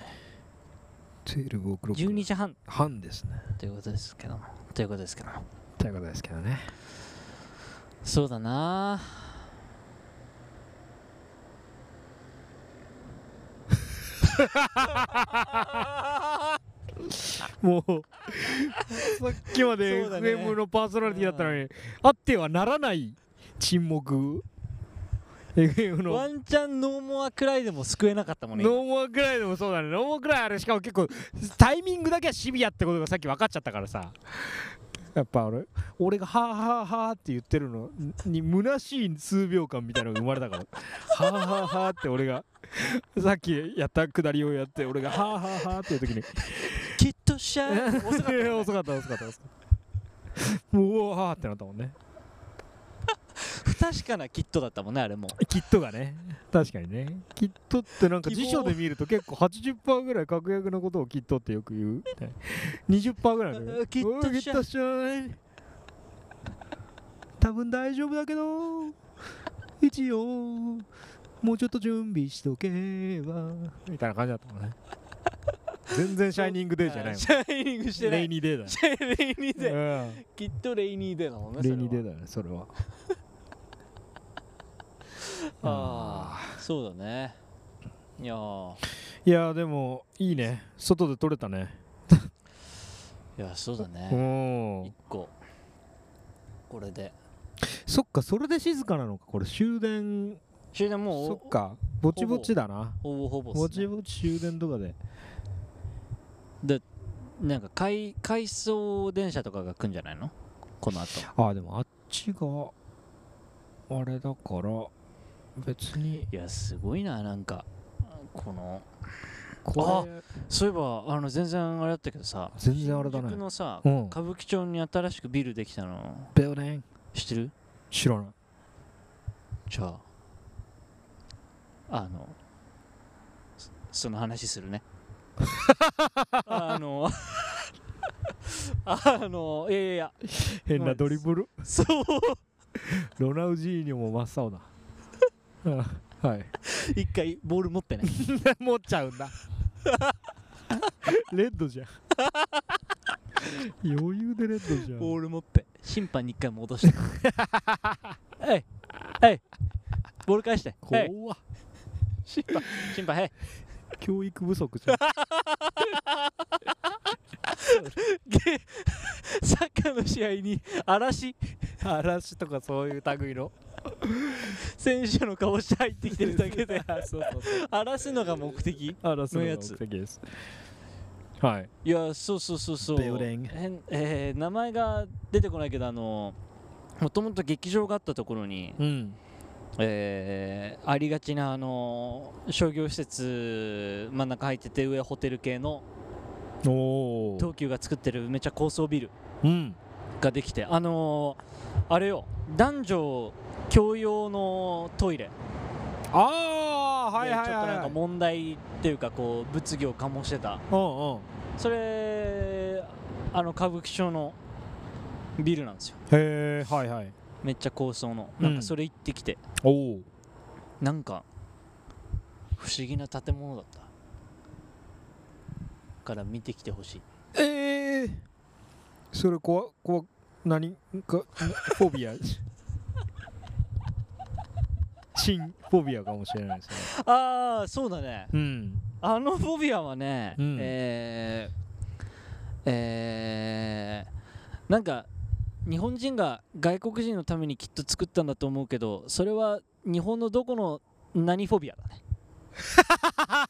Speaker 4: 12
Speaker 5: ー、12時半
Speaker 4: 半ですね
Speaker 5: ということですけどもということですけども
Speaker 4: ということですけどね
Speaker 5: そうだな
Speaker 4: もうさっきまで
Speaker 5: そうだね
Speaker 4: FM のパーソナリティだったのに、あってはならない沈黙 FM
Speaker 5: ワ
Speaker 4: の
Speaker 5: ンチャンノーモアくらいでも救えなかったもんね
Speaker 4: ノーモアくらいでもそうだねノーモアくらいあれしかも結構タイミングだけはシビアってことがさっき分かっちゃったからさやっぱ俺俺が「はあはあはあ」って言ってるのに虚しい数秒間みたいなのが生まれたから「はあはあはあ」って俺がさっきやったくだりをやって俺が「はあはあはあ」っていう時に
Speaker 5: きっと しゃー遅かった
Speaker 4: い
Speaker 5: よね
Speaker 4: や遅かった遅かった遅かったもううわーってなったもんね
Speaker 5: 不確かなキットだったもんねあれも
Speaker 4: キットがね確かにねキットってなんか
Speaker 5: 希望
Speaker 4: 辞書で見ると結構80%ぐらい確約のことをキットってよく言うみたいな20%ぐらいの
Speaker 5: ううキットしゃ
Speaker 4: う うキットしゃーい多分大丈夫だけど一応もうちょっと準備しとけばみたいな感じだったもんね全然 シャイニングデーじゃないも
Speaker 5: シャイニングして
Speaker 4: ん
Speaker 5: な
Speaker 4: レ
Speaker 5: い
Speaker 4: イニーデーだね
Speaker 5: シャイレイニーデー
Speaker 4: うん
Speaker 5: きっとレイニーデーだもんね
Speaker 4: レイニーデ
Speaker 5: ー
Speaker 4: ーだねそれは
Speaker 5: ああそうだねいやー
Speaker 4: いやーでもいいね外で撮れたね
Speaker 5: いやそうだ
Speaker 4: う
Speaker 5: ね
Speaker 4: ん
Speaker 5: 一個これで
Speaker 4: そっかそれで静かなのかこれ終電
Speaker 5: 終電もう
Speaker 4: そっかぼちぼちだな
Speaker 5: ほぼほぼっすね
Speaker 4: ぼちぼち終電とかで
Speaker 5: なんか回回送電車とかが来んじゃないのこの後
Speaker 4: ああでもあっちがあれだから別に
Speaker 5: いやすごいななんかこの
Speaker 4: これ
Speaker 5: そういえばあの全然あれだったけどさ
Speaker 4: 全然あれだ
Speaker 5: 新宿
Speaker 4: ね
Speaker 5: のさ
Speaker 4: うん
Speaker 5: 歌舞伎町に新しくビルできたの
Speaker 4: ビルディング
Speaker 5: 知ってる
Speaker 4: 知らない
Speaker 5: じゃああのそその話するねあのあのいやいやいや
Speaker 4: 変なドリブル
Speaker 5: そう
Speaker 4: ロナウジーニョも真っ 青なうんはい
Speaker 5: 一回ボール持ってね
Speaker 4: 持っちゃうんだレッドじゃん余裕でレッド じゃん
Speaker 5: ボール持って審判に一回戻 してはいはいボール返してはい
Speaker 4: 怖っ
Speaker 5: 審判審判はい
Speaker 4: 教育不足じゃん
Speaker 5: ゲサッカーの試合に嵐
Speaker 4: 嵐とかそういう類の
Speaker 5: 選手の顔して入ってきてるだけで
Speaker 4: そうそうそう
Speaker 5: 荒らすのが目的
Speaker 4: 嵐の
Speaker 5: の
Speaker 4: や
Speaker 5: や
Speaker 4: つ
Speaker 5: つ
Speaker 4: ですはい
Speaker 5: いやそうそうそうそう
Speaker 4: Building
Speaker 5: 変えー名前が出てこないけどあのもともと劇場があったところに、
Speaker 4: うん
Speaker 5: えーありがちなあの商業施設真ん中入ってて上ホテル系の
Speaker 4: おお
Speaker 5: 東急が作ってるめっちゃ高層ビル
Speaker 4: うん
Speaker 5: ができてあのーあれよ男女共用のトイレ
Speaker 4: ああ
Speaker 5: で
Speaker 4: はいはいはい
Speaker 5: ちょっとなん
Speaker 4: は
Speaker 5: か
Speaker 4: い
Speaker 5: 問題っていうかこう物議を醸してた
Speaker 4: うんうん
Speaker 5: それあの歌舞伎町のビルなんですよ
Speaker 4: へえはいはい
Speaker 5: めっちゃ高層の
Speaker 4: うん
Speaker 5: なんかそれ行ってきて、
Speaker 4: おお
Speaker 5: なんか不思議な建物だったから見てきてほしい
Speaker 4: ええー、それ怖怖何かフォビ アチンフォビアかもしれないですね
Speaker 5: ああそうだね
Speaker 4: うん
Speaker 5: あのフォビアはね、
Speaker 4: うん
Speaker 5: えーえーなんか日本人が外国人のためにきっと作ったんだと思うけどそれは日本のどこの何フォビアだね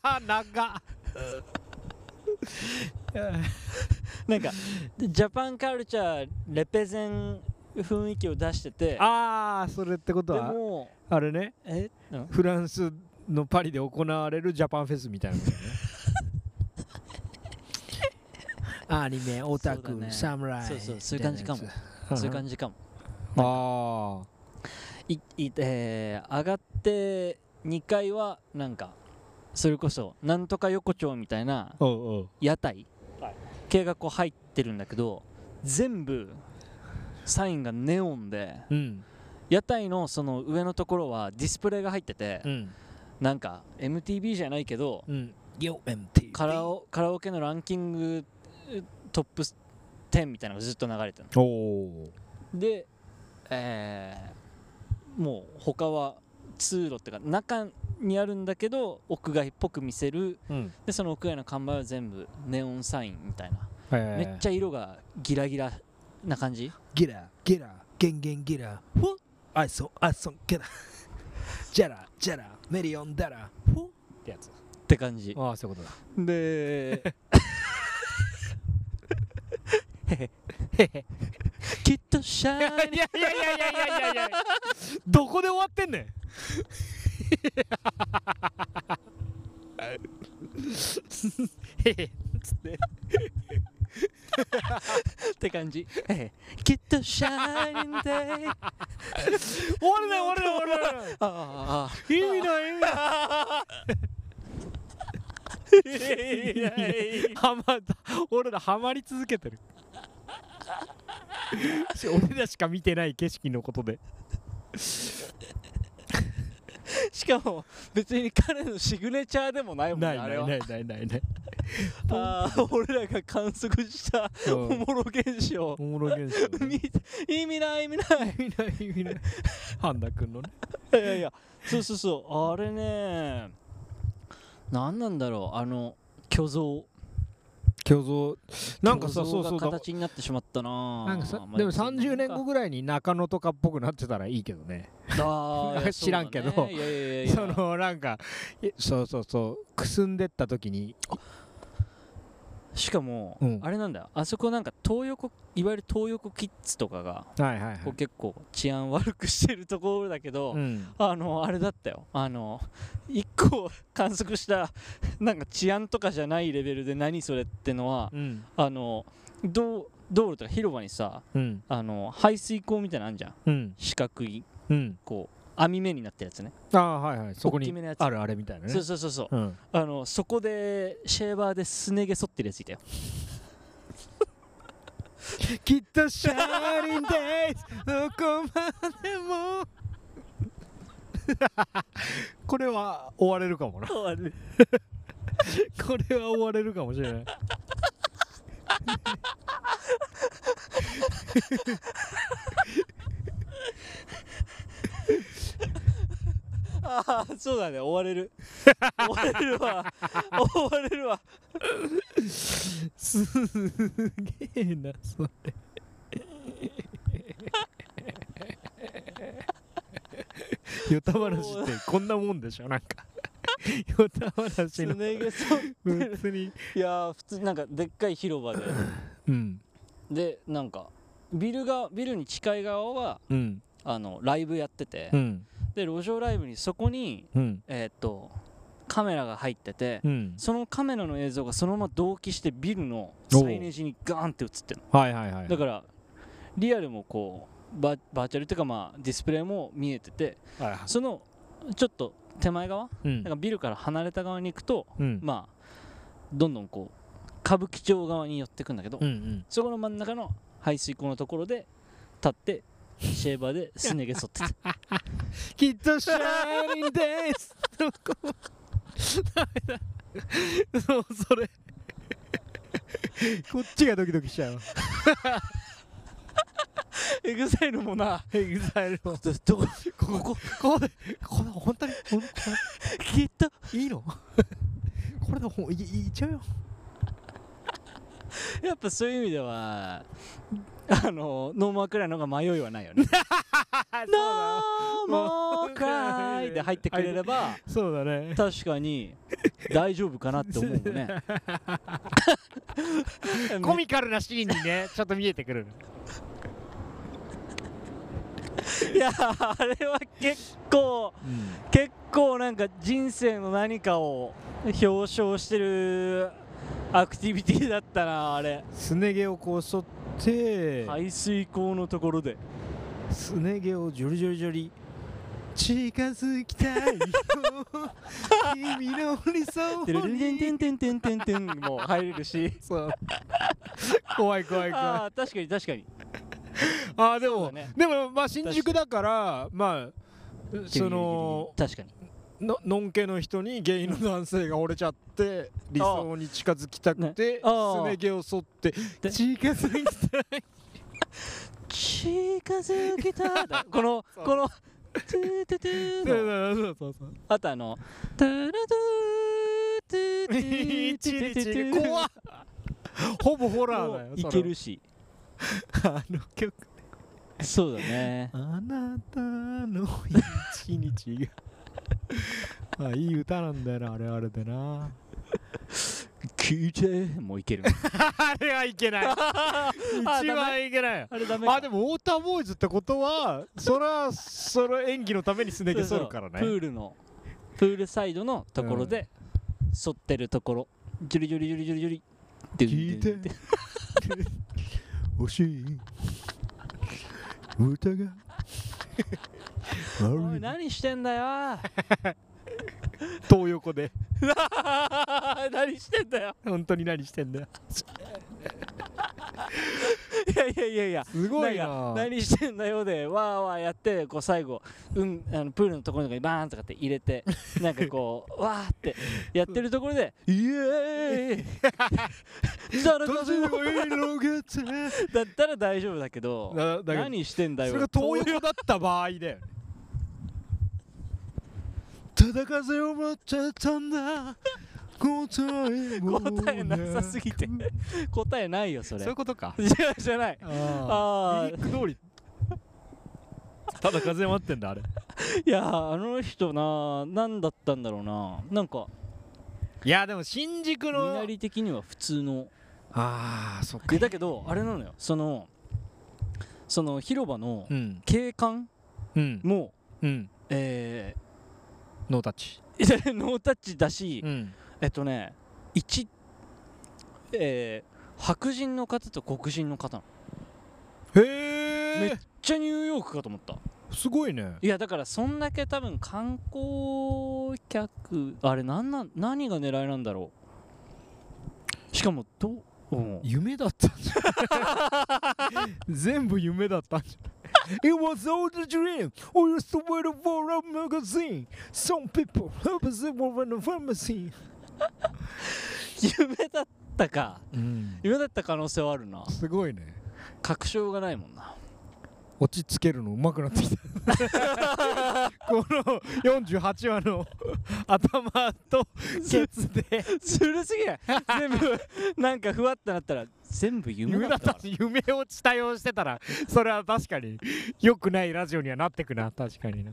Speaker 4: あ 長っ
Speaker 5: なんかジャパンカルチャーレペゼン雰囲気を出してて
Speaker 4: ああそれってこと
Speaker 5: で
Speaker 4: は
Speaker 5: も
Speaker 4: あれね
Speaker 5: えうん
Speaker 4: フランスのパリで行われるジャパンフェスみたいなことね アニメオタ
Speaker 5: そ
Speaker 4: ク、
Speaker 5: うだね
Speaker 4: 侍
Speaker 5: そうそうそういう感じかもそういう感
Speaker 4: じ
Speaker 5: じかも
Speaker 4: あ
Speaker 5: いいえー上がって2階はなんかそれこそなんとか横丁みたいな
Speaker 4: あおうおう
Speaker 5: 屋台系がこう入ってるんだけど全部サインがネオンで
Speaker 4: うん
Speaker 5: 屋台のその上のところはディスプレイが入ってて
Speaker 4: うん
Speaker 5: なんか MTV じゃないけど
Speaker 4: うんよ MT
Speaker 5: カラオカラオケのランキングえトップ10みたいなのがずっと流れてる
Speaker 4: おお
Speaker 5: ので、えーもう他は通路っていうか中にあるんだけど屋外っぽく見せる
Speaker 4: うん
Speaker 5: でその屋外の看板は全部ネオンサインみたいなめっち
Speaker 4: ゃ
Speaker 5: ゃ色がギラギラな感じ
Speaker 7: ゲラゲラゲンゲンゲラフォアイソンアイソン ゲラジャラジャラメリオンダラフォ
Speaker 4: ってやつ
Speaker 5: って感じ
Speaker 4: ああそういうことだ
Speaker 5: できっとシャーニー
Speaker 4: いやいやいやいやいやいやどこで終わってんねんへへつって
Speaker 5: って感じきっとシャーニンデー
Speaker 4: 終われない終われない終われない
Speaker 5: あ
Speaker 4: 意味ない意味ないはまった俺らハマり続けてるし俺らしか見てない景色のことで
Speaker 5: あしかも別に彼のシグネチャーでもないもんね
Speaker 4: ない
Speaker 5: あ
Speaker 4: な
Speaker 5: れ
Speaker 4: い
Speaker 5: は
Speaker 4: ないないないない
Speaker 5: あー俺らが観測した
Speaker 4: う
Speaker 5: お
Speaker 4: ん
Speaker 5: もろ現象
Speaker 4: おもろげですよね
Speaker 5: 見て意味ない意味 ない
Speaker 4: 意味ない意味ないハンダ君のね
Speaker 5: いやいやいやそうそうそうあれね何なんだろうあの虚像
Speaker 4: 虚像なんかさ
Speaker 5: 虚像
Speaker 4: そうそう
Speaker 5: が
Speaker 4: だ
Speaker 5: 形になってしまったな
Speaker 4: なんかさ
Speaker 5: まあ
Speaker 4: でも30年後
Speaker 5: い
Speaker 4: ぐらいに中野とかっぽくなってたらいいけどね
Speaker 5: つかあーいや
Speaker 4: 知らんけど
Speaker 5: そうだねいやいやいやいや
Speaker 4: そのなんかえそうそうそうくすんでった時に
Speaker 5: しかも、
Speaker 4: うん
Speaker 5: あれなんだよあそこなんか東横いわゆる東横キッズとかが
Speaker 4: はいはいはい
Speaker 5: こう結構治安悪くしてるところだけど、
Speaker 4: うん
Speaker 5: あのあれだったよあの一個観測したなんか治安とかじゃないレベルで何それってのは
Speaker 4: うん
Speaker 5: あの道道路とか広場にさ
Speaker 4: うん
Speaker 5: あの排水溝みたいなのあんじゃん
Speaker 4: うん
Speaker 5: 四角い
Speaker 4: うん
Speaker 5: こう網目になってるやつね、
Speaker 4: ああはいはいそこ
Speaker 5: 大き
Speaker 4: に
Speaker 5: めのやつ
Speaker 4: あるあれみたいなね
Speaker 5: そうそうそうそう
Speaker 4: うん
Speaker 5: あのそこでシェーバーですね毛剃ってるやついたよ
Speaker 4: きっとシャーリンデイズどこまでも これは終われるか もなこれは終われるかもしれない
Speaker 5: ああそうだね終われる終われるわ終われるわ
Speaker 4: すげえなそれ ヨタ話ってこんなもんでしょなん かヨタ
Speaker 5: す
Speaker 4: 話の
Speaker 5: ね毛剃っ
Speaker 4: 別 に
Speaker 5: いやー普通になんかでっかい広場で
Speaker 4: うん
Speaker 5: でなんかビルがビルに近い側は
Speaker 4: うん
Speaker 5: あのライブやってて、
Speaker 4: うん
Speaker 5: で路上ライブにそこに
Speaker 4: うん
Speaker 5: えーっとカメラが入ってて、
Speaker 4: うん
Speaker 5: そのカメラの映像がそのまま同期してビルのサイネージにガーンって映ってる
Speaker 4: はいはいはい
Speaker 5: のだからリアルもこうババーチャルっていうかまあディスプレイも見えてて
Speaker 4: はいはい
Speaker 5: そのちょっと手前側
Speaker 4: うん
Speaker 5: なんかビルから離れた側に行くと
Speaker 4: うん
Speaker 5: まあどんどんこう歌舞伎町側に寄ってくんだけど、
Speaker 4: うんうん
Speaker 5: そこの真ん中の排水溝のところで立ってシェーバーですね毛剃 ってた
Speaker 4: きっとシャーリンですどこもダメだそうそれこっちがドキドキしちゃうわ
Speaker 5: エグザイルもな
Speaker 4: エグザイルの
Speaker 5: どどこ
Speaker 4: ここここでこれ本当にほんこ
Speaker 5: きっと
Speaker 4: れいいのこれでほんいいいっちゃうよ
Speaker 5: やっぱそういう意味ではあのノーマークライの方が迷いはないよね ノーマークライで入ってくれれば
Speaker 4: そうだね
Speaker 5: 確かに大丈夫かなって思うもんね
Speaker 4: コミカルなシーンにねちょっと見えてくる
Speaker 5: いやあれは結構、結構なんか人生の何かを表彰してるアクティビティだったなあれ
Speaker 4: すね毛をこう剃って、
Speaker 5: 排水溝のとこ ろです
Speaker 4: ね毛をジョリジョリジョリ近づきた いよ君の理想
Speaker 5: てるる
Speaker 4: に
Speaker 5: んてんてんてんてんてんてんも入れるし
Speaker 4: そう 怖い怖い怖い
Speaker 5: ああ確かに確かに
Speaker 4: あーで
Speaker 5: そう
Speaker 4: も、
Speaker 5: だね
Speaker 4: でもまあ新宿だからまあその
Speaker 5: 確かに
Speaker 4: ののんけの人にゲイの男性が折れちゃって理想に近づきたくて
Speaker 5: ああ
Speaker 4: すね毛を剃って
Speaker 5: で
Speaker 4: 近づいて
Speaker 5: 近づき ただこの
Speaker 4: そう
Speaker 5: このトゥートゥトゥーの
Speaker 4: そうそうそう
Speaker 5: あとあのトゥルトゥー トゥートゥートゥートゥートゥー
Speaker 4: 怖っほぼホラーだよ
Speaker 5: もう
Speaker 4: そ
Speaker 5: い
Speaker 4: れ
Speaker 5: けるし
Speaker 4: あの曲
Speaker 5: そうだね
Speaker 4: あなたの一 日があいい歌なんだよなあれあれでな
Speaker 5: 聞いてもういける
Speaker 4: あれはいけ ない
Speaker 5: あ
Speaker 4: 一番いけない
Speaker 5: あれダメ
Speaker 4: あでもウォーターボーイズってことはそれはその演技のためにすね毛剃るから
Speaker 5: プ
Speaker 4: ね
Speaker 5: ールのプールサイドのところで反ってるところジュリジュリジュリジュリジュリって
Speaker 4: 聞いて欲しい歌が
Speaker 5: おい何してんだよ
Speaker 4: 東横で
Speaker 5: 何してんだよ
Speaker 4: 本当に何してんだよ
Speaker 5: いやいやいやいや
Speaker 4: すごいな
Speaker 5: なんか何してんだよでわーわーやってこう最後、うん、あのプールのところとかにバーンとかって入れ てなんかこうわーってやってるところで「イエーイ! 」だから
Speaker 4: 年を色がつ
Speaker 5: だったら大丈夫だけど
Speaker 4: なだけど
Speaker 5: 何してんだよ
Speaker 4: それが東横だった場合だよね戦風を待ってたんだ 答えも
Speaker 5: 答えなさすぎて答えないよそれ
Speaker 4: そういうことか
Speaker 5: じゃじゃない
Speaker 4: ああ
Speaker 5: あ
Speaker 4: リ
Speaker 5: ー
Speaker 4: リック通 りただ風待ってんだあれ
Speaker 5: いやーあの人な何だったんだろうななんか
Speaker 4: いやでも新宿
Speaker 5: 身なり的には普通の
Speaker 4: ああそっか
Speaker 5: でだけどあれなのよそのその広場の
Speaker 4: うん
Speaker 5: 景観
Speaker 4: うん
Speaker 5: も、
Speaker 4: うん
Speaker 5: え
Speaker 4: ノータッチ
Speaker 5: ーノータッチだし、
Speaker 4: うん
Speaker 5: えっとね一、えー白人の方と黒人の方なの
Speaker 4: へ
Speaker 5: めっ
Speaker 4: え
Speaker 5: ちゃニューヨークかと思った
Speaker 4: すごいね
Speaker 5: いやだからそんだけ多分観光客あれなんなん何が狙いなんだろうしかもどう、うん
Speaker 4: 夢だったんじゃない全部夢だったんじゃない It was all a dream or used to wait for a magazine Some people love us more than a pharmacy
Speaker 5: 夢だったか
Speaker 4: うん
Speaker 5: 夢だった可能性はあるな
Speaker 4: すごいね
Speaker 5: 確証がないもんな
Speaker 4: 落ち着けるのうまくなって きたこの48話の頭とケツで
Speaker 5: ずるすぎない全部なんかふわってなったら全部夢
Speaker 4: 夢
Speaker 5: だ
Speaker 4: だ
Speaker 5: っ
Speaker 4: ったた夢をちたようしてたらそれは確かに良くないラジオにはなってくな確かにな、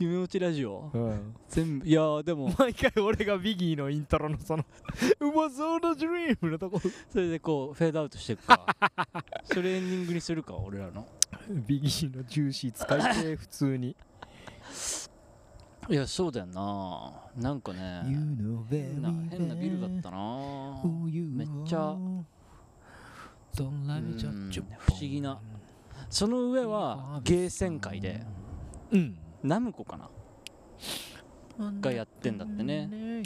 Speaker 5: 夢落ちラジオ 全部いやーで も
Speaker 4: 毎回俺がビギーのイントロのその「うまそうなドリーム」のとこ
Speaker 5: それでこうフェードアウトしていく かそれエンディングにするか俺らの
Speaker 4: ビギーのジューシー使いてえ普通 に
Speaker 5: いやそうだよななんかね
Speaker 7: You know
Speaker 5: 変な
Speaker 7: very
Speaker 5: 変なビルだったな
Speaker 7: well who you
Speaker 5: めっちゃ
Speaker 7: are. Don't
Speaker 5: う
Speaker 7: let me
Speaker 5: ん
Speaker 7: judge
Speaker 5: 不
Speaker 7: you.
Speaker 5: 思議なその上はゲーセン会で
Speaker 4: うん
Speaker 5: ナムコかながやってんだってね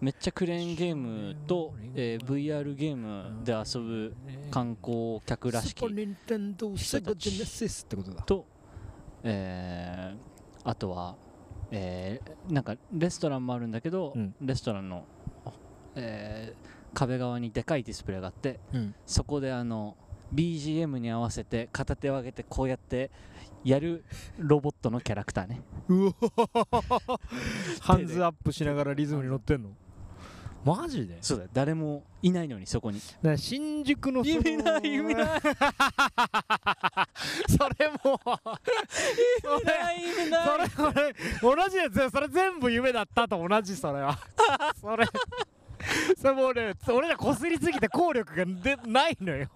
Speaker 5: めっちゃクレーンゲームと、えー VR ゲームで遊ぶ観光客らしき
Speaker 7: スーパーニンテンドーセガ
Speaker 5: 人たち
Speaker 7: ジェネシスってことだ。
Speaker 5: と、えーあとは、えーなんかレストランもあるんだけど、
Speaker 4: うん
Speaker 5: レストランの、えー壁側にでかいディスプレイがあって、
Speaker 4: うん
Speaker 5: そこであの BGM に合わせて片手を上げてこうやってやるロボットのキャラクターね
Speaker 4: うおハンズアップしながらリズムに乗ってんのマジで
Speaker 5: そうだよ誰もいないのにそこに
Speaker 4: だから新宿のそ
Speaker 5: 意
Speaker 4: の
Speaker 5: 味ない意味ない
Speaker 4: それも
Speaker 5: 意味ない意味ない
Speaker 4: それそれ同じやつよそれ全部夢だったと同じそ れはそれそれもうね俺らこすりすぎて効力がでないのよ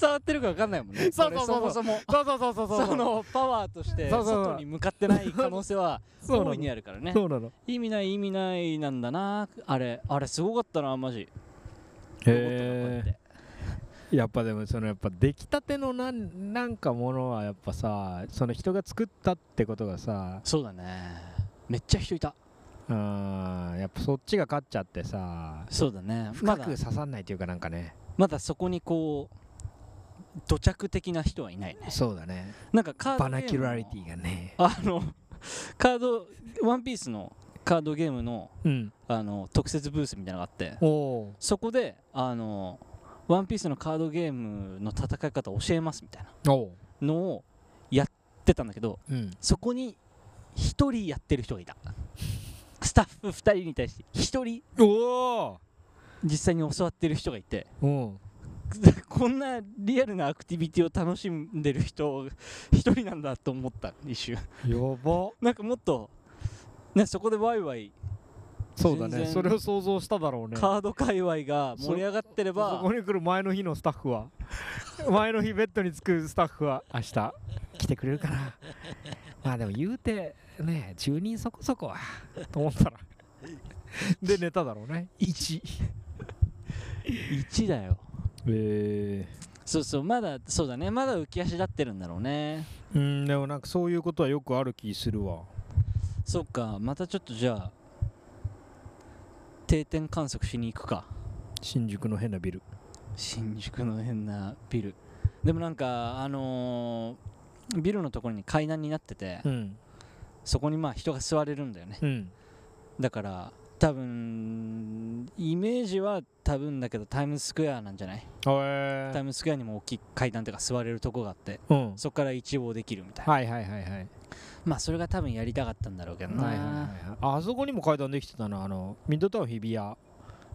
Speaker 5: 伝わってるか分かんないもんね
Speaker 4: そう
Speaker 5: これ
Speaker 4: そうそ う
Speaker 5: そもそも
Speaker 4: そうそうそうそうそう
Speaker 5: そのパワーとして
Speaker 4: そうそうそう
Speaker 5: 外に向かってない可能性 は
Speaker 4: そうなの
Speaker 5: 大いにあるからね
Speaker 4: そうなの
Speaker 5: 意味ない意味ないなんだなあれあれすごかったなマジ
Speaker 4: へえやっぱでもそのやっぱ出来たてのなんなんかものはやっぱさその人が作ったってことがさ
Speaker 5: そうだねめっちゃ人いた
Speaker 4: あーやっぱそっちが勝っちゃってさ
Speaker 5: そうだねま
Speaker 4: 深
Speaker 5: だ
Speaker 4: く刺さんないというかなんかね
Speaker 5: まだそこにこう土着的な人はいないね
Speaker 4: そうだね
Speaker 5: なんかカード
Speaker 4: バ
Speaker 5: ゲーム
Speaker 4: ナ
Speaker 5: の
Speaker 4: キュラリティがね
Speaker 5: あのカードワンピースのカードゲームの
Speaker 4: うん
Speaker 5: あの特設ブースみたいなのがあって
Speaker 4: おお
Speaker 5: そこであのワンピースのカードゲームの戦い方を教えますみたいな
Speaker 4: ーおう
Speaker 5: のをやってたんだけど
Speaker 4: うん
Speaker 5: そこに1人やってる人がいたスタッフ2人に対して1人
Speaker 4: お
Speaker 5: 実際に教わってる人がいて
Speaker 4: おうん
Speaker 5: こんなリアルなアクティビティを楽しんでる人1人なんだと思った一瞬
Speaker 4: やば
Speaker 5: なんかもっとねそこでワイワイ
Speaker 4: そうだ
Speaker 5: 全
Speaker 4: ね
Speaker 5: 然
Speaker 4: それを想像しただろうねそ
Speaker 5: カード界隈が盛り上がってれば
Speaker 4: こに来る前の日のスタッ フは前の日ベッドに着くスタッフは明日来てくれる かなまあでも言うてね10人そこそこはと 思ったらで寝ただろうね1
Speaker 5: 1だよ
Speaker 4: え
Speaker 5: そうそうまだそうだねまだ浮き足立ってるんだろうね
Speaker 4: ー、うんでもなんかそういうことはよくある気するわ
Speaker 5: そっかまたちょっとじゃあ定点観測しに行くか
Speaker 4: 新宿の変なビル
Speaker 5: 新宿の変なビルでもなんかあのービルのところに階段になってて、
Speaker 4: うん
Speaker 5: そこにまあ人が座れるんだよね
Speaker 4: うん
Speaker 5: だから多分イメージは多分だけどタイムズスクエアなんじゃない
Speaker 4: え
Speaker 5: タイムズスクエアにも大きい階段とか座れるとこがあって
Speaker 4: うん
Speaker 5: そこから一望できるみたいな
Speaker 4: はいはいはいはい
Speaker 5: まあそれが多分やりたかったんだろうけどな、
Speaker 4: はいはいはいはい、ああそこにも階段できてたなあのミッドタウン日比谷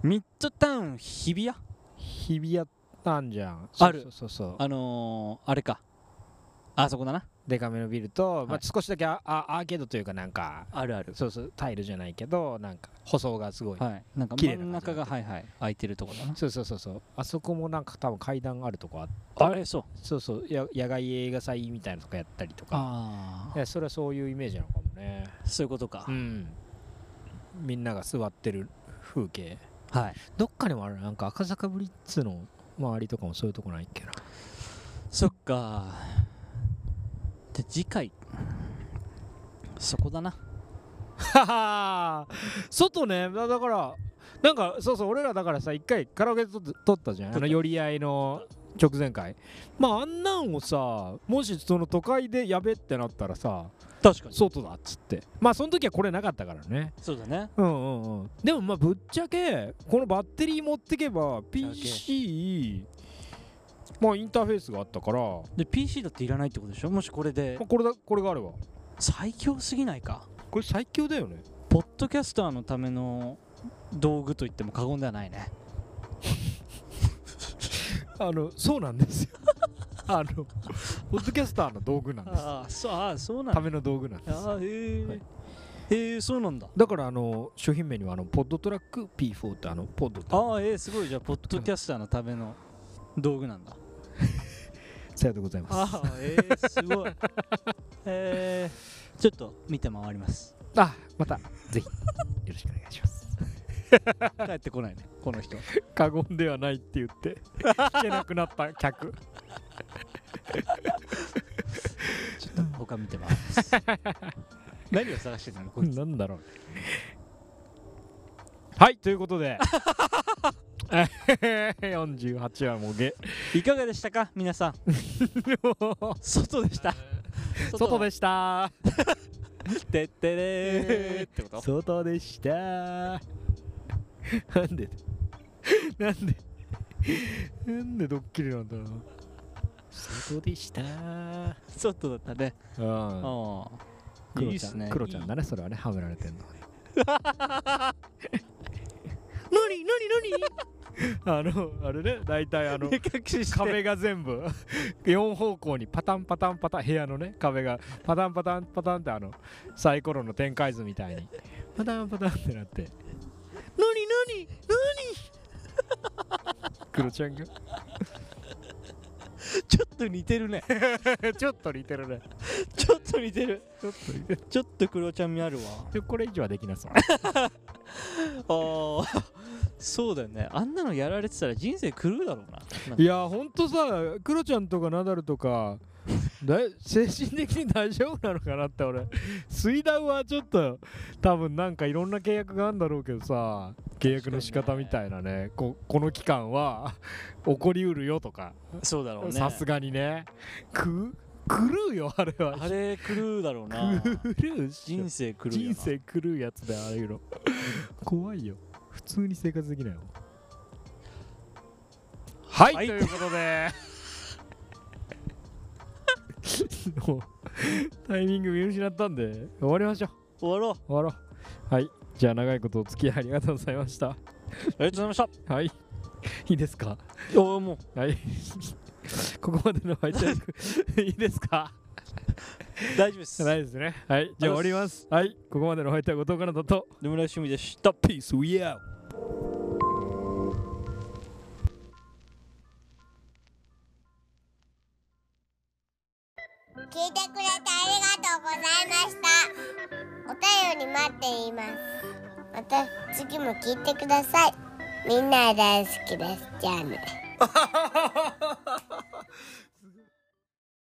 Speaker 5: ミッドタウン日比谷
Speaker 4: 日比谷たんじゃん
Speaker 5: ある
Speaker 4: そうそうそうそう
Speaker 5: あのー、あれかあそこだな
Speaker 4: でかめのビルと、ま
Speaker 5: は
Speaker 4: あ、少しだけああアーケードというかなんか
Speaker 5: あるある
Speaker 4: そうそうタイルじゃないけどなんか舗装がすごい、
Speaker 5: はいなんか
Speaker 4: 綺
Speaker 5: 真
Speaker 4: 麗
Speaker 5: ん
Speaker 4: な感じ
Speaker 5: 中がはいはい空いてるとこだな
Speaker 4: そうそうそうそうあそこもなんか多分階段あるとこあ
Speaker 5: あれそう
Speaker 4: そうそうや野外映画祭みたいなのとかやったりとか
Speaker 5: あ
Speaker 4: いやそれはそういうイメージなのかもね
Speaker 5: あそういうことか
Speaker 4: うんみんなが座ってる風景
Speaker 5: はい
Speaker 4: どっかにもあるななんか赤坂ブリッツの周りとかもそういうとこないっけな
Speaker 5: そっかで次回そこだな
Speaker 4: はは 外ねだだからなんかそうそう俺らだからさ一回カラオケで撮っ撮ったじゃんあの寄り合いの直前回まああんなんをさもしその都会でやべってなったらさ
Speaker 5: 確か
Speaker 4: 外だっつってまあその時はこれなかったからね
Speaker 5: そうだね
Speaker 4: うんうんうんでもまあぶっちゃけこのバッテリー持ってけば PC まあインターフェースがあったから、ま
Speaker 5: で PC だっていらないってことでしょもしこれで
Speaker 4: あ、これだこれがあれば
Speaker 5: 最強すぎないか
Speaker 4: これ最強だよね
Speaker 5: ポッドキャスターのための道具と言っても過言ではないね
Speaker 4: あのそうなんですよ あのポッドキャスターの道具なんです
Speaker 5: ああそうああそうなん
Speaker 4: た
Speaker 5: だ
Speaker 4: めの道具なんです
Speaker 5: ああへえ、
Speaker 4: はい
Speaker 5: へえそうなんだ
Speaker 4: だからあの商品名にはあのポッドトラック P4 ってあのポッドって
Speaker 5: ああええすごいじゃあポッドキャスターのための道具なんだ
Speaker 4: さようでございます
Speaker 5: ああええすごい ええちょっと見て回ります
Speaker 4: あまたぜひよろしくお願いします
Speaker 5: 帰ってこないねこの人
Speaker 4: 過言ではないって言って聞けなくなった客
Speaker 5: ちょっと他見てます。 何を探してたのこいつ。
Speaker 4: なんだろうはいということ で48話も げ
Speaker 5: いかがでしたか皆さん。外でした。
Speaker 4: 外でした
Speaker 5: てってれーってこと
Speaker 4: 外でしたなんで なんでなんでドッキリなんだろう外でした
Speaker 5: 外だったね。
Speaker 4: うん
Speaker 5: ああ。
Speaker 4: ク
Speaker 5: い
Speaker 4: ロ
Speaker 5: いっ
Speaker 4: ちゃ
Speaker 5: す
Speaker 4: ん
Speaker 5: ね。
Speaker 4: クロちゃんだねそれはねはめられてんの何何何あのあれね大体あの
Speaker 5: いい。目隠しして。
Speaker 4: 壁が全部 4方向にパタンパタンパタン部屋のね壁がパタンパタンパタンってあのサイコロの展開図みたいにパタンパタンってなってなになになにクロちゃんが
Speaker 5: ちょっと似てるね。
Speaker 4: ちょっと似てるね
Speaker 5: ちょっと似てる。
Speaker 4: ちょっと似てる
Speaker 5: ちょっと黒ちゃん味あるわ。
Speaker 4: でこれ以上はできなそう
Speaker 5: ああ。そうだよね。あんなのやられてたら人生狂うだろうな。なんか
Speaker 4: いやほんとさクロちゃんとかナダルとかだい精神的に大丈夫なのかなって俺水ダウはちょっと多分なんかいろんな契約があるんだろうけどさ契約の仕方みたいなねここの期間は起こりうるよとか
Speaker 5: そうだろうね。
Speaker 4: さすがにねく狂うよあれは
Speaker 5: あれ狂うだろうな。
Speaker 4: 狂うし
Speaker 5: 人生狂うよな。
Speaker 4: 人生狂うやつだよああいうの怖いよ普通に生活できないよはい、
Speaker 5: はい
Speaker 4: ということでもうタイミング見失ったんで終わりましょう
Speaker 5: 終わろう。
Speaker 4: 終わろうはいじゃあ長いことお付き合いありがとうございました
Speaker 5: ありがとうございまし
Speaker 4: はいいいですか
Speaker 5: た。おおもう。
Speaker 4: はい ここまでのハイチャイクいいですか
Speaker 5: 大丈夫です。
Speaker 4: ないですねはいじゃあ終わりますはいここまでのハイチャイク後からだと
Speaker 5: 野村趣味でした。Peace, we out.
Speaker 2: 「聞いてくれてありがとうございました」お便り待っていますまた次も聞いてくださいみんな大好きですじゃあね